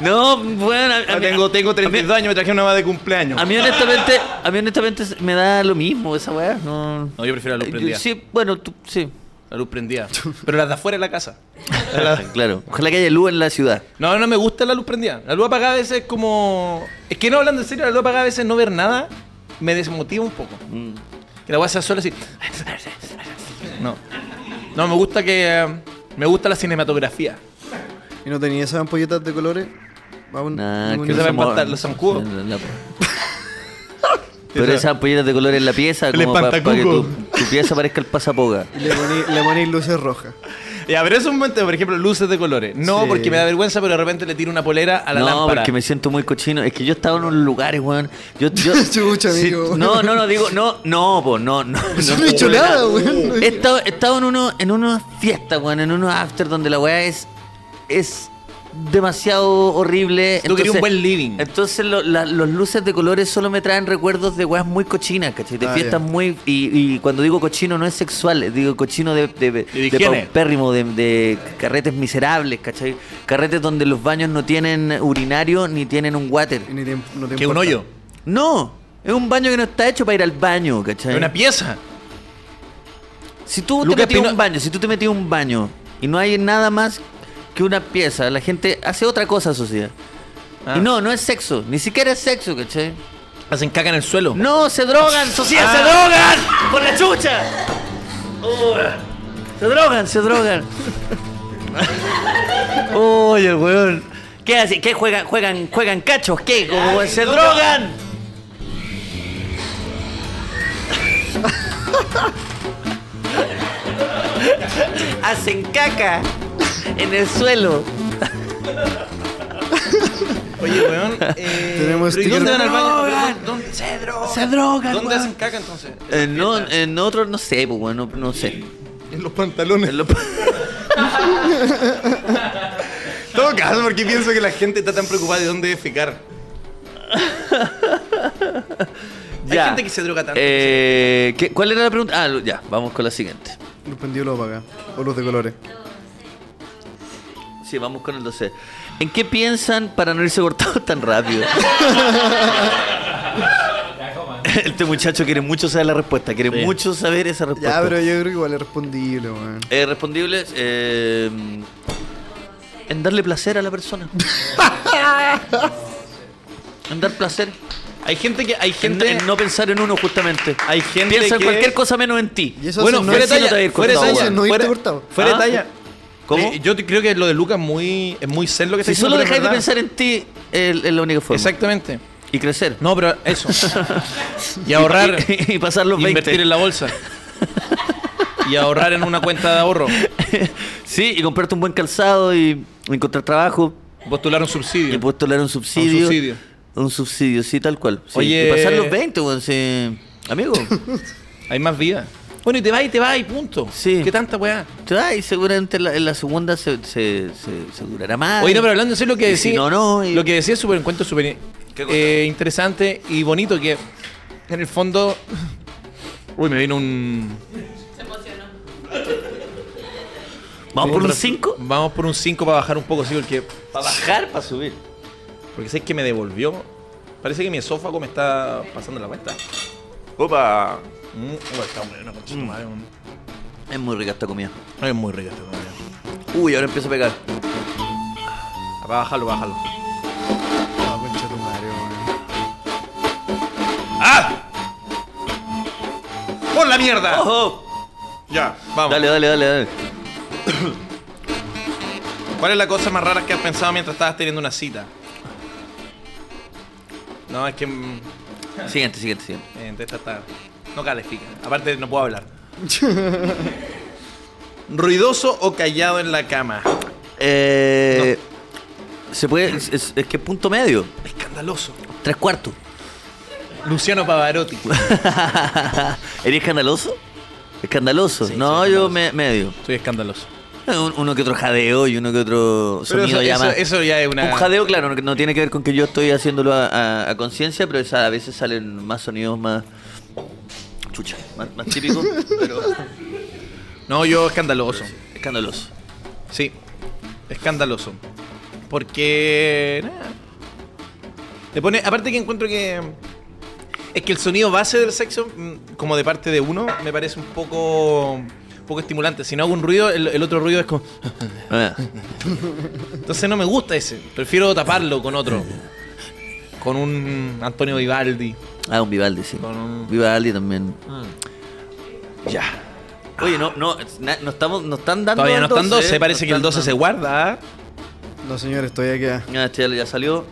no, bueno, a, a Ah, mí, tengo, tengo 32 años, me traje una más de cumpleaños. a mí honestamente, a mí honestamente me da lo mismo esa weá. No, No, yo prefiero la luz prendida. sí, bueno, tú, sí. La luz prendida. Pero las de afuera de la casa. La- Claro, ojalá que haya luz en la ciudad. No, no me gusta la luz prendida. La luz apagada a veces es como. Es que no hablando en serio, la luz apagada a veces no ver nada me desmotiva un poco. Mm. Que la voy a hacer sola así. No. No, me gusta que. eh, Me gusta la cinematografía. ¿Y no tenía esas ampolletas de colores? Aún Nah, ningún- que se va a somos- implantar los zancudos. La- la- Pero esas ampolletas de color en la pieza, El como para que espantacuco. tú estupidez aparezca el pasapoga. Y le poní- le ponéis luces rojas. Ya, pero es un momento, por ejemplo, luces de colores. No Sí. porque me da vergüenza, pero de repente le tiro una polera a la no, lámpara. porque me siento muy cochino. Es que yo he estado en unos lugares, weón. Yo, yo, Chucha, amigo. no, no, no, digo, no, no, po, no, no. Yo no he hecho nada, weón. He estado, he estado en uno, en unas fiestas, weón, en unos after donde la weá es, es demasiado horrible. Tú querías un buen living. Entonces lo- la- los luces de colores solo me traen recuerdos de weas muy cochinas, ¿cachai? De Ah, fiestas ya. muy... Y, y cuando digo cochino no es sexual, eh, digo cochino de, de, de, ¿Y de higiene? paupérrimo, de, de carretes miserables, ¿cachai? Carretes donde los baños no tienen urinario ni tienen un water. Mm. Y ni te- no te Que es un importa. hoyo. No, es un baño que no está hecho para ir al baño, ¿cachai? Es una pieza. Si tú te Lucas metías Pino- un baño, si tú te metías un baño y no hay nada más que una pieza, la gente hace otra cosa, sociedad. Ah. Y no, no es sexo, ni siquiera es sexo, ¿cachai? Hacen caca en el suelo. No, se drogan, sociedad, Ah. se drogan, por la chucha. Oh, se drogan, se drogan. Oye, el weón. ¿Qué hacen? ¿Qué juegan? ¿Juegan, juegan cachos? ¿Qué? Como, se drogan. hacen caca en el suelo. Oye, weón. eh, Tenemos ¿pero ¿Y sticker. dónde van al baño? Drogan. Pero, ¿Dónde, Se drogan. Se drogan. dónde hacen caca entonces? En, no, en otro no sé, pues, bueno, no sé. En los pantalones. En lo- En todo caso, porque pienso que la gente está tan preocupada de dónde ficar. Hay gente que se droga tanto. Eh, ¿qué- ¿Cuál era la pregunta? Ah, lo- ya, vamos con la siguiente. Los pendiólogos para acá. O los de colores. Sí, vamos con el 12. ¿En qué piensan para no irse cortados tan rápido? este muchacho quiere mucho saber la respuesta, quiere Sí. mucho saber esa respuesta. Ya, pero yo creo que igual es respondible, weón. Eh, respondibles eh, en darle placer a la persona. en dar placer. Hay gente que. Hay En, gente. en no pensar en uno justamente. Hay gente Piensa en que- cualquier cosa menos en ti. Y eso Bueno, hace no fuera de no te irse- va a talla. ir Fuera de cortado, talla. weón. No irte fuera- cortado. Fuera de Ah. talla. ¿Cómo? Eh, Yo te- creo que lo de Lucas muy, es muy zen lo que Si está solo diciendo, dejáis de pero es verdad. pensar en ti, es es la única forma. Exactamente. Y crecer. No, pero eso. y ahorrar. Y, y pasar los 20. Invertir en la bolsa. y ahorrar en una cuenta de ahorro. sí, y comprarte un buen calzado y encontrar trabajo. Postular un Y subsidio. puedes tolerar un subsidio. Un subsidio. Un subsidio, sí, tal cual. Sí. Oye. Y pasar los 20, weón, sí. Amigo. Hay más vida. Bueno, y te va y te va y punto. Sí. ¿Qué tanta weá? Ay, seguramente en la, en la segunda se, se- se- se durará más. Oye, no, pero hablando en serio, lo que Y si decía. no, no, y- Lo que decía es súper encuentro súper eh, interesante y bonito que en el fondo. Uy, me vino un. ¿Vamos por un 5? Vamos por un 5 para bajar un poco, sí, porque. Para bajar, para subir. Porque sé que me devolvió. Parece que mi esófago me está pasando la cuenta. Opa. Mm, uy, está bueno, concha de madre, un- Es muy rica esta comida. Ay, Mm. Es muy este rica esta comida. Uy, ahora empieza a pegar. Bájalo, bájalo. Ah, concha tu madre, weón. ¡Ah! Oh. ¡Por la mierda! ¡Ojo! Ya, Ah. vamos. Dale, dale, dale, dale. ¿Cuál es la cosa más rara que has pensado mientras estabas teniendo una cita? No, es que mm, Siguiente, siguiente, siguiente. eh, esta está... No califica. Aparte, no puedo hablar. ¿Ruidoso o callado en la cama? Eh, Se puede. Es, es- es que punto medio. Escandaloso. Tres cuartos. Luciano Pavarotti. ¿Eres escandaloso? Escandaloso. Sí, no, soy yo escandaloso. me- medio. Soy escandaloso. Eh, un- Uno que otro jadeo y uno que otro Pero sonido eso, ya eso- más- eso ya es una... Un jadeo, claro, no, no tiene que ver con que yo estoy haciéndolo a, a- a conciencia, pero esa- a veces salen más sonidos más. Chucha, más, más típicos, pero No, yo escandaloso. escandaloso. Sí, escandaloso. Porque. nada. Le pone. Aparte que encuentro que. Es que el sonido base del sexo, mm, como de parte de uno, me parece un poco. un poco estimulante. Si no hago un ruido, el, el otro ruido es como. Ah, Entonces no me gusta ese. Prefiero taparlo con otro. Con un Antonio Vivaldi. ah, un Vivaldi, sí. Con un- Mm. Vivaldi también. Ya. Oye, no, no, na- no, estamos, no están dando. Todavía no el están 12, ¿eh? No parece que el están 12 se dando. guarda. ¿ah? No, señor, estoy acá. Ah, este ya, ya salió.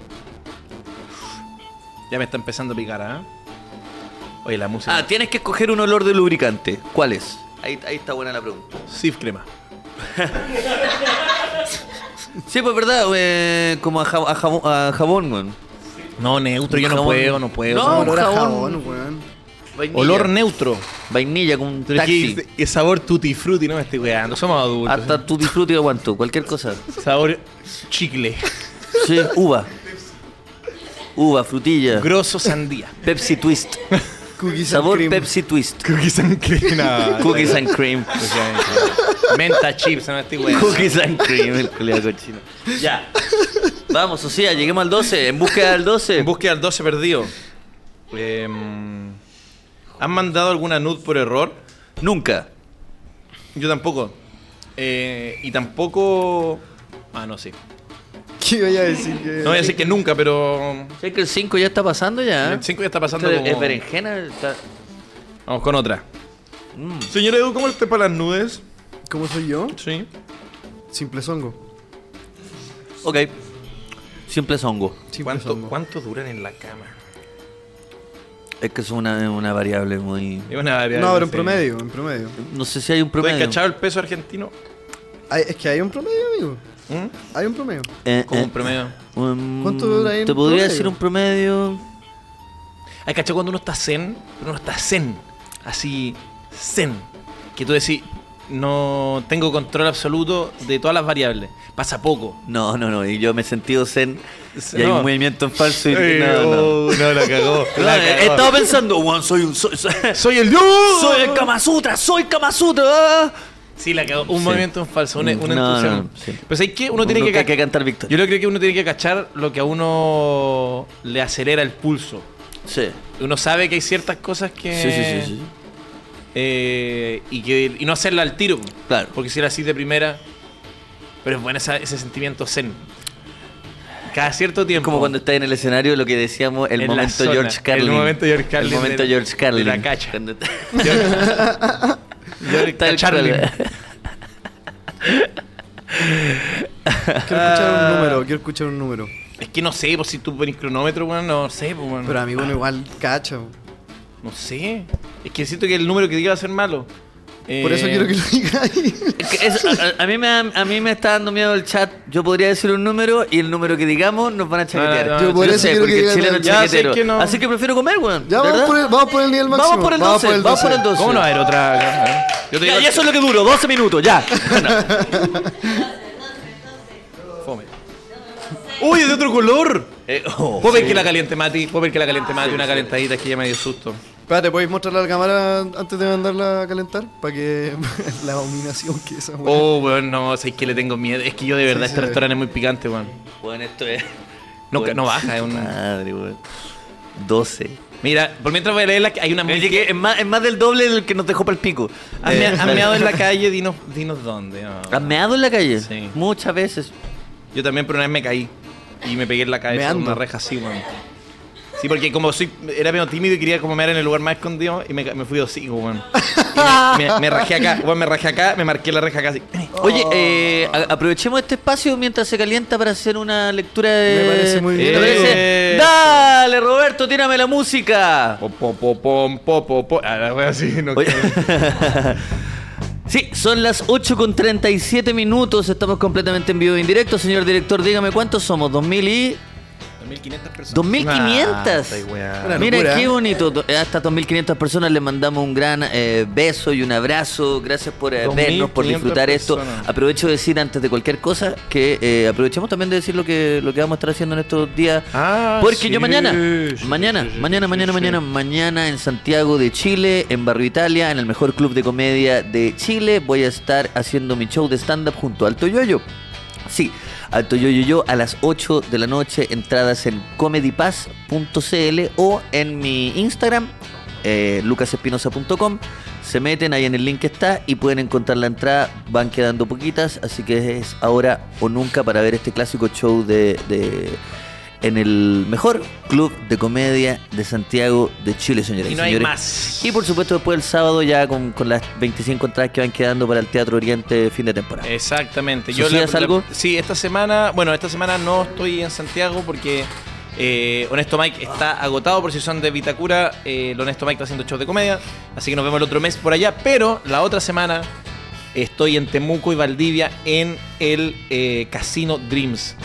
Ya me está empezando a picar, ¿ah? Oye, la música. Ah, tienes que escoger un olor de lubricante. ¿Cuál es? Ahí, ahí está buena la pregunta. Sif crema. Sí, pues verdad, eh, como a, ja- a jabón, a jabón, weón. No, neutro, yo no Jabón. puedo, no puedo. No, No, olor a Oh, jabón. jabón, weón. Vainilla. Olor neutro. Vainilla con un Aquí, taxi. es sabor tutti frutti, no me estoy weando. Somos adultos. Hasta tu disfrute aguanto, cualquier cosa. Sabor chicle. Sí, uva. Uva, frutilla. Grosso sandía. Pepsi Twist. Cookies and Sabor cream. Pepsi Twist. Cookies and cream. No, Cookies and cream. Menta chips, no me estoy weando. Cookies and pues, cream, el culiao cochino. Ya. Vamos, Socia, lleguemos al 12. En búsqueda del 12. En búsqueda del 12 perdido. Em, ¿Han mandado alguna nude por error? Nunca. Yo tampoco. Eh, y tampoco. Ah, no, sí. ¿Qué voy a decir? Que... No voy a decir que nunca, pero. Sé que el 5 ya está pasando ya. ¿eh? El 5 ya está pasando. Este como- Es berenjena. está- Vamos con otra. Mm. Señor Edu, ¿cómo está para las nudes? ¿Cómo soy yo? Sí. Simple songo. Ok. Simple hongo. Simple ¿Cuánto, songo. cuánto duran en la cama? Es que es una, una variable muy. Es una variable, No, pero en sí. promedio, en promedio. No sé si hay un ¿Tú has promedio. cachado el peso argentino? Hay- es que hay un promedio, amigo. ¿Mm? Hay un promedio. Eh, Como eh, un promedio. um, ¿Cuánto dura ahí en Te podría promedio? decir un promedio. ¿Has cachado cuando uno está zen? Pero uno está zen. Así, zen. Que tú decís, no tengo control absoluto de todas las variables. Pasa poco. No, no, no. Y yo me he sentido zen. Y hay No. un movimiento en falso. Y, Ey, no, no. oh, no, la cagó. No, la he he cagó. estado pensando, Juan, soy un. Soy, soy- Soy el dios. soy el Kama Sutra, soy Kama Sutra. ah. Sí, la cagó. Un Sí. movimiento en falso, una, una Mm, No, intuición. no, sí. Pero ¿sabes qué? Uno tiene Uno que, que hay ca- que cantar victoria. Yo creo que uno tiene que cachar lo que a uno le acelera el pulso. Sí. Uno sabe que hay ciertas cosas que. Sí, sí, sí, sí. Eh, y, que, y no hacerla al tiro. pues. Claro. Porque si era así de primera. Pero es bueno esa- ese sentimiento zen. Cada cierto tiempo. Como cuando estás en el escenario, lo que decíamos, el En la momento zona, George el Carlin. momento George Carlin El momento de- George Carlin. de la cacha. Cuando está- Yo- Tal cual. Charlie. Quiero escuchar un número, quiero escuchar un número. Es que no sé, pues si tú pones cronómetro, bueno, no sé, pues, bueno. Pero amigo, uno igual cacha. bo. No sé. Es que siento que el número que diga va a ser malo. Por eso Eh, quiero que lo diga ahí. Es que es- a, a- a mí me, da- a mí me está dando miedo el chat. Yo podría decir un número y el número que digamos nos van a chaquetear. No, no, no, yo Yo por eso sé, quiero porque que el digan chileno el- es Ya sé chaquetero. que no. Así que prefiero comer, weón. Ya vamos ¿verdad? por, el, vamos por el nivel máximo. Vamos por el 12, vamos por el 12. ¿Cómo no va a haber otra? acá? Yo te Ya, digo- y eso es lo que duro, 12 minutos, ya. Fome. ¡Uy, es de otro color! Eh, oh. Puedo ver que la caliente Mati, puedo ver que la caliente Mati, una calentadita que ya me dio susto. Espérate, ¿podéis mostrarla a la cámara antes de mandarla a calentar? Para que la abominación que esa weá. Oh, weón, no, sé que le tengo miedo. Es que yo de verdad, Sí, este se ve. restaurante es muy picante, weón. Bueno, esto es. No, Bueno, no baja, es un... Madre, weón. 12. Mira, por mientras voy a leer la... Hay una Me muy... llegué, es, más, es más del doble del que nos dejó para el pico. ¿Has mea- Eh, Ah, has meado en la calle? Dinos, dinos dónde. no. ¿Has meado en la calle? Sí. Muchas veces. Yo también, pero una vez me caí. Y me pegué en la cabeza con Meando. una reja así, weón. Sí, porque como soy, era medio tímido y quería como mear en el lugar más escondido y me, ca- me fui de hocico, weón. Y Me, me- me rajé acá, weón, me rajé acá, me marqué la reja acá así. Oye, Oh. eh, a- aprovechemos este espacio mientras se calienta para hacer una lectura de. Me parece muy bien. ¿Te parece? Eh. Dale, Roberto, tírame la música. Po, po, po, pom, po, po, po. Ah, la wea así, no Oye. Sí, son las 8 con 37 minutos. Estamos completamente en vivo e indirecto. Señor director, dígame cuántos somos. 2000 y. 2500 personas. 2500. Ah, Una Mira locura. qué bonito. Do- A estas 2.500 personas les mandamos un gran eh, beso y un abrazo. Gracias por eh, 2.500 vernos, por disfrutar personas. esto. Aprovecho de decir antes de cualquier cosa que eh, aprovechemos también de decir lo que, lo que vamos a estar haciendo en estos días. Ah, Porque sí, yo mañana, sí, mañana, sí, sí, mañana, sí, mañana, sí. mañana, mañana en Santiago de Chile, en Barrio Italia, en el mejor club de comedia de Chile, voy a estar haciendo mi show de stand-up junto a Alto Yoyo. Sí, Alto Yo Yo Yo a las 8 de la noche, entradas en comedypass.cl o en mi Instagram, eh, lucasespinosa.com. Se meten ahí en el link que está y pueden encontrar la entrada. Van quedando poquitas, así que es ahora o nunca para ver este clásico show de, de- en el mejor club de comedia de Santiago de Chile, señores. Y no hay señores. más. Y por supuesto después el sábado ya con, con las 25 entradas que van quedando para el Teatro Oriente fin de temporada. Exactamente. ¿Socias algo? sí, esta semana, bueno, esta semana no estoy en Santiago porque Eh, Honesto Mike está agotado por si son de Vitacura. Eh, el Honesto Mike está haciendo shows de comedia. Así que nos vemos el otro mes por allá. Pero la otra semana estoy en Temuco y Valdivia en el eh, Casino Dreams.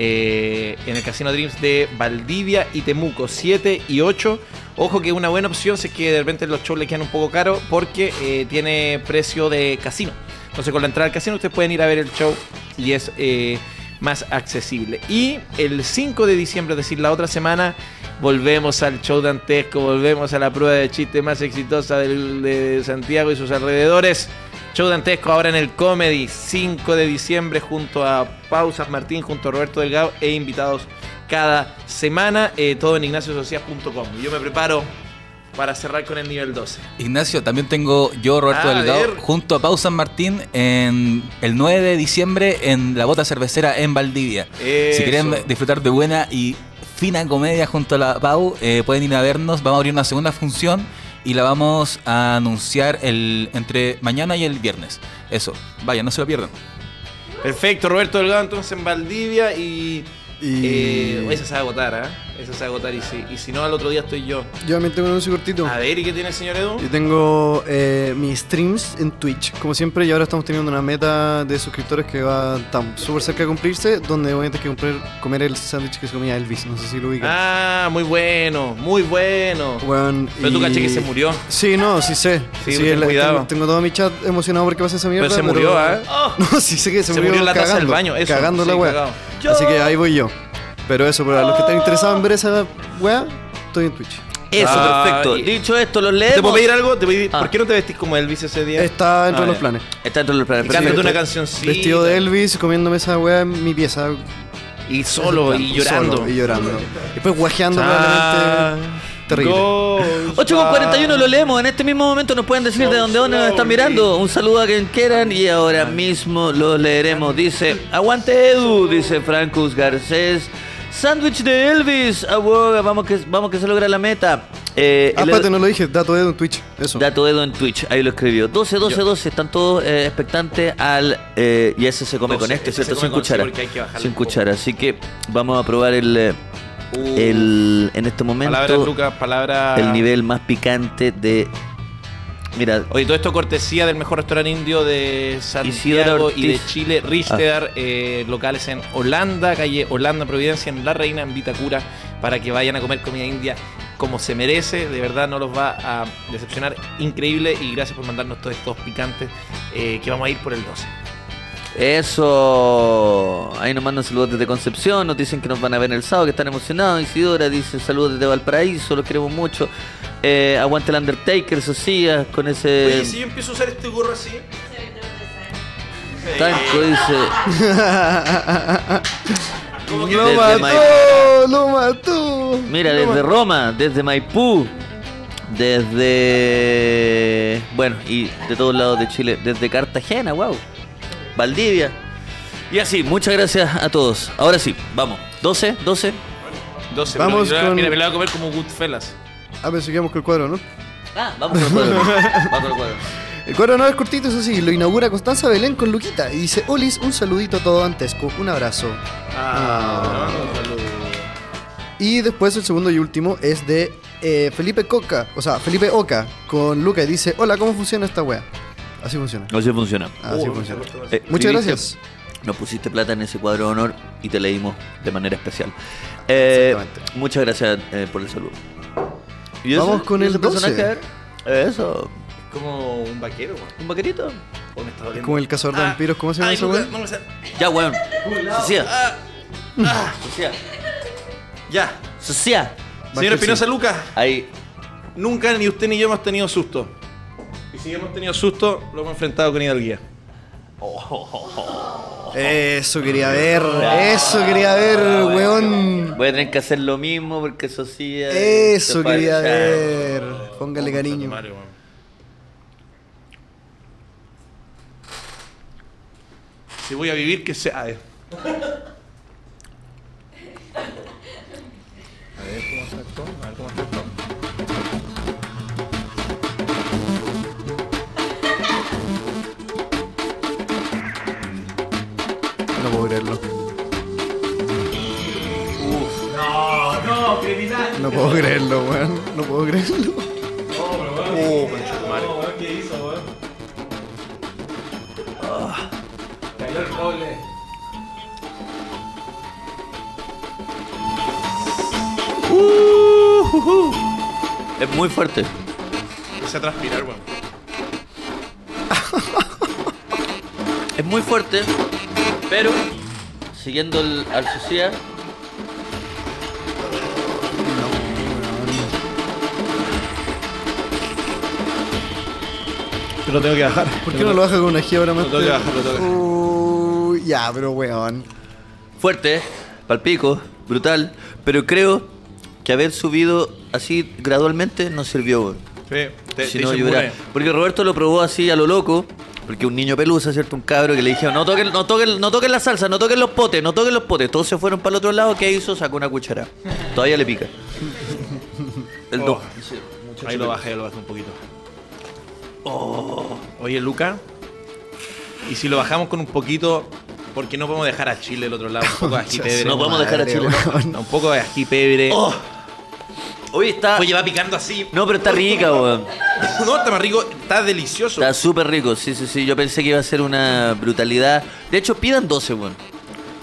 Eh, en el Casino Dreams de Valdivia y Temuco, 7 y 8. Ojo que es una buena opción si es que de repente los shows le quedan un poco caros porque eh, tiene precio de casino. Entonces con la entrada al casino ustedes pueden ir a ver el show y es eh, más accesible. Y el 5 de diciembre, es decir, la otra semana, volvemos al show dantesco, volvemos a la prueba de chiste más exitosa del- de Santiago y sus alrededores. Show dantesco ahora en el Comedy, 5 de diciembre, junto a Pausas Martín, junto a Roberto Delgado e invitados cada semana, eh, todo en ignaciosocias.com. Yo me preparo para cerrar con el nivel 12. Ignacio, también tengo yo, Roberto Ah, A Delgado, ver. junto a Pau San Martín, en el 9 de diciembre en la Bota Cervecera en Valdivia. Eso. Si quieren disfrutar de buena y fina comedia junto a la Pau, eh, pueden ir a vernos. Vamos a abrir una segunda función y la vamos a anunciar el, entre mañana y el viernes. Eso, vaya, no se lo pierdan. Perfecto, Roberto Delgado entonces en Valdivia y... Y- eh, esa se va a agotar, ¿eh? Esa se va a agotar y si, y si no, al otro día estoy yo. Yo también tengo un anuncio cortito. A ver, ¿y qué tiene el señor Edu? Yo tengo eh, mis streams en Twitch, como siempre, y ahora estamos teniendo una meta de suscriptores que va tan súper cerca de cumplirse, donde voy a tener que comprar- comer el sándwich que se comía Elvis, no sé si lo ubica. Ah, muy bueno, muy bueno. Pero tú caché que se murió. Sí, no, sí sé. Sí, Sí, ten la- cuidado. Tengo, tengo todo mi chat emocionado porque pasa esa mierda. Pero se murió, ¿ah? No, sí sé que se, Se murió en la taza cagando, del baño, eso, Cagando sí, la wea. cagado. Así que ahí voy yo. Pero eso, para los que están interesados en ver esa wea, estoy en Twitch. Eso, Ah, perfecto. y- Dicho esto, los ¿Te leemos. puedo pedir algo? ¿Te puedo pedir- Ah. ¿Por qué no te vestís como Elvis ese día? Está dentro Ah, de los ya. planes. Está dentro de los planes. Y Cántate perfecto. una cancioncita. Vestido de Elvis, comiéndome esa wea en mi pieza. Y solo y llorando. Solo y llorando. Y después guajeando Ah, probablemente. Terrible. Ghost 8 con 41 lo leemos. En este mismo momento nos pueden decir de dónde dónde nos están mirando. Un saludo a quien quieran y ahora Ah. mismo lo leeremos. Dice, aguante Edu, dice Francus Garcés. Sándwich de Elvis, aboga, vamos que, vamos que se logra la meta. Eh, Ah, el- espérate, no lo dije. Dato de Edu en Twitch. Eso. Dato Edo en Twitch, ahí lo escribió. 12, 12, 12, están todos eh, expectantes al. eh, y ese se come 12, con este, ese ¿cierto? se Sin come con- sí, cuchara. porque hay que bajarle Sin un poco. cuchara, así que vamos a probar el. eh, Uh, el en este Palabras, momento, Lucas, palabras. el nivel más picante de. Mira, Oye, todo esto cortesía del mejor restaurante indio de Isidora Santiago Ortiz. Ah. y de Chile, Richter, eh, locales en Holanda, calle Holanda, Providencia, en La Reina, en Vitacura, para que vayan a comer comida india como se merece. De verdad, no los va a decepcionar. Increíble y gracias por mandarnos todos estos picantes eh, que vamos a ir por el 12. Eso. Ahí nos mandan saludos desde Concepción. Nos dicen que nos van a ver el sábado, que están emocionados. Isidora dice saludos desde Valparaíso, los queremos mucho. Eh, aguante el Undertaker, Socias, con ese. yo empiezo a usar este gorro así. Tanco dice. ¡Lo Desde mató! Maipú. Oh, ¡Lo mató! Mira, Lo desde mató. Roma, desde Maipú, desde. Bueno, y de todos lados de Chile, desde Cartagena, wow. Valdivia. Y así, muchas gracias a todos. Ahora sí, vamos. 12, 12. 12, Vamos pero yo- con- Mira, me lo voy a comer como Goodfellas. Ah, pero seguimos con el cuadro, ¿no? Ah, vamos con el cuadro. vamos con el cuadro. El cuadro no es cortito, eso sí, lo inaugura Constanza Belén con Luquita y dice, Olis, un saludito a todo Antesco, un abrazo. Ah, Ah. Y después el segundo y último es de eh, Felipe Coca, o sea, Felipe Oca con Luca y dice, hola, ¿cómo funciona esta wea? Así funciona. Ah, No se funciona. Así funciona. Eh, escribiste- Muchas gracias. Nos pusiste plata en ese cuadro de honor y te leímos de manera especial. Eh, Exactamente. muchas gracias eh, por el saludo. ¿Y Vamos con ¿Y el 12. personaje? A ver, Eso, Como un vaquero, güey. un vaquerito. O me está doliendo. Como el cazador de Ah, vampiros, ¿cómo se llama ay, esa Lucas, wea? vamos a hacer- Ya, weón. Socia, Ah, socia, ya. socia. Señor Bájese. Espinosa Lucas, Ahí. nunca ni usted ni yo hemos tenido susto. Y si hemos tenido susto, lo hemos enfrentado con hidalguía. Eso quería ver, eso quería ver, weón. Voy a tener que hacer lo mismo porque socia. Eso se para- quería Ya. ver. Póngale cariño. Mario, weón. Si voy a vivir, que sea. ah, eh. No, No puedo creerlo. No puedo creerlo, weón. No puedo creerlo. Oh, conchetumare. ¿Qué hizo, weón? Cayó el roble. Es muy fuerte. Empecé a transpirar, weón. Es muy fuerte, pero siguiendo el, al Suicida, Yo lo tengo que bajar. ¿Por qué no lo baja con una quiebra más? Lo tengo que bajar, lo tengo que bajar. Uy, ya, pero weón. fuerte, palpico, brutal, pero creo que haber subido así gradualmente nos sirvió. weón. Sí, te, si te no, hice yo hubiera- mure. Porque Roberto lo probó así a lo loco. Porque un niño pelusa, ¿cierto? Un cabro que le dijeron, no toquen, no toquen, no toquen la salsa, no toquen los potes, no toquen los potes. Todos se fueron para el otro lado. ¿Qué hizo? Sacó una cuchara. Todavía le pica. El Oh. dos. Ahí lo bajé, lo bajé un poquito. Oh. Oye, Luca. Y si lo bajamos con un poquito, porque no podemos dejar a Chile el otro lado. Un poco de ají pebre. No podemos dejar a Madre, Chile. no. weón. Un poco de ají pebre. Ah. Oh. Oye, está... Oye, va picando así. No, pero está rica, weón. No, está más rico, está delicioso. Está súper rico, sí, sí, sí. Yo pensé que iba a ser una brutalidad. De hecho, pidan 12, weón.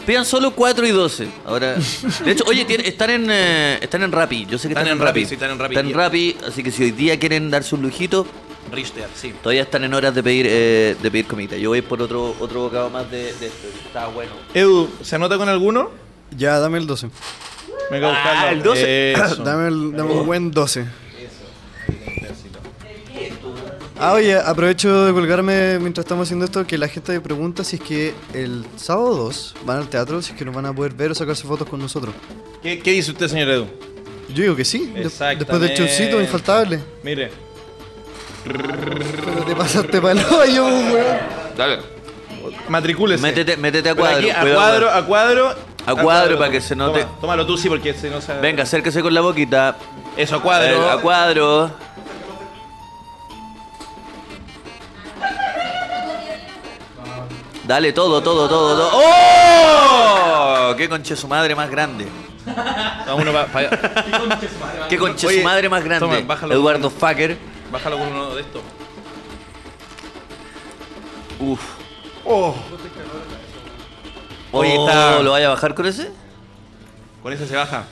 Pidan solo 4 y 12. Ahora, de hecho, oye, tiene- están en eh, están en Rappi. Yo sé que están, en Rappi. sí, están en Rappi. Están en Rappi, así que si hoy día quieren darse un lujito, Richter, sí. todavía están en horas de pedir eh, de pedir comida. Yo voy por otro otro bocado más de, de esto. Está bueno. Edu, ¿se anota con alguno? Ya, dame el 12. Venga, Ah, buscarlo. el 12. Eso. Dame, el- dame un buen 12. Ah, oye, aprovecho de colgarme mientras estamos haciendo esto que la gente me pregunta si es que el sábado 2 van al teatro, si es que nos van a poder ver o sacarse fotos con nosotros. ¿Qué, qué dice usted, señor Edu? Yo digo que sí, de- después del Exactamente. showcito infaltable. Mire. Pero te pasaste para el hoyo, weón. Dale. Matricúlese. Métete, métete a Pero cuadro. aquí, a cuidado, cuadro, weón. a cuadro. cuadro para que se note. Toma, tómalo tú, sí, porque si no se. Venga, acérquese con la boquita. Eso, a El- cuadro. a cuadro. Dale, todo, todo, todo, todo. ¡Oh! ¡Qué conche su madre más grande! Toma uno pa- pa- ¡Qué conche Oye, su madre más grande! toma, bájalo. Eduardo Facker. Bájalo con uno de estos. Uf. Oh. Oye, Oh. está- ¿lo vaya a bajar con ese? Con ese se baja.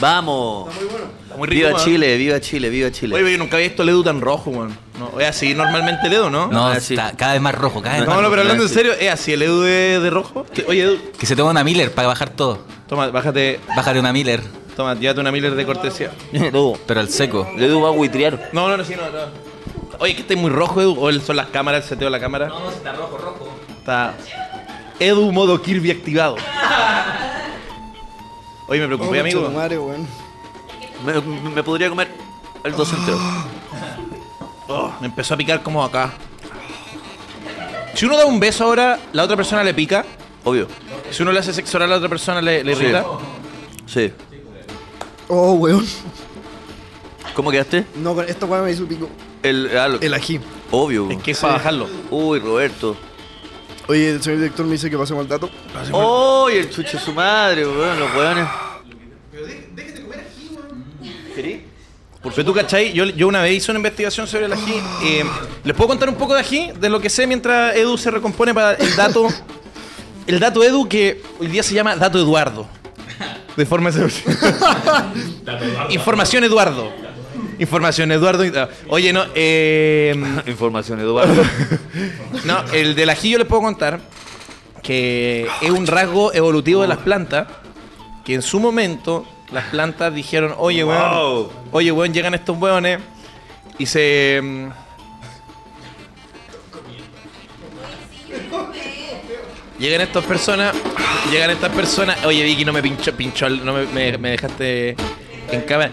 ¡Vamos! Está muy rico. ¡Viva weón. Chile, viva Chile, viva Oye, Chile! pero yo nunca había visto el Edu tan rojo, weón. No, es así normalmente el Edu, ¿no? No, Ah, sí. está cada vez más rojo, cada vez No, más no, rojo. pero hablando en sí. serio, es así el Edu de, de rojo. Oye, Edu, Que se toma una Miller para bajar todo. toma, bájate. Bájale una Miller, Toma, llévate una Miller de cortesía. Edu, pero al seco. Edu va a buitrear. No, no, no, sí, no, no. Oye, que estáis muy rojo, Edu. O el- son las cámaras, el seteo de la cámara. No, no, se está rojo, rojo. Está Edu modo Kirby activado. Oye, me preocupé, Oh, amigo. conchetumare, weón. Me, me podría comer el docente. Oh, me empezó a picar como acá. Si uno da un beso ahora, la otra persona le pica. Obvio. Si uno le hace sexo oral a la otra persona, le, le Sí. irrita. Sí. Oh, weón. ¿Cómo quedaste? No, con esta weón me hizo un pico. El, ah, lo- El ají. Obvio. Es que es para bajarlo. Uy, Roberto. Oye, el señor director me dice que pasemos al dato. ¡Uy, el chucho su madre, weón! Los weones. Porque tú, ¿cachai? Yo, yo una vez hice una investigación sobre el ají. Eh, ¿Les puedo contar un poco de ají? De lo que sé mientras Edu se recompone para el dato. El dato Edu que hoy día se llama Dato Eduardo. De forma Información Eduardo. Información Eduardo. Ah, Oye, no. eh, Información, Eduardo. no, el del ají yo les puedo contar que es un rasgo evolutivo de las plantas que en su momento las plantas dijeron, oye, weón, Wow. oye, weón, llegan estos weones y se... mm, Llegan estas personas, llegan estas personas, oye Vicky, no me pinchó, pinchó, el- no me, me- me dejaste en cámara.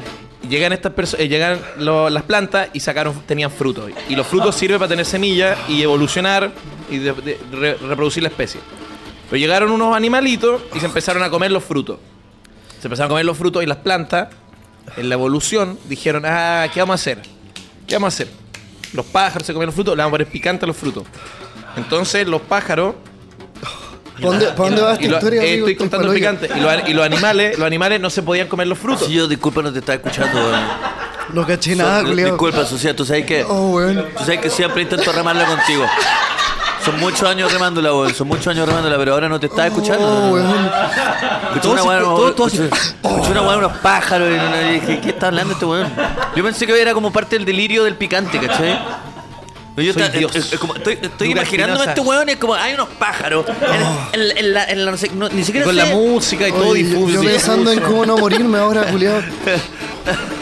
Llegan estas personas, llegan lo- las plantas y sacaron, tenían frutos. Y los frutos sirven para tener semillas y evolucionar y de- de- re- reproducir la especie. Pero llegaron unos animalitos y se empezaron a comer los frutos. Se empezaron a comer los frutos y las plantas, en la evolución, dijeron, ah, ¿qué vamos a hacer? ¿Qué vamos a hacer? Los pájaros se comen los frutos, le vamos a poner picante a los frutos. Entonces los pájaros ¿Por dónde- por dónde va esta Y lo- historia, eh, amigo? estoy contando el pa'l hoyo. picante. Y, lo- y los animales, los animales no se podían comer los frutos. Si yo, disculpa, no te estaba escuchando. weón. No caché So- nada, no, culiao. disculpa, Sucia, tú sabes que. Oh, weón. Tú sabes que siempre intento remarla contigo. Son muchos años remándola, weón. Son muchos años remándola, pero ahora no te estaba escuchando. Oh, weón. Escuché una weá, escuché una weá, unos pájaros. y una- y dije, ¿Qué está hablando este weón? Yo pensé que era como parte del delirio del picante, ¿cachai? No, Yo Soy esta- Dios. eh, eh, como estoy estoy Lucas imaginándome a Espinosa. este weón y es como hay unos pájaros. En, en- en la, en la- no sé, no, ni siquiera con sé- la música y todo Oye, yo- difuso. Yo pensando en cómo no morirme ahora, culiao.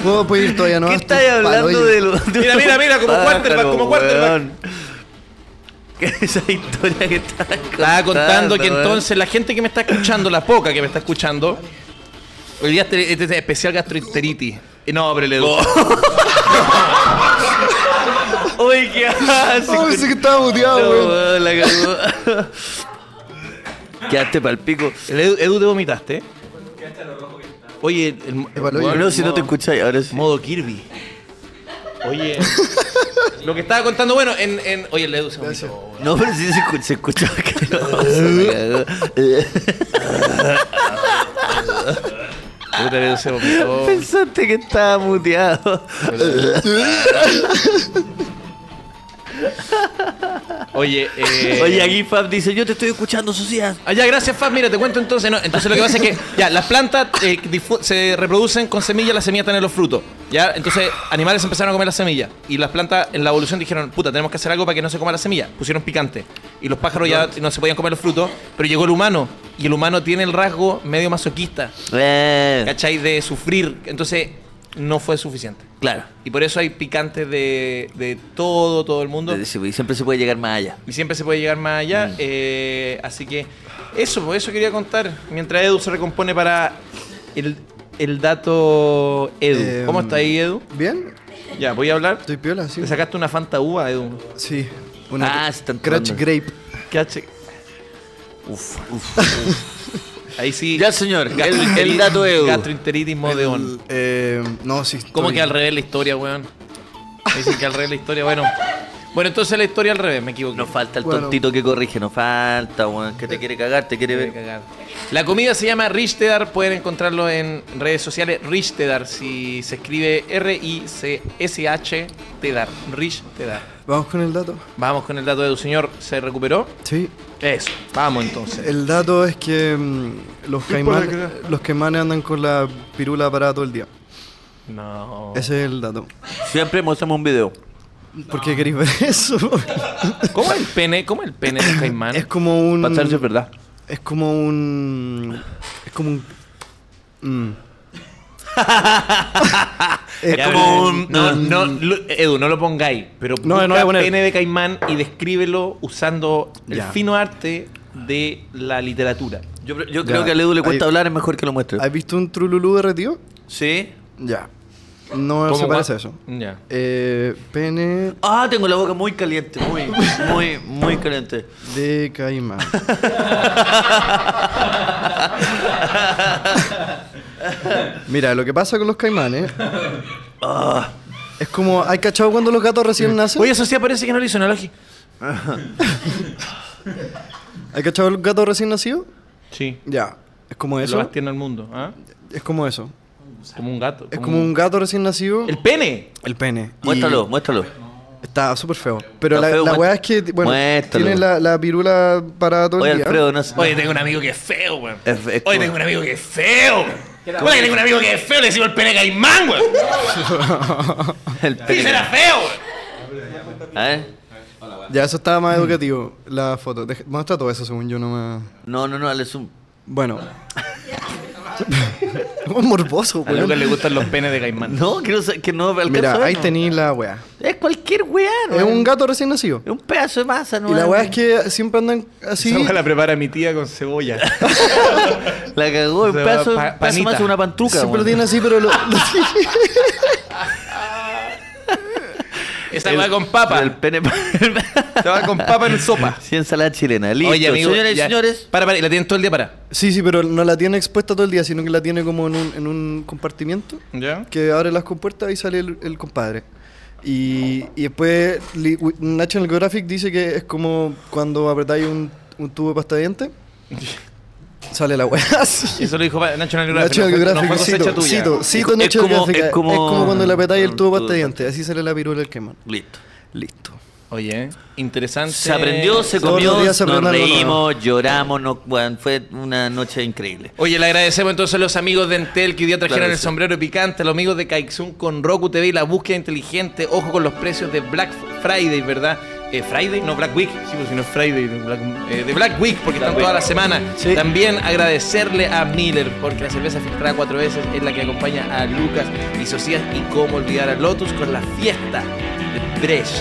Puedo puedo ir todavía, ¿no? ¿Qué Hasta estáis el pa'l hablando hoyo. de lo- de Mira, los mira, mira, como pájaros, quarterback, como quarterback. weón? ¿Qué es esa historia que estaba Estaba contando que entonces la gente que me está escuchando, la poca que me está escuchando, el día este, este es especial gastroenteritis. Y No, pero le doy. Oye, ¿qué haces? Oh, pensé que estaba muteado, No, weón. weón, la cagó. Quedaste pa'l pico. El Edu, Edu, te vomitaste. Oye, el, el- Epa, lo modo- oye. No, si no te escucháis, ahora sí. modo Kirby. Oye, lo que estaba contando, bueno, en, en- oye, el Edu se vomitó. No, pero sí se escucha. Se escucha Eh, que no, se la cagó. Puta, el Edu se vomitó. Pensaste que estaba muteado. Oye, eh, Oye, aquí Fab dice, yo te estoy escuchando, Socias. Ah, ya, gracias, Fab. Mira, te cuento entonces. ¿no? Entonces, lo que pasa es que ya, las plantas eh, difu- se reproducen con semillas, las semillas están en los frutos. ¿ya? Entonces, animales empezaron a comer las semillas. Y las plantas en la evolución dijeron: puta, tenemos que hacer algo para que no se coma la semilla. Pusieron picante. Y los pájaros ya no se podían comer los frutos. Pero llegó el humano. Y el humano tiene el rasgo medio masoquista, Eh, ¿cachai? De sufrir. Entonces, no fue suficiente. claro. Y por eso hay picantes de, de todo, todo el mundo. Eh, sí, pues, Siempre se puede llegar más allá. Y siempre se puede llegar más allá. eh, así que eso, por eso quería contar. Mientras Edu se recompone para el, el dato Edu. Eh, ¿Cómo está ahí, Edu? ¿Bien? Ya, voy a hablar. Estoy piola, sí. Te sacaste una Fanta uva, Edu. Sí. Ah, se están Crutch tomando. Grape. ¿Qué hace? Uf, uf, uf. Ahí sí. Ya, señor. El, gastroenteritis- el dato Edu. Gastroenteritis modeón. El, eh, no, sí. estoy- ¿Cómo que al revés la historia, weón? Dicen que al revés la historia, bueno. Bueno, entonces la historia al revés, me equivoqué. Nos falta el Bueno. tontito que corrige, nos falta, weón. Que te quiere cagar, te quiere Debe ver. cagar. La comida se llama Richtedar, pueden encontrarlo en redes sociales. Richtedar, si se escribe R-I-C-S-H, Tedar. Richtedar. Vamos con el dato. Vamos con el dato de tu señor, ¿se recuperó? Sí. Eso, vamos entonces. El dato es que mm, los, caimanes, los caimanes andan con la pirula parada todo el día. No. Ese es el dato. Siempre mostramos un video. ¿Por qué queréis ver eso? ¿Cómo el pene? ¿Cómo el pene de Caimán? es como un. verdad. Es como un. Es como un. mm. Es Es como un. No, no, lo- Edu, no lo pongáis, pero No, busca no voy a poner. pene de Caimán y descríbelo usando el Ya. fino arte de la literatura. Yo, yo Ya. creo que a Edu le cuesta Ahí- hablar, es mejor que lo muestre. ¿Has visto un trululú derretido? ¿Sí? Ya. No ¿Cómo se gua- parece a eso. Ya. Eh, pene Ah, tengo la boca muy caliente, muy, muy, muy caliente. de caimán. Mira, lo que pasa con los caimanes Ah, es como. ¿Hay cachado cuando los gatos recién nacen? Oye, eso sí parece que no lo hizo Nalogi. ¿Hay cachado los gatos recién nacidos? Sí. Ya. Es como Lo eso. más tierno del mundo. ¿ah? Es como eso. Como un gato. Es como un gato recién nacido. ¡El pene! El pene. Y muéstralo, muéstralo. Está súper feo. Pero Está la, feo, la muest- weá es que, bueno, muéstralo. tiene la, la pirula para todo Oye, el día. Alfredo, no sé. Oye, tengo un amigo que es feo, weón. Es- es Oye, como- tengo un amigo que es feo. Oye, tengo un amigo que es feo, le decimos el pene de caimán, weón. el Sí, pene. será feo, weón. A ver. Ya, eso estaba Mm. más educativo, la foto. Deja- muestra todo eso, según yo, no me... No, no, no, dale zoom. Bueno. es morboso, A Lucas weón. le gustan los penes de caimán. No, que no, se- que no alcanzo a Mira, ver, ahí no. tenéis la weá. Es cualquier weá, ¿no? Es un gato recién nacido. Es un pedazo de masa, ¿no? Y la weá es que siempre andan así. Esa weá la prepara mi tía con cebolla. La cagó, un O pedazo, un sea, pa- pedazo de masa, panita. una pantuca. Siempre lo weón. tienen así, pero lo, lo Esa weá con papa. El pene. Esa weá con papa en sopa. Sí, ensalada chilena. Listo, señores y ya. señores. Para, para, y la tienen todo el día para. Sí, sí, pero no la tiene expuesta todo el día, sino que la tiene como en un, en un compartimiento. ¿Ya? que abre las compuertas y sale el, el compadre. Y, y después li- National Geographic dice que es como cuando apretáis un, un tubo de pasta de dientes Sale la weá. así. Eso lo dijo pa- National Geographic. Nacho no fue- no Geographic, fue cosecha cito, tuya. cito, cito Es- es Nacho como- Geographic. es Es como- como cuando le apretáis el tubo pasta de Mm. dientes. Así sale la pirula del quemón. Listo. Listo. Oye, interesante. Se aprendió, se Todos los comió, días se nos aprende algo nuevo. reímos, lloramos, no- bueno, fue una noche increíble. Oye, le agradecemos entonces a los amigos de Entel que hoy día trajeron Claro que el sí. sombrero picante, a los amigos de Kaixun con Roku TV y la búsqueda inteligente. Ojo con los precios de Black Friday, ¿verdad? Eh, Friday, no Black Week, sí, pues si no es Friday, no Black- eh, de Black Week, porque están toda la semana. Sí. También agradecerle a Miller, porque la cerveza filtrada cuatro veces es la que acompaña a Lucas y Socias. Y cómo olvidar a Lotus con la fiesta de Brecht.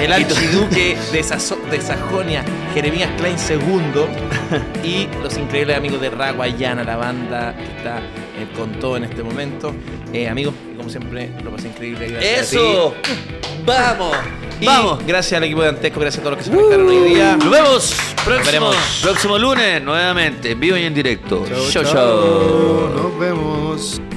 El archiduque de, Saso- de Sajonia, Jeremías Klein II, y los increíbles amigos de Raguayana, la banda que está eh, con todo en este momento. Eh, amigos, y como siempre, lo pasé increíble. Gracias a ¡Eso! ti. ¡Vamos! Y ¡Vamos! Gracias al equipo de Antesco, gracias a todos los que se conectaron hoy día. Nos vemos próximo, veremos. próximo lunes nuevamente, en vivo y en directo. Chao, chau. chao. chau. Nos vemos.